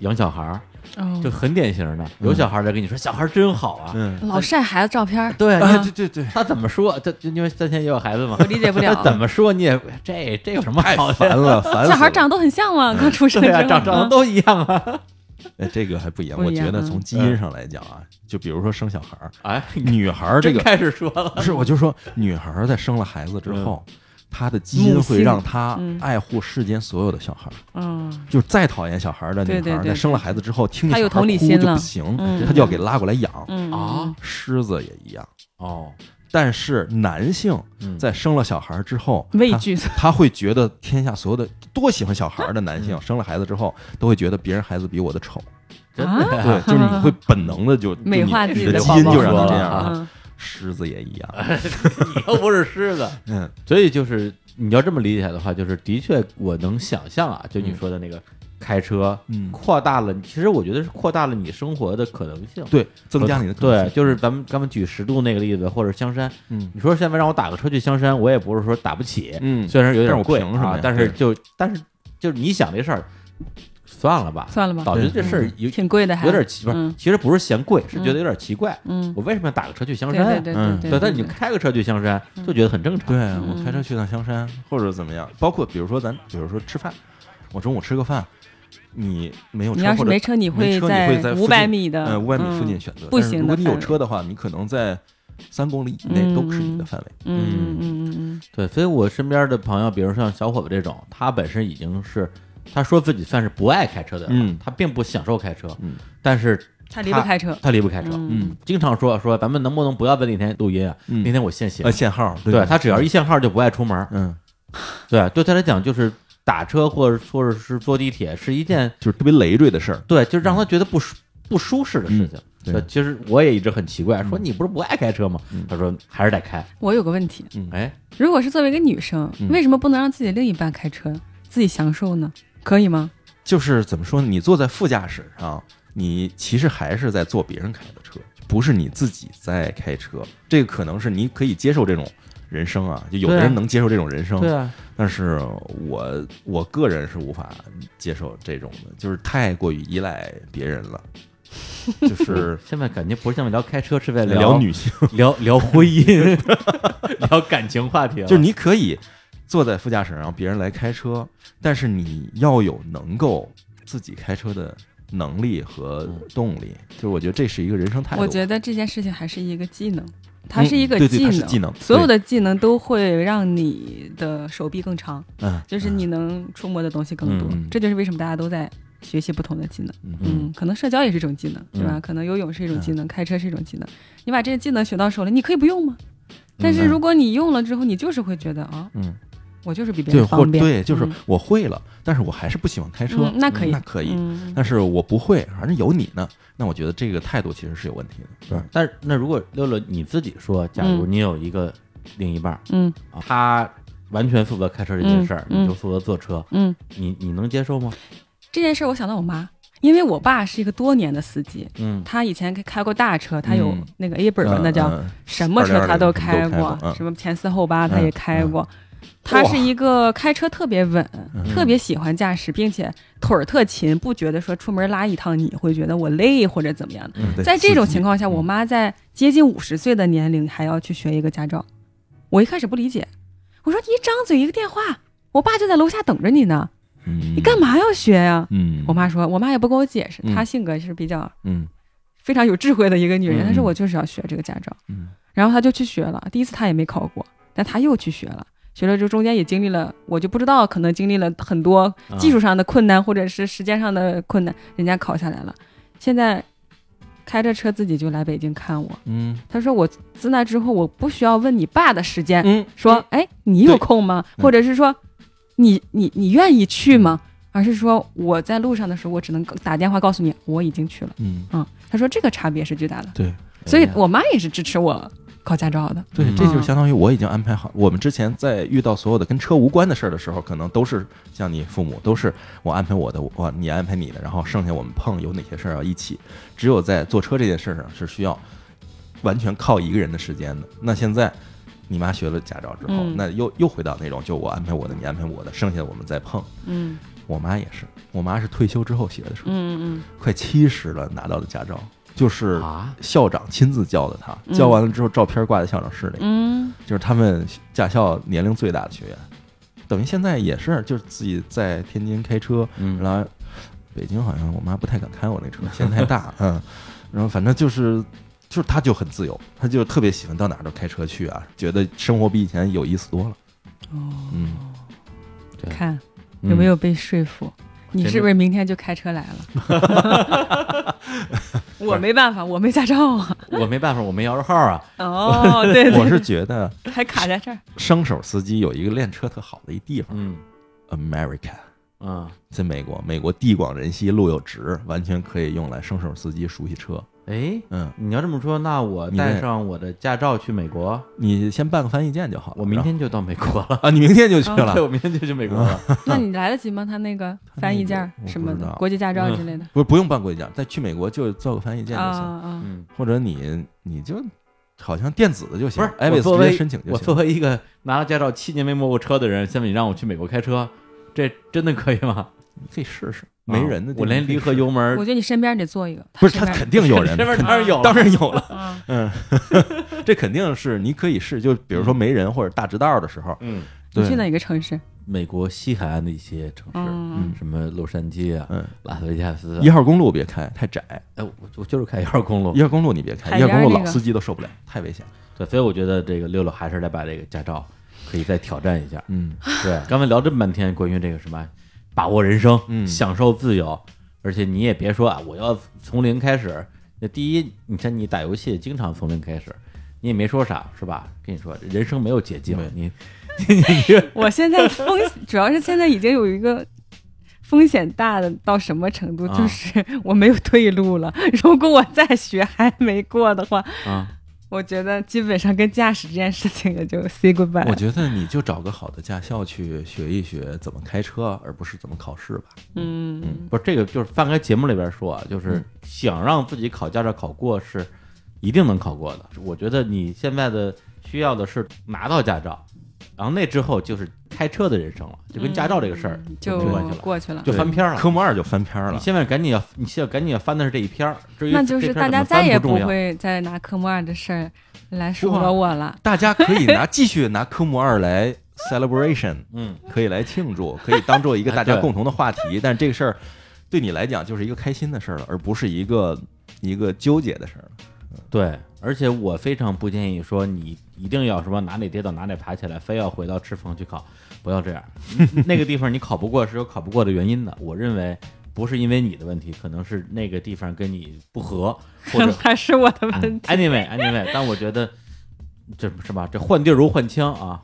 S1: 养小孩儿，
S3: 哦
S1: 就很典型的，有小孩儿在跟你说小孩儿真好啊，
S2: 嗯，
S3: 老晒孩子照片儿，
S1: 对啊，
S2: 啊，
S1: 你
S2: 对对对，
S1: 他怎么说？他就因为三千也有孩子嘛
S3: 我，理解不
S1: 他
S3: 了。
S1: 怎么说你也这这有什么
S2: 太
S1: 好的
S2: 烦
S1: 呀？
S2: 了，烦死了。嗯
S3: 小孩长得都很像嘛，刚出生
S1: 对
S3: 之
S1: 啊，
S3: 后
S1: 长长得都一样啊。
S2: 哎，这个还不一样。
S3: 不
S2: 我
S3: 一样
S2: 觉得
S3: 嗯
S2: 从基因上来讲啊，就比如说生小孩儿，
S1: 哎，
S2: 女孩儿这
S1: 真
S2: 个
S1: 开始说了，
S2: 不是，我就说女孩儿在生了孩子之后，她的基因
S3: 母
S2: 会
S3: 性
S2: 让她
S3: 嗯
S2: 爱护世间所有的小孩儿。
S3: 嗯，
S2: 就是再讨厌小孩儿的女
S3: 对
S2: 孩
S3: 对
S2: 儿，
S3: 对
S2: 在生了孩子之后，听见
S3: 她有
S2: 小孩儿
S3: 同理
S2: 哭
S3: 心
S2: 就
S3: 了
S2: 不行
S3: 嗯，
S2: 她就要给拉过来养。
S3: 嗯
S1: 啊，
S2: 狮子也一样，
S1: 哦，
S2: 但是男性
S1: 嗯
S2: 在生了小孩儿之后，
S3: 嗯畏
S2: 他
S3: 惧
S2: 他会觉得天下所有的多喜欢小孩儿的男
S3: 嗯
S2: 性，生了孩子之后都会觉得别人孩子比我的丑。
S1: 真
S3: 啊
S1: 的
S2: 对，就是你会本能 的就就
S3: 美
S2: 你
S3: 化自己
S2: 你的
S1: 的
S2: 基
S1: 宝
S2: 因
S1: 宝
S2: 就让他
S1: 了
S2: 这样
S1: 啊
S2: 啊。
S3: 嗯
S2: 狮子也一 样，
S1: 你又不是狮子，
S2: 嗯，
S1: 所以就是你要这么理解的话，就是的确我能想象啊，就你说的那个开车，
S2: 嗯
S1: 扩大了，其实我觉得是扩大了你生活的可能性，
S2: 对，增加你的可能
S1: 对，
S2: 性，
S1: 就是咱们刚刚举十渡那个例子，或者香山，
S2: 嗯
S1: 你说现在让我打个车去香山，我也不是说打不起，
S2: 嗯，
S1: 虽然有
S2: 但是
S1: 点
S2: 我
S1: 贵
S2: 凭什么
S1: 啊
S2: 呀，
S1: 但是
S2: 对
S1: 就但是就是你想这事儿，算了吧，
S3: 算了吧，
S1: 导致这事
S2: 嗯
S1: 儿有
S3: 挺贵的还，
S1: 有点奇怪，
S3: 嗯
S1: 其实不是嫌贵，是觉得有点奇怪，
S3: 嗯，
S1: 我为什么要打个车去香
S3: 对
S1: 山
S3: 对
S1: 啊？
S3: 对
S2: 嗯
S3: 对
S1: 对，但
S3: 对
S1: 你开个车去香山就觉得很正常，
S2: 对我开车去趟香山
S3: 嗯
S2: 或者怎么样，包括比如说咱比如说吃饭，我中午吃个饭，你没有
S3: 你
S2: 车
S3: 要
S2: 或
S3: 是
S2: 者
S3: 没车，你
S2: 没车你会在
S3: 在
S2: 附
S3: 五百
S2: 近
S3: 米的
S2: 呃五百米附
S3: 嗯
S2: 近选择，
S3: 不
S2: 但是
S3: 行
S2: 如果
S3: 的
S2: 你有
S3: 范围
S2: 车的话，你可能在三公里以内都是你的范围。
S3: 嗯嗯嗯嗯
S1: 对，所以我身边的朋友，比如像小伙子这种，他本身已经是，他说自己算是不爱开车的人，
S2: 嗯
S1: 他并不享受开车，
S2: 嗯
S1: 但是
S3: 他离不开车
S1: 他离不开车，
S3: 嗯
S1: 经常说说咱们能不能不要在那天录音啊？
S2: 嗯
S1: 那天我限行，
S2: 呃，限号，
S1: 对他只要一限号就不爱出门，
S2: 嗯，
S1: 对，对他来讲就是打车或者或者是坐地铁是一件
S2: 就是特别累赘的事儿，
S1: 对，就让他觉得不舒不舒适的事情。
S2: 嗯对嗯
S1: 其实我也一直很奇怪，说你不是不爱开车吗？他说还是得开。
S3: 我有个问题，
S1: 哎，
S3: 如果是作为一个女生，
S2: 嗯
S3: 为什么不能让自己另一半开车，自己享受呢？可以吗？
S2: 就是怎么说呢？你坐在副驾驶上，你其实还是在坐别人开的车，不是你自己在开车。这个可能是你可以接受这种人生啊，就有的
S1: 对啊
S2: 人能接受这种人生，
S1: 对啊，
S2: 但是我我个人是无法接受这种的，就是太过于依赖别人了， 就是
S1: 现在感觉不是像聊开车，是在
S2: 聊女性，
S1: 聊聊婚姻， 聊感情话题了，
S2: 就是你可以坐在副驾驶让别人来开车，但是你要有能够自己开车的能力和动力，就是我觉得这是一个人生态度。
S3: 我觉得这件事情还是一个技能，它是一个
S2: 嗯对对
S3: 技
S2: 它
S3: 能，
S2: 是技能
S3: 所有
S2: 对
S3: 的技能都会让你的手臂更长，
S2: 嗯，
S3: 就是你能触摸的东西更多。
S2: 嗯嗯
S3: 这就是为什么大家都在学习不同的技能。
S2: 嗯
S3: 嗯，可能社交也是一种技能，对吧？可能游泳是一种技能，开车是一种技能。你把这些技能学到手了，你可以不用吗？但是如果你用了之后，你就是会觉得啊，
S2: 嗯，
S3: 我就是比别
S2: 对
S3: 人
S2: 或
S3: 方便。
S2: 对，就是
S3: 嗯
S2: 我会了，但是我还是不喜欢开车
S3: 嗯，那可以
S2: 那可以。
S3: 嗯
S2: 但是我不会，反正有你呢。那我觉得这个态度其实是有问题的。
S1: 对。但是那如果六六你自己说，假如你有一个另一半儿，
S3: 嗯
S1: 啊他完全负责开车这件事儿，
S3: 嗯嗯
S1: 你就负责坐车，
S3: 嗯，
S1: 你你能接受吗？
S3: 这件事儿我想到我妈，因为我爸是一个多年的司机，
S1: 嗯，
S3: 他以前开开过大车，他有
S2: 嗯
S3: 那个 A 本儿，
S2: 嗯
S3: 那叫
S2: 嗯
S3: 什么车
S2: 220
S3: 他开
S2: 都开过嗯
S3: 什么前四后八他也开
S2: 嗯嗯
S3: 过。他是一个开车特别稳，
S2: 嗯
S3: 特别喜欢驾驶，并且腿儿特勤，不觉得说出门拉一趟你会觉得我累或者怎么样的。
S2: 嗯对
S3: 在这种
S2: 司机
S3: 情况下，我妈在接近五十岁的年龄还要去学一个驾照，我一开始不理解，我说你一张嘴一个电话，我爸就在楼下等着你呢，
S2: 嗯
S3: 你干嘛要学呀、
S2: 嗯，
S3: 我妈说，我妈也不跟我解释，
S2: 嗯
S3: 她性格是比较
S2: 嗯
S3: 非常有智慧的一个女人，
S2: 嗯
S3: 她说我就是要学这个驾照，
S2: 嗯
S3: 然后她就去学了，第一次她也没考过，但她又去学了。学了之后，中间也经历了，我就不知道，可能经历了很多技术上的困难，或者是时间上的困难，人家考下来了。现在开着车自己就来北京看我。
S2: 嗯
S3: 她说我自那之后，我不需要问你爸的时间，
S2: 嗯，
S3: 说，哎，你有
S2: 对
S3: 空吗？
S2: 嗯
S3: 或者是说，你你你愿意去吗？而是说我在路上的时候，我只能打电话告诉你我已经去了。
S2: 嗯，
S3: 嗯，他说这个差别是巨大的，
S2: 对嗯
S3: 所以我妈也是支持我考驾照的。
S2: 对，
S1: 嗯
S2: 这就相当于我已经安排好。我们之前在遇到所有的跟车无关的事儿的时候，可能都是像你父母，都是我安排我的，我你安排你的，然后剩下我们碰有哪些事儿要一起。只有在坐车这件事儿上是需要完全靠一个人的时间的。那现在你妈学了驾照之后，
S3: 嗯
S2: 那又又回到那种就我安排我的，你安排我的，剩下的我们再碰。
S3: 嗯
S2: 我妈也是，我妈是退休之后学的书，
S3: 嗯嗯
S2: 快七十了拿到的驾照，就是
S1: 啊，
S2: 校长亲自教的她，
S3: 嗯
S2: 教完了之后照片挂在校长室里，
S3: 嗯，
S2: 就是他们驾校年龄最大的学员，等于现在也是，就是自己在天津开车，
S1: 嗯
S2: 然后北京好像我妈不太敢开我那车，嫌太大，嗯，然后反正就是。就是她就很自由，她就特别喜欢到哪儿都开车去啊，觉得生活比以前有意思多了。
S3: 哦，
S2: 嗯，
S1: 对
S3: 看
S1: 嗯
S3: 有没有被说服？你是不是明天就开车来了？ 我没办法，我没驾照啊。
S1: 我没办法，我没摇着号啊，
S3: 哦，对对，
S2: 我是觉得
S3: 还卡在 这儿。
S2: 生手司机有一个练车特好的一地方
S1: 嗯
S2: ，America，
S1: 啊，
S2: 在美国，美国地广人稀，路又直，完全可以用来生手司机熟悉车。
S1: 哎，
S2: 嗯，
S1: 你要这么说，那我
S2: 你这
S1: 带上我的驾照去美国，
S2: 你先办个翻译件就好了。
S1: 我明天就到美国了。
S2: 然后啊，你明天就去
S1: 对，
S2: 了。
S1: 我明天就去美国了。
S3: 那你来得及吗？他那个翻译件儿
S2: 他那个
S3: 什么
S2: 我不知，
S3: 的
S2: 道
S3: 国际驾照之类的
S2: 不不用办国际驾，再去美国就做个翻译件
S3: 啊
S2: 就行，
S3: 啊！
S1: 嗯，
S2: 或者你你就好像电子的就
S1: 不
S2: 行，
S1: 是，
S2: 艾
S1: 我
S2: 维斯
S1: 作
S2: 直
S1: 为
S2: 接申请就
S1: 我作
S2: 行。
S1: 为一个拿了驾照七年没摸过车的人，现在你让我去美国开车，这真的可以吗？
S2: 你可以试试，没人的
S1: 啊
S2: 地
S1: 我
S2: 方可以试试。
S1: 连离合油门
S3: 我觉得你身边得做一个，
S2: 嗯不是
S3: 身
S2: 他
S3: 边
S2: 肯定有 人，
S1: 这边当然有了，
S2: 当然有了。
S3: 啊，
S2: 嗯，这肯定是你可以试，就比如说没人或者大直道的时候，
S1: 嗯，
S3: 你
S2: 对
S3: 去哪个城市？
S1: 美国西海岸的一些城市，
S3: 嗯
S1: 什么洛杉矶啊、
S2: 嗯，
S1: 拉斯维加斯啊
S2: 一，号公路别开，太窄。
S1: 哎，我我就是开一号公路
S2: 一，号公路你别开，
S3: 海
S2: 一号
S3: 边
S2: 公路
S3: 那
S2: 老
S3: 个
S2: 司机都受不了，太危险。
S1: 对，所以我觉得这个六六还是来把这个驾照可以再挑战 一下。
S2: 嗯，
S1: 对，刚才聊这么半天关于这个什么把握人生、
S2: 嗯
S1: 享受自由，而且你也别说啊，我要从零开始。那第一，你看你打游戏经常从零开始，你也没说啥是吧？跟你说，人生没有捷径
S2: 对，
S1: 你你这
S3: 我现在风主要是现在已经有一个风险大的到什么程度，
S1: 啊
S3: 就是我没有退路了。 如果我再学还没过的话，
S1: 啊，
S3: 我觉得基本上跟驾驶这件事情也就 say goodbye
S2: 我
S3: 了。
S2: 觉得你就找个好的驾校去学一学怎么开车，而不是怎么考试吧。
S3: 嗯，
S1: 不是这个，就是放开节目里边说啊，就是想让自己考驾照考过是一定能考过的。我觉得你现在的需要的是拿到驾照，然后那之后就是开车的人生了，就跟驾照这个事儿
S3: 嗯就
S1: 没关系了。
S3: 过去了。
S1: 就翻篇儿了。
S2: 科目二就翻篇儿
S1: 你
S2: 了。
S1: 现在赶紧要，你现在赶紧要翻的是这一篇儿。至于
S3: 那就是
S1: 这篇儿
S3: 大家
S1: 怎么
S3: 再
S1: 翻
S3: 也
S1: 不重要，
S3: 会再拿科目二的事儿来说
S2: 哇
S3: 我了。
S2: 大家可以拿继续拿科目二 来 celebration，
S1: 嗯，
S2: 可以来庆祝，可以当做一个大家
S1: 啊对
S2: 共同的话题。 但这个事儿对你来讲就是一个开心的事儿了，而不是一个一个纠结的事儿了。
S1: 对。而且我非常不建议说你一定要什么哪里跌倒哪里爬起来，非要回到赤峰去考，不要这样。那个地方你考不过是有考不过的原因的。我认为不是因为你的问题，可能是那个地方跟你不合，或
S3: 可 能
S1: 者
S3: 还是我的问题。
S1: anyway anyway。但我觉得这是吧？这换地儿如换枪啊！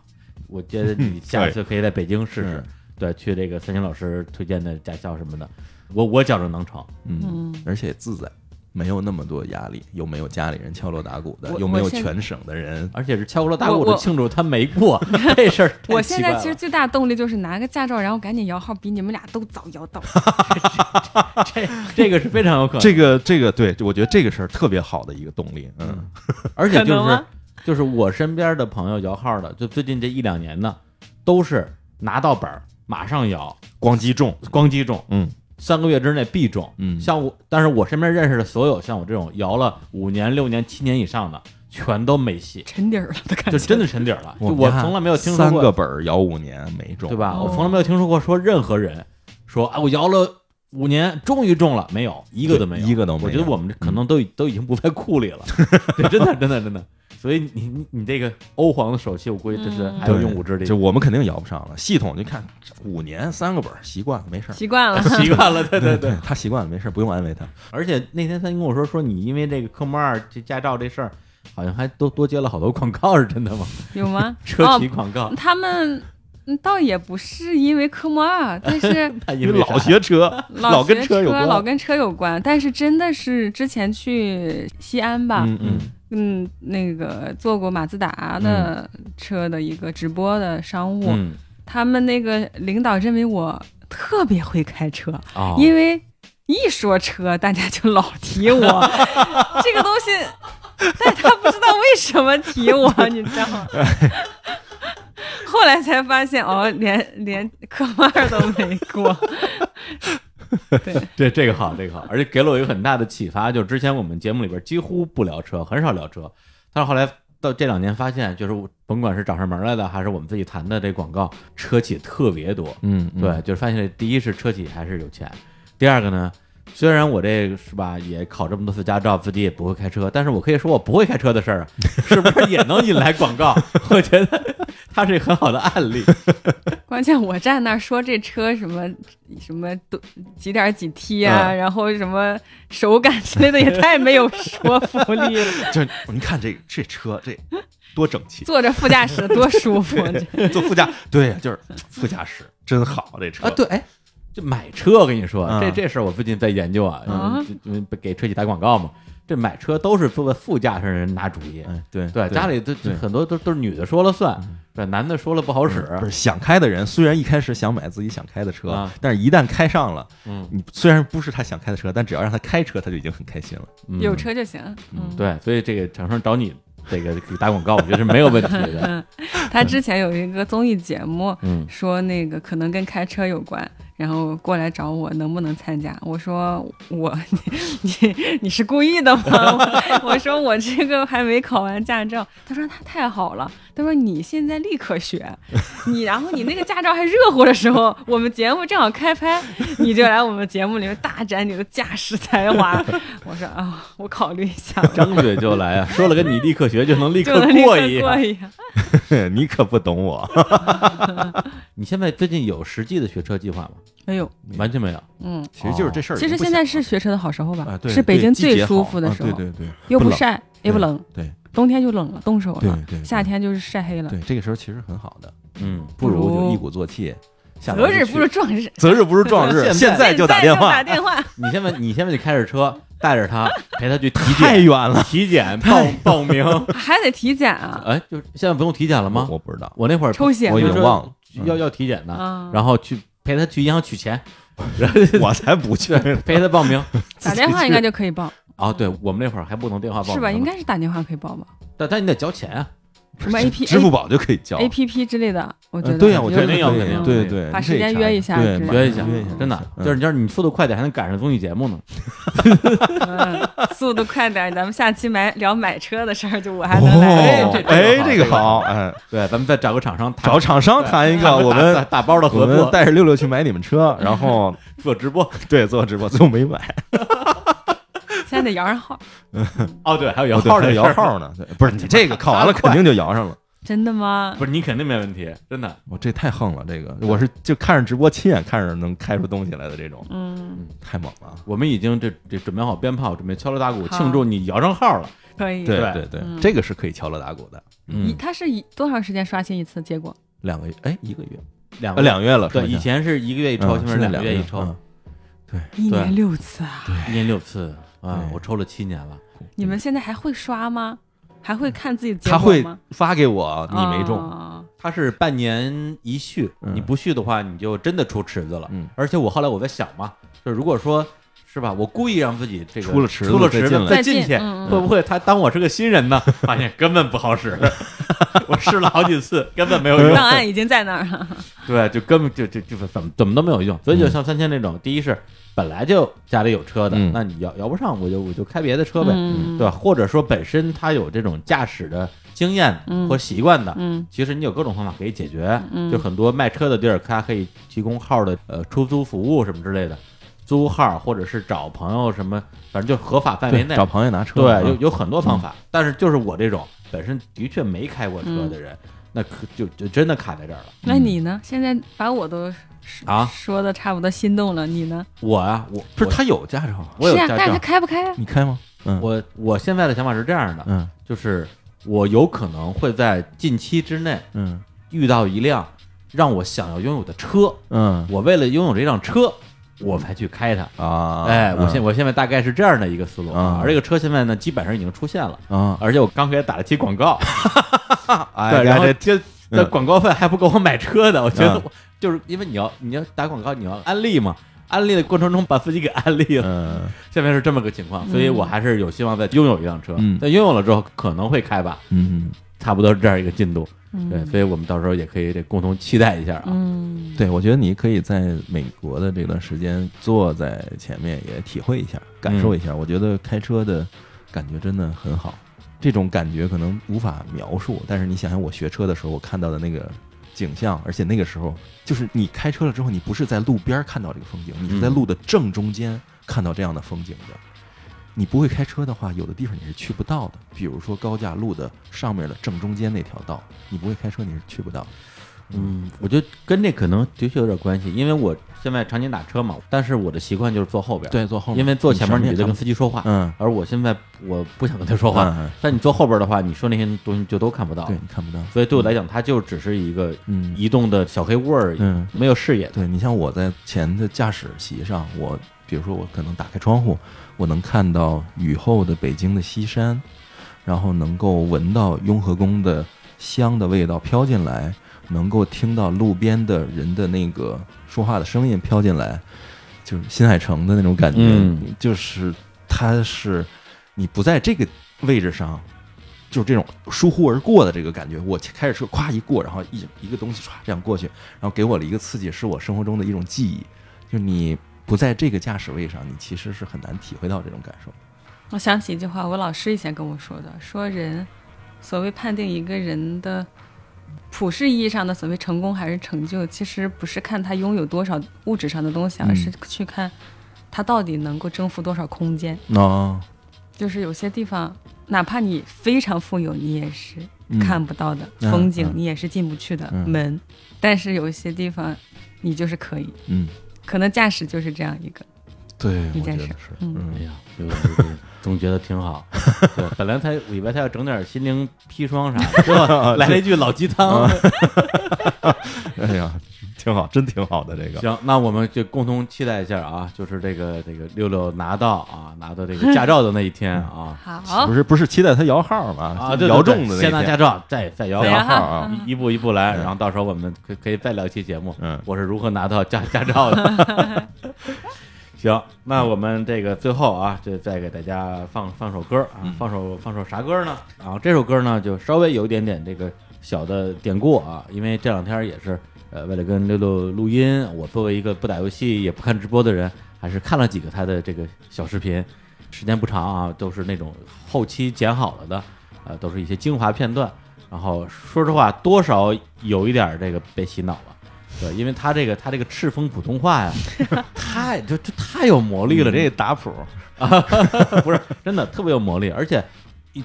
S1: 我觉得你下次可以在北京试试
S2: 嗯，
S1: 对，去这个三星老师推荐的驾校什么的，我我觉着能成。
S2: 嗯，而且自在，没有那么多压力，又没有家里人敲锣打鼓的，
S3: 我
S2: 又没有
S3: 我现
S2: 全省的人。
S1: 而且是敲锣打
S3: 我
S1: 鼓的
S3: 我
S1: 庆祝他没过 这事儿太奇怪了。
S3: 我现在其实最大的动力就是拿个驾照，然后赶紧摇号，比你们俩都早摇到。
S1: 这这个是非常有可能，
S2: 这个这个，对我觉得这个事儿特别好的一个动力。嗯，
S1: 而且就
S3: 可能啊
S1: 是
S3: 吗
S1: 就是我身边的朋友摇号的，就最近这一两年呢，都是拿到本儿马上摇，
S2: 光击中，
S1: 光击中，
S2: 嗯，
S1: 三个月之内必中。
S2: 嗯
S1: 像我，但是我身边认识的所有像我这种摇了五年、六年、七年以上的，全都没 戏，
S3: 沉底儿了的感觉，
S1: 就真的沉底儿了。就我
S2: 们家
S1: 从来没有听说
S2: 三
S1: 过
S2: 个本儿摇五年没中，
S1: 对？吧？
S3: 哦
S1: 我从来没有听说过说任何人说啊，我摇了五年，终于中了，没有一个都没有，
S2: 对一个都没有嗯
S1: 我觉得我们这可能都已都已经不在库里 了，对，真的，真的，真的。所以你你你这个欧皇的手气，我估计这是
S3: 嗯
S1: 还有用武之地
S2: 就，我们肯定摇不上了。系统就看五年三个本儿，习惯了，没事儿。
S3: 习惯了。
S1: 习惯了，对对对。
S2: 他习惯了，没事儿，不用安慰他。
S1: 而且那天他跟我说说你因为这个科目二这驾照这事儿，好像还都多接了好多广告，是真的吗？？
S3: 有吗
S1: 车企广告
S3: 哦，，他们嗯倒也不是因为科目二，但是
S1: 他
S2: 你
S1: 因为啥
S2: 老学车， 嗯
S3: 老
S2: 跟
S3: 学
S2: 有关。
S3: 老跟车有关。但是真的是之前去西安吧，
S2: 嗯嗯，
S3: 嗯那个做过马自达的车的一个直播的商务，
S1: 嗯
S3: 他们那个领导认为我特别会开车，
S1: 啊，
S2: 哦
S3: 因为一说车，大家就老提我这个东西，但他不知道为什么提我？你知道吗？后来才发现，哦，连连科二都没过。对，
S1: 这这个好，这个好，而且给了我一个很大的启发。就之前我们节目里边几乎不聊车，很少聊车，但是后来到这两年发现，就是我甭管是找上门来的，还是我们自己谈的这广告，车企特别多。
S2: 嗯，嗯
S1: 对，就是发现第一是车企还是有钱，第二个呢，虽然我这个是吧也考这么多次驾照，自己也不会开车，但是我可以说我不会开车的事儿啊，是不是也能引来广告？ 我觉得它是一个很好的案例。
S3: 关键我站那儿说这车什么什么多几点几 T 啊，
S2: 嗯
S3: 然后什么手感之类的，也太没有说服力了。
S2: 就是你看这这车这多整齐，
S3: 坐着副驾驶多舒服，这
S2: 坐副驾，对，就是副驾驶真好，这车
S1: 啊，对，哎，就买车，我跟你说，
S2: 嗯
S1: 这这事儿我最近在研究啊，
S3: 嗯
S1: 就就给车企打广告嘛。这买车都是坐在副驾驶人拿主意，
S2: 哎对
S1: 对，家里都
S2: 对
S1: 很多都都是女的说了算，对，男的说了不好使。
S2: 不是想开的人，虽然一开始想买自己想开的车，
S1: 啊
S2: 但是一旦开上了，
S1: 嗯
S2: 你虽然不是他想开的车，但只要让他开车，他就已经很开心了。
S1: 嗯
S3: 有车就行。嗯，
S1: 对，所以这个厂商找你这个给打广告，我觉得是没有问题的。
S3: 他之前有一个综艺节目，
S1: 嗯
S3: 说那个可能跟开车有关，然后过来找我能不能参加。我说我你你你是故意的吗？ 我我说我这个还没考完驾照。他说他太好了，他说你现在立刻学，你然后你那个驾照还热乎的时候，我们节目正好开拍，你就来我们节目里面大展你的驾驶才华。我说啊、我考虑一下吧，
S1: 张嘴就来啊，说了跟你立刻学就能立
S3: 就
S1: 刻
S3: 能立刻
S1: 过
S3: 过
S1: 一样。
S3: 一样。
S2: 你可不懂我，
S1: 你现在最近有实际的学车计划吗？
S3: 哎呦，
S1: 完全没有。
S3: 嗯，
S2: 其实就是这事儿已
S3: 其
S2: 经
S3: 实
S2: 不小了。
S3: 现在是学车的好时候吧，
S2: 啊，对，
S3: 是北
S2: 对
S3: 京
S2: 季节
S3: 最舒
S2: 好
S3: 服的
S2: 啊
S3: 时候，
S2: 对对对
S3: 又
S2: 不
S3: 不
S2: 冷
S3: 晒也不冷，
S2: 对
S3: 冬天就冷了，冻手
S2: 对
S3: 了，
S2: 对对，
S3: 夏天就是晒黑了，
S2: 对这个时候其实很好的，
S1: 嗯，
S2: 不如
S3: 不
S2: 就
S3: 如
S2: 一鼓作气，下
S3: 择
S2: 班就
S3: 日
S2: 去
S3: 不如撞日，
S2: 择日不如撞日，
S1: 现在
S2: 现在就打
S3: 现
S2: 电
S3: 在就打
S2: 话，
S3: 电话，
S1: 你现在你现在就开着车，带着他陪他去体
S2: 太
S1: 检，
S2: 远了
S1: 体检报报名。
S3: 还得体 检啊，
S1: 哎，就是现在不用体检了吗？
S2: 我不知道，
S1: 我那会儿
S3: 抽血
S2: 我已经
S1: 就是
S2: 忘了，
S1: 要要体检呢，
S3: 啊，
S1: 然后去陪他去银行取钱，
S2: 我才不去呢。
S1: 陪他报名。
S3: 打电话应该就可以报，
S1: 啊，对我们那会儿还不能电话报名，
S3: 是吧？应，该是打电话可以报吧
S1: 但但你得交钱啊。
S3: 什么 A P
S2: 支付宝就可以交。
S3: A P P 之类的，我觉
S2: 嗯
S3: 得
S2: 对呀，我
S3: 有
S2: 觉得
S1: 肯定要
S2: 可以
S3: 啊
S1: 肯定要
S2: 对
S1: 对
S2: 对，
S3: 把
S2: 你
S3: 时
S2: 可以
S3: 间
S2: 查
S3: 约一下
S2: 对
S3: 之类的
S1: 学一下
S2: 约一下，，嗯
S1: 真的，就是你要是你速度快点，还能赶上综艺节目呢。
S3: 嗯速度快点，咱们下期买聊买车的事儿，就我还能来。
S2: 哦
S1: 这，
S2: 哎，
S1: 这
S2: 这
S1: 个
S2: 个
S1: 好
S2: 好，哎，
S1: 对，咱们再找个厂商谈
S2: 找厂商谈一个，我
S1: 打
S2: 们
S1: 打包的
S2: 我
S1: 合
S2: 们
S1: 作，
S2: 带着六六去买你们车，然 后
S1: 做直播。
S2: 对做直播，最后没买，
S3: 现在得摇上号，
S1: 哦，对，还有摇
S2: 哦对
S1: 号
S2: 还
S1: 的
S2: 有
S1: 事
S2: 摇
S1: 儿，
S2: 号呢，对 不是你这个考完了肯定就摇上了，
S3: 真的吗？
S1: 不是你肯定没问题，真的。
S2: 我这太横了，这个我是就看着直播亲眼看着能开出东西来的这种，
S3: 嗯，
S2: 太猛了，
S1: 我们已经这这准备好鞭炮，准备敲锣打鼓
S3: 好
S1: 庆祝你摇上号了。
S3: 可以。
S2: 对
S1: 对
S2: 对对
S3: 嗯，
S2: 这个是可以敲锣打鼓的，
S3: 一
S1: 嗯，
S3: 它是一多长时间刷新一次结果？
S2: 两个月，哎，一个月，
S1: 两
S2: 呃，两个月了，
S1: 对，
S2: 是吧
S1: 以前是一个月一抽，
S2: 嗯
S1: 现在
S2: 现
S1: 是
S2: 在
S1: 两个月一抽，
S2: 嗯
S3: 一
S1: 对
S3: 年六次啊！
S1: 一年六次啊，
S2: 对
S1: 我抽了七年了。
S3: 你们现在还会刷吗？还
S1: 嗯
S3: 会看自己结
S2: 他
S3: 果
S2: 会
S3: 吗？
S2: 发给我，你没中，
S3: 哦
S1: 它是半年一续，
S2: 嗯
S1: 你不续的话，你就真的出池子了。
S2: 嗯
S1: 而且我后来我在想嘛，就是如果说是吧，我故意让自己这个
S2: 出了池子
S1: 出了池
S2: 再进来
S1: 再
S3: 再进
S1: 去，
S3: 嗯嗯
S1: 会不会他当我是个新人呢？ 发现根本不好使， 我试了好几次，根本没有用。
S3: 档案已经在那儿了。
S1: 对，就根本就就就怎么怎么都没有用。所以就像三千这种，第一是本来就家里有车的，
S2: 嗯
S1: 那你摇摇不上，我就我就开别的车呗，
S3: 嗯
S1: 对吧？或者说本身他有这种驾驶的经验
S3: 嗯
S1: 或习惯的，
S3: 嗯
S1: 其实你有各种方法可以解决，
S3: 嗯
S1: 就很多卖车的地儿，它可以提供号的呃出租服务什么之类的，租号或者是找朋友什么，反正就合法范围内
S2: 对，找朋友拿车，
S1: 对，
S2: 嗯
S1: 有有很多方法。但是就是我这种本身的确没开过车
S3: 嗯
S1: 的人，那可就就真的卡在这儿了。
S3: 那你呢？现在把我都
S1: 啊
S3: 说的差不多心动了，你呢？
S1: 我啊，我
S2: 不是
S1: 我
S2: 他有驾照，
S1: 我有
S3: 是呀，
S1: 驾
S3: 但是
S1: 照
S3: 他，开不开啊？
S2: 你开吗？嗯，
S1: 我我现在的想法是这样的，
S2: 嗯
S1: 就是我有可能会在近期之内
S2: 嗯
S1: 遇到一辆让我想要拥有的车，
S2: 嗯
S1: 我为了拥有这辆车，我才去开它。
S2: 啊，
S1: 哎，我
S2: 嗯
S1: 现我现在大概是这样的一个思路啊
S2: 嗯
S1: 而这个车现在呢，基本上已经出现了，
S2: 啊，
S1: 而且我刚给它打了期广告，
S2: 哎，
S1: 对，啊然
S2: 然
S1: 后
S2: 后
S1: 这那
S2: 嗯
S1: 广告费还不够我买车的，我觉得
S2: 嗯
S1: 我就是因为你要你要打广告，你要安利嘛，安利的过程中把自己给安利了。
S2: 嗯
S1: 下面是这么个情况，所以我还是有希望再拥有一辆车。
S2: 嗯
S1: 但拥有了之后可能会开吧，
S2: 嗯，
S1: 差不多是这样一个进度。嗯对，所以我们到时候也可以这共同期待一下啊。
S3: 嗯，
S2: 对，我觉得你可以在美国的这段时间坐在前面，也体会一下，感受一下。我觉得开车的感觉真的很好，这种感觉可能无法描述。但是你想想，我学车的时候，我看到的那个景象，而且那个时候就是你开车了之后，你不是在路边看到这个风景，你是在
S1: 嗯
S2: 路的正中间看到这样的风景的。你不会开车的话，有的地方你是去不到的，比如说高架路的上面的正中间那条道，你不会开车你是去不到的。
S1: 嗯，我觉得跟这可能的确有点关系，因为我现在常年打车嘛，但是我的习惯就是坐后边，，
S2: 对，坐后面，
S1: 因为坐前面
S2: 你
S1: 你
S2: 什么也
S1: 就
S2: 看不
S1: 跟司机说话，
S2: 嗯，
S1: 而我现在我不想跟他说话，
S2: 嗯嗯
S1: 但你坐后边的话，你说那些东西就都看不到，
S2: 对，你看不到。
S1: 所以对我来讲，它就只是一个
S2: 嗯
S1: 移动的小黑屋而已，
S2: 嗯，
S1: 没有视野的。
S2: 对你像我在前的驾驶席上，我比如说我可能打开窗户，我能看到雨后的北京的西山，然后能够闻到雍和宫的香的味道飘进来，能够听到路边的人的那个说话的声音飘进来，就是新海诚的那种感觉，
S1: 嗯
S2: 就是它是你不在这个位置上。就是这种疏忽而过的这个感觉，我开着车咵一过，然后一一个东西唰这样过去，然后给我了一个刺激，是我生活中的一种记忆。就你不在这个驾驶位上，你其实是很难体会到这种感受。
S3: 我想起一句话，我老师以前跟我说的，说人所谓判定一个人的普世意义上的所谓成功还是成就，其实不是看他拥有多少物质上的东西，而
S2: 嗯
S3: 是去看他到底能够征服多少空间。
S2: 哦，
S3: 就是有些地方，哪怕你非常富有，你也是
S2: 嗯
S3: 看不到的
S2: 嗯
S3: 风景，
S2: 嗯
S3: 你也是进不去的
S2: 嗯
S3: 门。但是有一些地方，你就是可以，
S2: 嗯，
S3: 可能驾驶就是这样一个。
S2: 对，我觉
S3: 一件
S2: 得
S3: 事
S2: 是，
S1: 哎
S2: 嗯
S1: 呀，对对对对，总觉得挺 好。对，本来他以为他要整点心灵砒霜啥 的，结果来了一句老鸡汤。
S2: 哎呀，挺好，真挺好的这个。
S1: 行，那我们就共同期待一下啊，就是这个这个六六拿到啊，拿到这个驾照的那一天啊
S3: 好
S2: 不，是不是期待他摇号 嘛？
S1: 啊，对对对
S2: 摇中的那
S1: 先拿
S2: 天
S1: 驾照，再再摇
S2: 再
S1: 摇
S2: 摇
S1: 号
S2: 号啊！
S1: 一一步一步来，
S2: 嗯
S1: 然后到时候我们可可以再聊一期节目，
S2: 嗯
S1: 我是如何拿到驾驾照的。 行，那我们这个最后啊，就再给大家放放首歌啊，放首放首啥歌呢？啊，这首歌呢就稍微有一点点这个小的典故啊，因为这两天也是呃，为了跟六六录音，我作为一个不打游戏也不看直播的人，还是看了几个他的这个小视频，时间不长啊，都是那种后期剪好了的，呃，都是一些精华片段。然后说实话，多少有一点儿这个被洗脑了，对，因为他这个他这个赤峰普通话呀， 太就就太有魔力了，这个
S2: 打谱，
S1: 不是真的特别有魔力，而且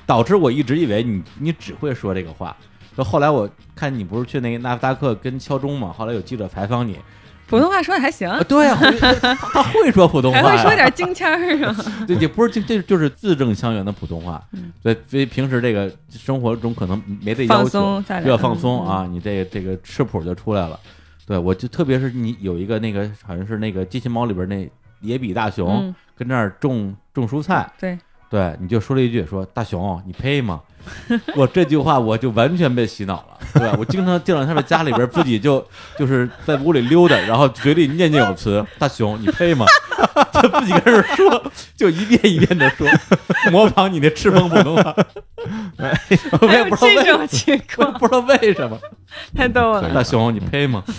S1: 导致我一直以为你你只会说这个话。就后来我看你不是去那个纳斯达克跟敲钟嘛，后来有记者采访你，
S3: 普通话说的还行，
S1: 啊，对啊，会他 他会说普通话
S3: 还
S1: 呀，
S3: 会说点京腔儿啊。
S1: 对，也不是这这就是字正腔圆的普通话。所以所以平时这个生活中可能没这要
S3: 嗯放
S1: 求
S3: 松再，来嗯
S1: 比较放松啊，你这这个吃谱就出来了。对，我就特别是你有一个那个好像是那个机器猫里边那野比大熊、
S3: 嗯
S1: 跟那儿种种蔬菜，
S3: 对，
S1: 对，你就说了一句说大熊你配吗？ 我这句话我就完全被洗脑了，对我经常见到他们家里边自己就 就是在屋里溜达，然后嘴里念念有词，大熊你配吗？ 就自己跟人说，就一遍一遍的说，模仿你的赤峰普通话。 我
S3: 哎还
S1: 也
S3: 有
S1: 不知道为
S3: 这
S1: 什么，
S3: 种情
S1: 我 也
S3: 况，
S1: 不知道为什么。
S3: 太逗了。
S1: 大熊，你配 吗？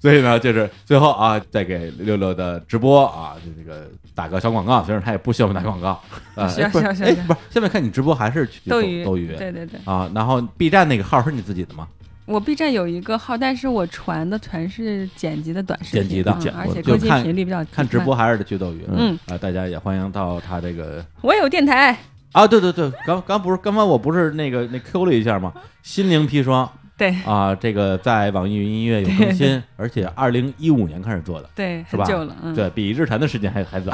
S1: 所以呢，就是最后啊，再给六六的直播啊，就这个打个小广告，虽然他也不需要我 们打广告，呃，
S3: 需要
S1: 哎不是
S3: 需要需要
S1: 哎，
S3: 需要
S1: 不是，现在看你直播还是去
S3: 斗鱼，
S1: 斗鱼
S3: 对对对，
S1: 啊，然后 B 站那个号是你自己的吗？
S3: 我 B 站有一个号，但是我传的全是剪辑的短视频，
S1: 剪辑的
S3: 嗯
S1: 剪
S3: 而
S1: 我
S3: 且
S1: 就
S3: 更新
S1: 看
S3: 频率比较低
S1: 看直播。还是去斗鱼？
S3: 嗯
S1: 啊，大家也欢迎到他这个
S3: 我有电台，
S1: 啊，对对对，刚刚不是刚刚我不是那个那 Q 了一下吗？心灵砒霜
S3: 对
S1: 啊，这个在网易云音乐有更 新，而且二零一五年开始做的。
S3: 对，
S1: 是
S3: 很
S1: 吧
S3: 久了，嗯，
S1: 对比日坛的时间还还 早，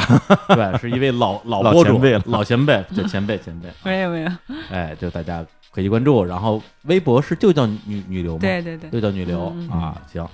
S1: 对，是一位老老
S2: 老
S1: 博主
S2: 前辈了
S1: 老前 辈，对前辈前辈，
S3: 没有没有，
S1: 哎，就大家可以关注，然后微博是就叫女女流吗？
S3: 对对对
S1: 就，叫女流
S3: 嗯
S1: 啊，行，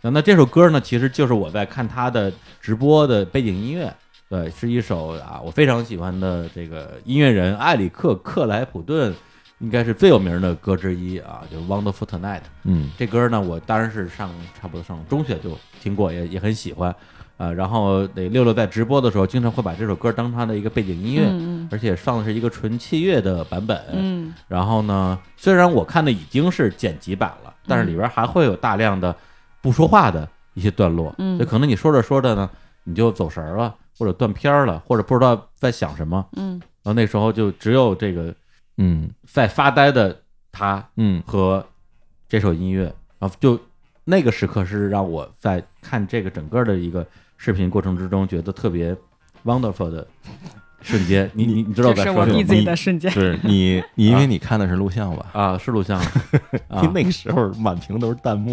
S1: 那那这首歌呢，其实就是我在看他的直播的背景音乐，对，是一首啊我非常喜欢的这个音乐人埃里克克莱普顿应该是最有名的歌之一啊，就《Wonderful Tonight》。
S2: 嗯
S1: 这歌呢，我当然是上差不多上中学就听过，也也很喜欢。啊、然后得六六在直播的时候，经常会把这首歌当他的一个背景音乐，呃
S3: 嗯
S1: 而且放的是一个纯器乐的版本。
S3: 嗯
S1: 然后呢，虽然我看的已经是剪辑版了，但
S3: 嗯
S1: 是里边还会有大量的不说话的一些段落，
S3: 嗯
S1: 就可能你说着说着呢，你就走神儿了，或者断片儿了，或者不知道在想什么。
S3: 嗯
S1: 然后那时候就只有这个
S2: 嗯
S1: 在发呆的他
S2: 嗯
S1: 和这首音乐，然后就那个时刻是让我在看这个整个的一个视频过程之中觉得特别 wonderful 的瞬间。你你你知道
S3: 嗯，
S1: 我
S3: 这
S1: 在
S3: 是
S1: 说
S3: 我
S1: 什么
S3: 闭
S1: 吗
S3: 嘴的瞬 间。
S2: 是你你因为你看的是录像 吧？
S1: 啊？是录像啊
S2: 因为那个时候满屏都是弹 幕，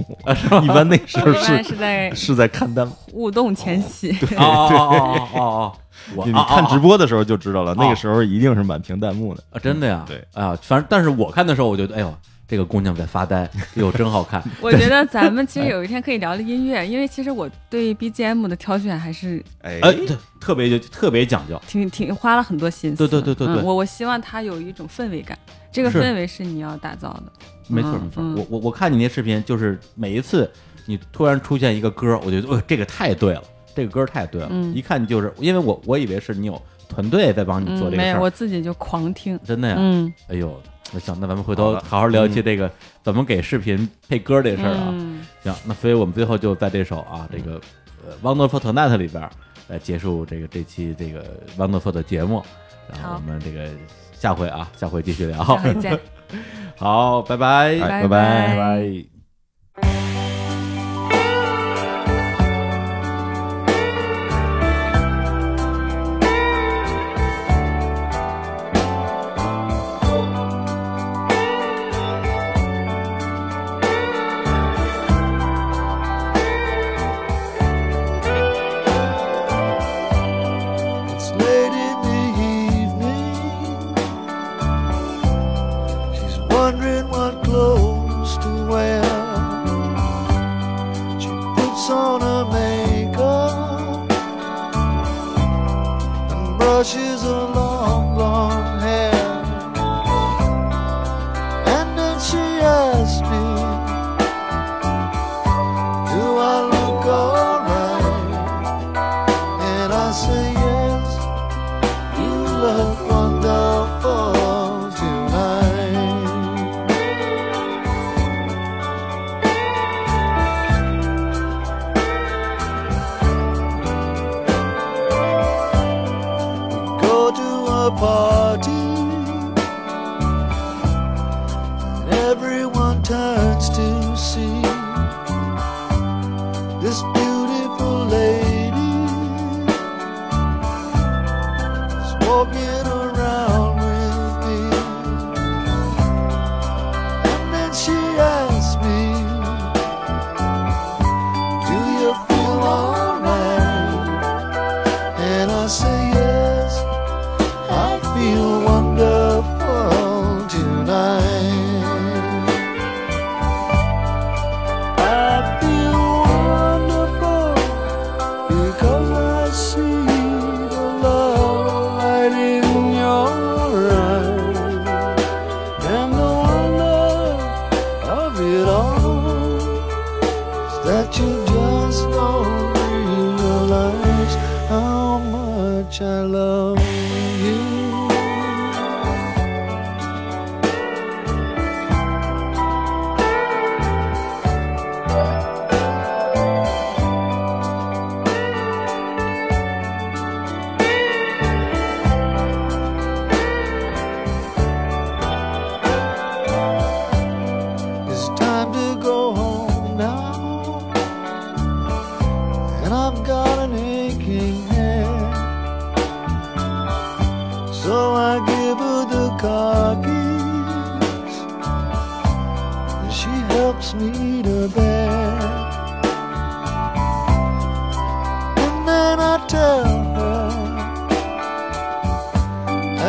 S2: 一般那时候
S3: 一
S2: 是
S3: 般是 在
S2: 是在看弹幕。
S3: 互动前夕，
S1: 哦哦哦哦哦，我
S2: 你
S1: 啊啊
S2: 看直播的时候就知道了，
S1: 哦
S2: 那个时候一定是满屏弹幕的。
S1: 啊，真的呀，
S2: 对
S1: 啊，反正但是我看的时候，我觉得，哎呦，这个姑娘在发呆，哎呦，真好看，
S3: 我觉得咱 们
S1: 嗯
S3: 其实有一天可以聊聊音乐，因为其实我对 BGM 的挑选还是
S2: 哎
S1: 哎，对，特别特别讲究，
S3: 挺挺花了很多心思。
S1: 对对对对对
S3: 嗯我我希望它有一种氛围感，这个
S1: 是
S3: 氛围是你要打造的。
S1: 没错
S3: 嗯
S1: 没错，
S3: 嗯
S1: 我我我看你那视频，就是每一次你突然出现一个歌，我觉得，哦，这个太对了，这个歌太对了，
S3: 嗯
S1: 一看就是，因为我我以为是你有团队在帮你做这个
S3: 嗯，没
S1: 事
S3: 有，
S1: 儿，
S3: 我自己就狂听。
S1: 真的呀，
S3: 嗯，
S1: 哎呦，那行，那咱们回头
S2: 好的
S1: 好好聊一期这个怎么给视频配歌这事儿啊。
S3: 嗯
S1: 行，那所以我们最后就在这首啊，这个呃《Wonderful Tonight》里边儿来结束这个这期这个 Wonderful 的节目，然后
S3: 好
S1: 我们这个下回啊，下回继续聊。
S3: 下回见。
S1: 好，拜 拜，
S2: 哎拜
S3: 拜
S1: 拜
S2: 拜
S1: 拜。
S4: It's late in the evening. She's wondering what clothes to wear. She puts on her makeup and brushes her long, long hair. And then she asks me, Do I look alright? And I say yes, you look wonderful tonight. We go to a party, and everyone turns to see this beautiful lady is walking around with me. And then she asks me, Do you feel alright? And I say, Yes, I feel wonderful tonight. I feel wonderful because I see the love light in your eyes and the wonder of it all is that you just don't realize how much I love you. It's time to go home now. And I've got an aching head. So I give her the car keys. And she helps me to bed. And then I tell her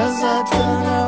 S4: as I turn Oh,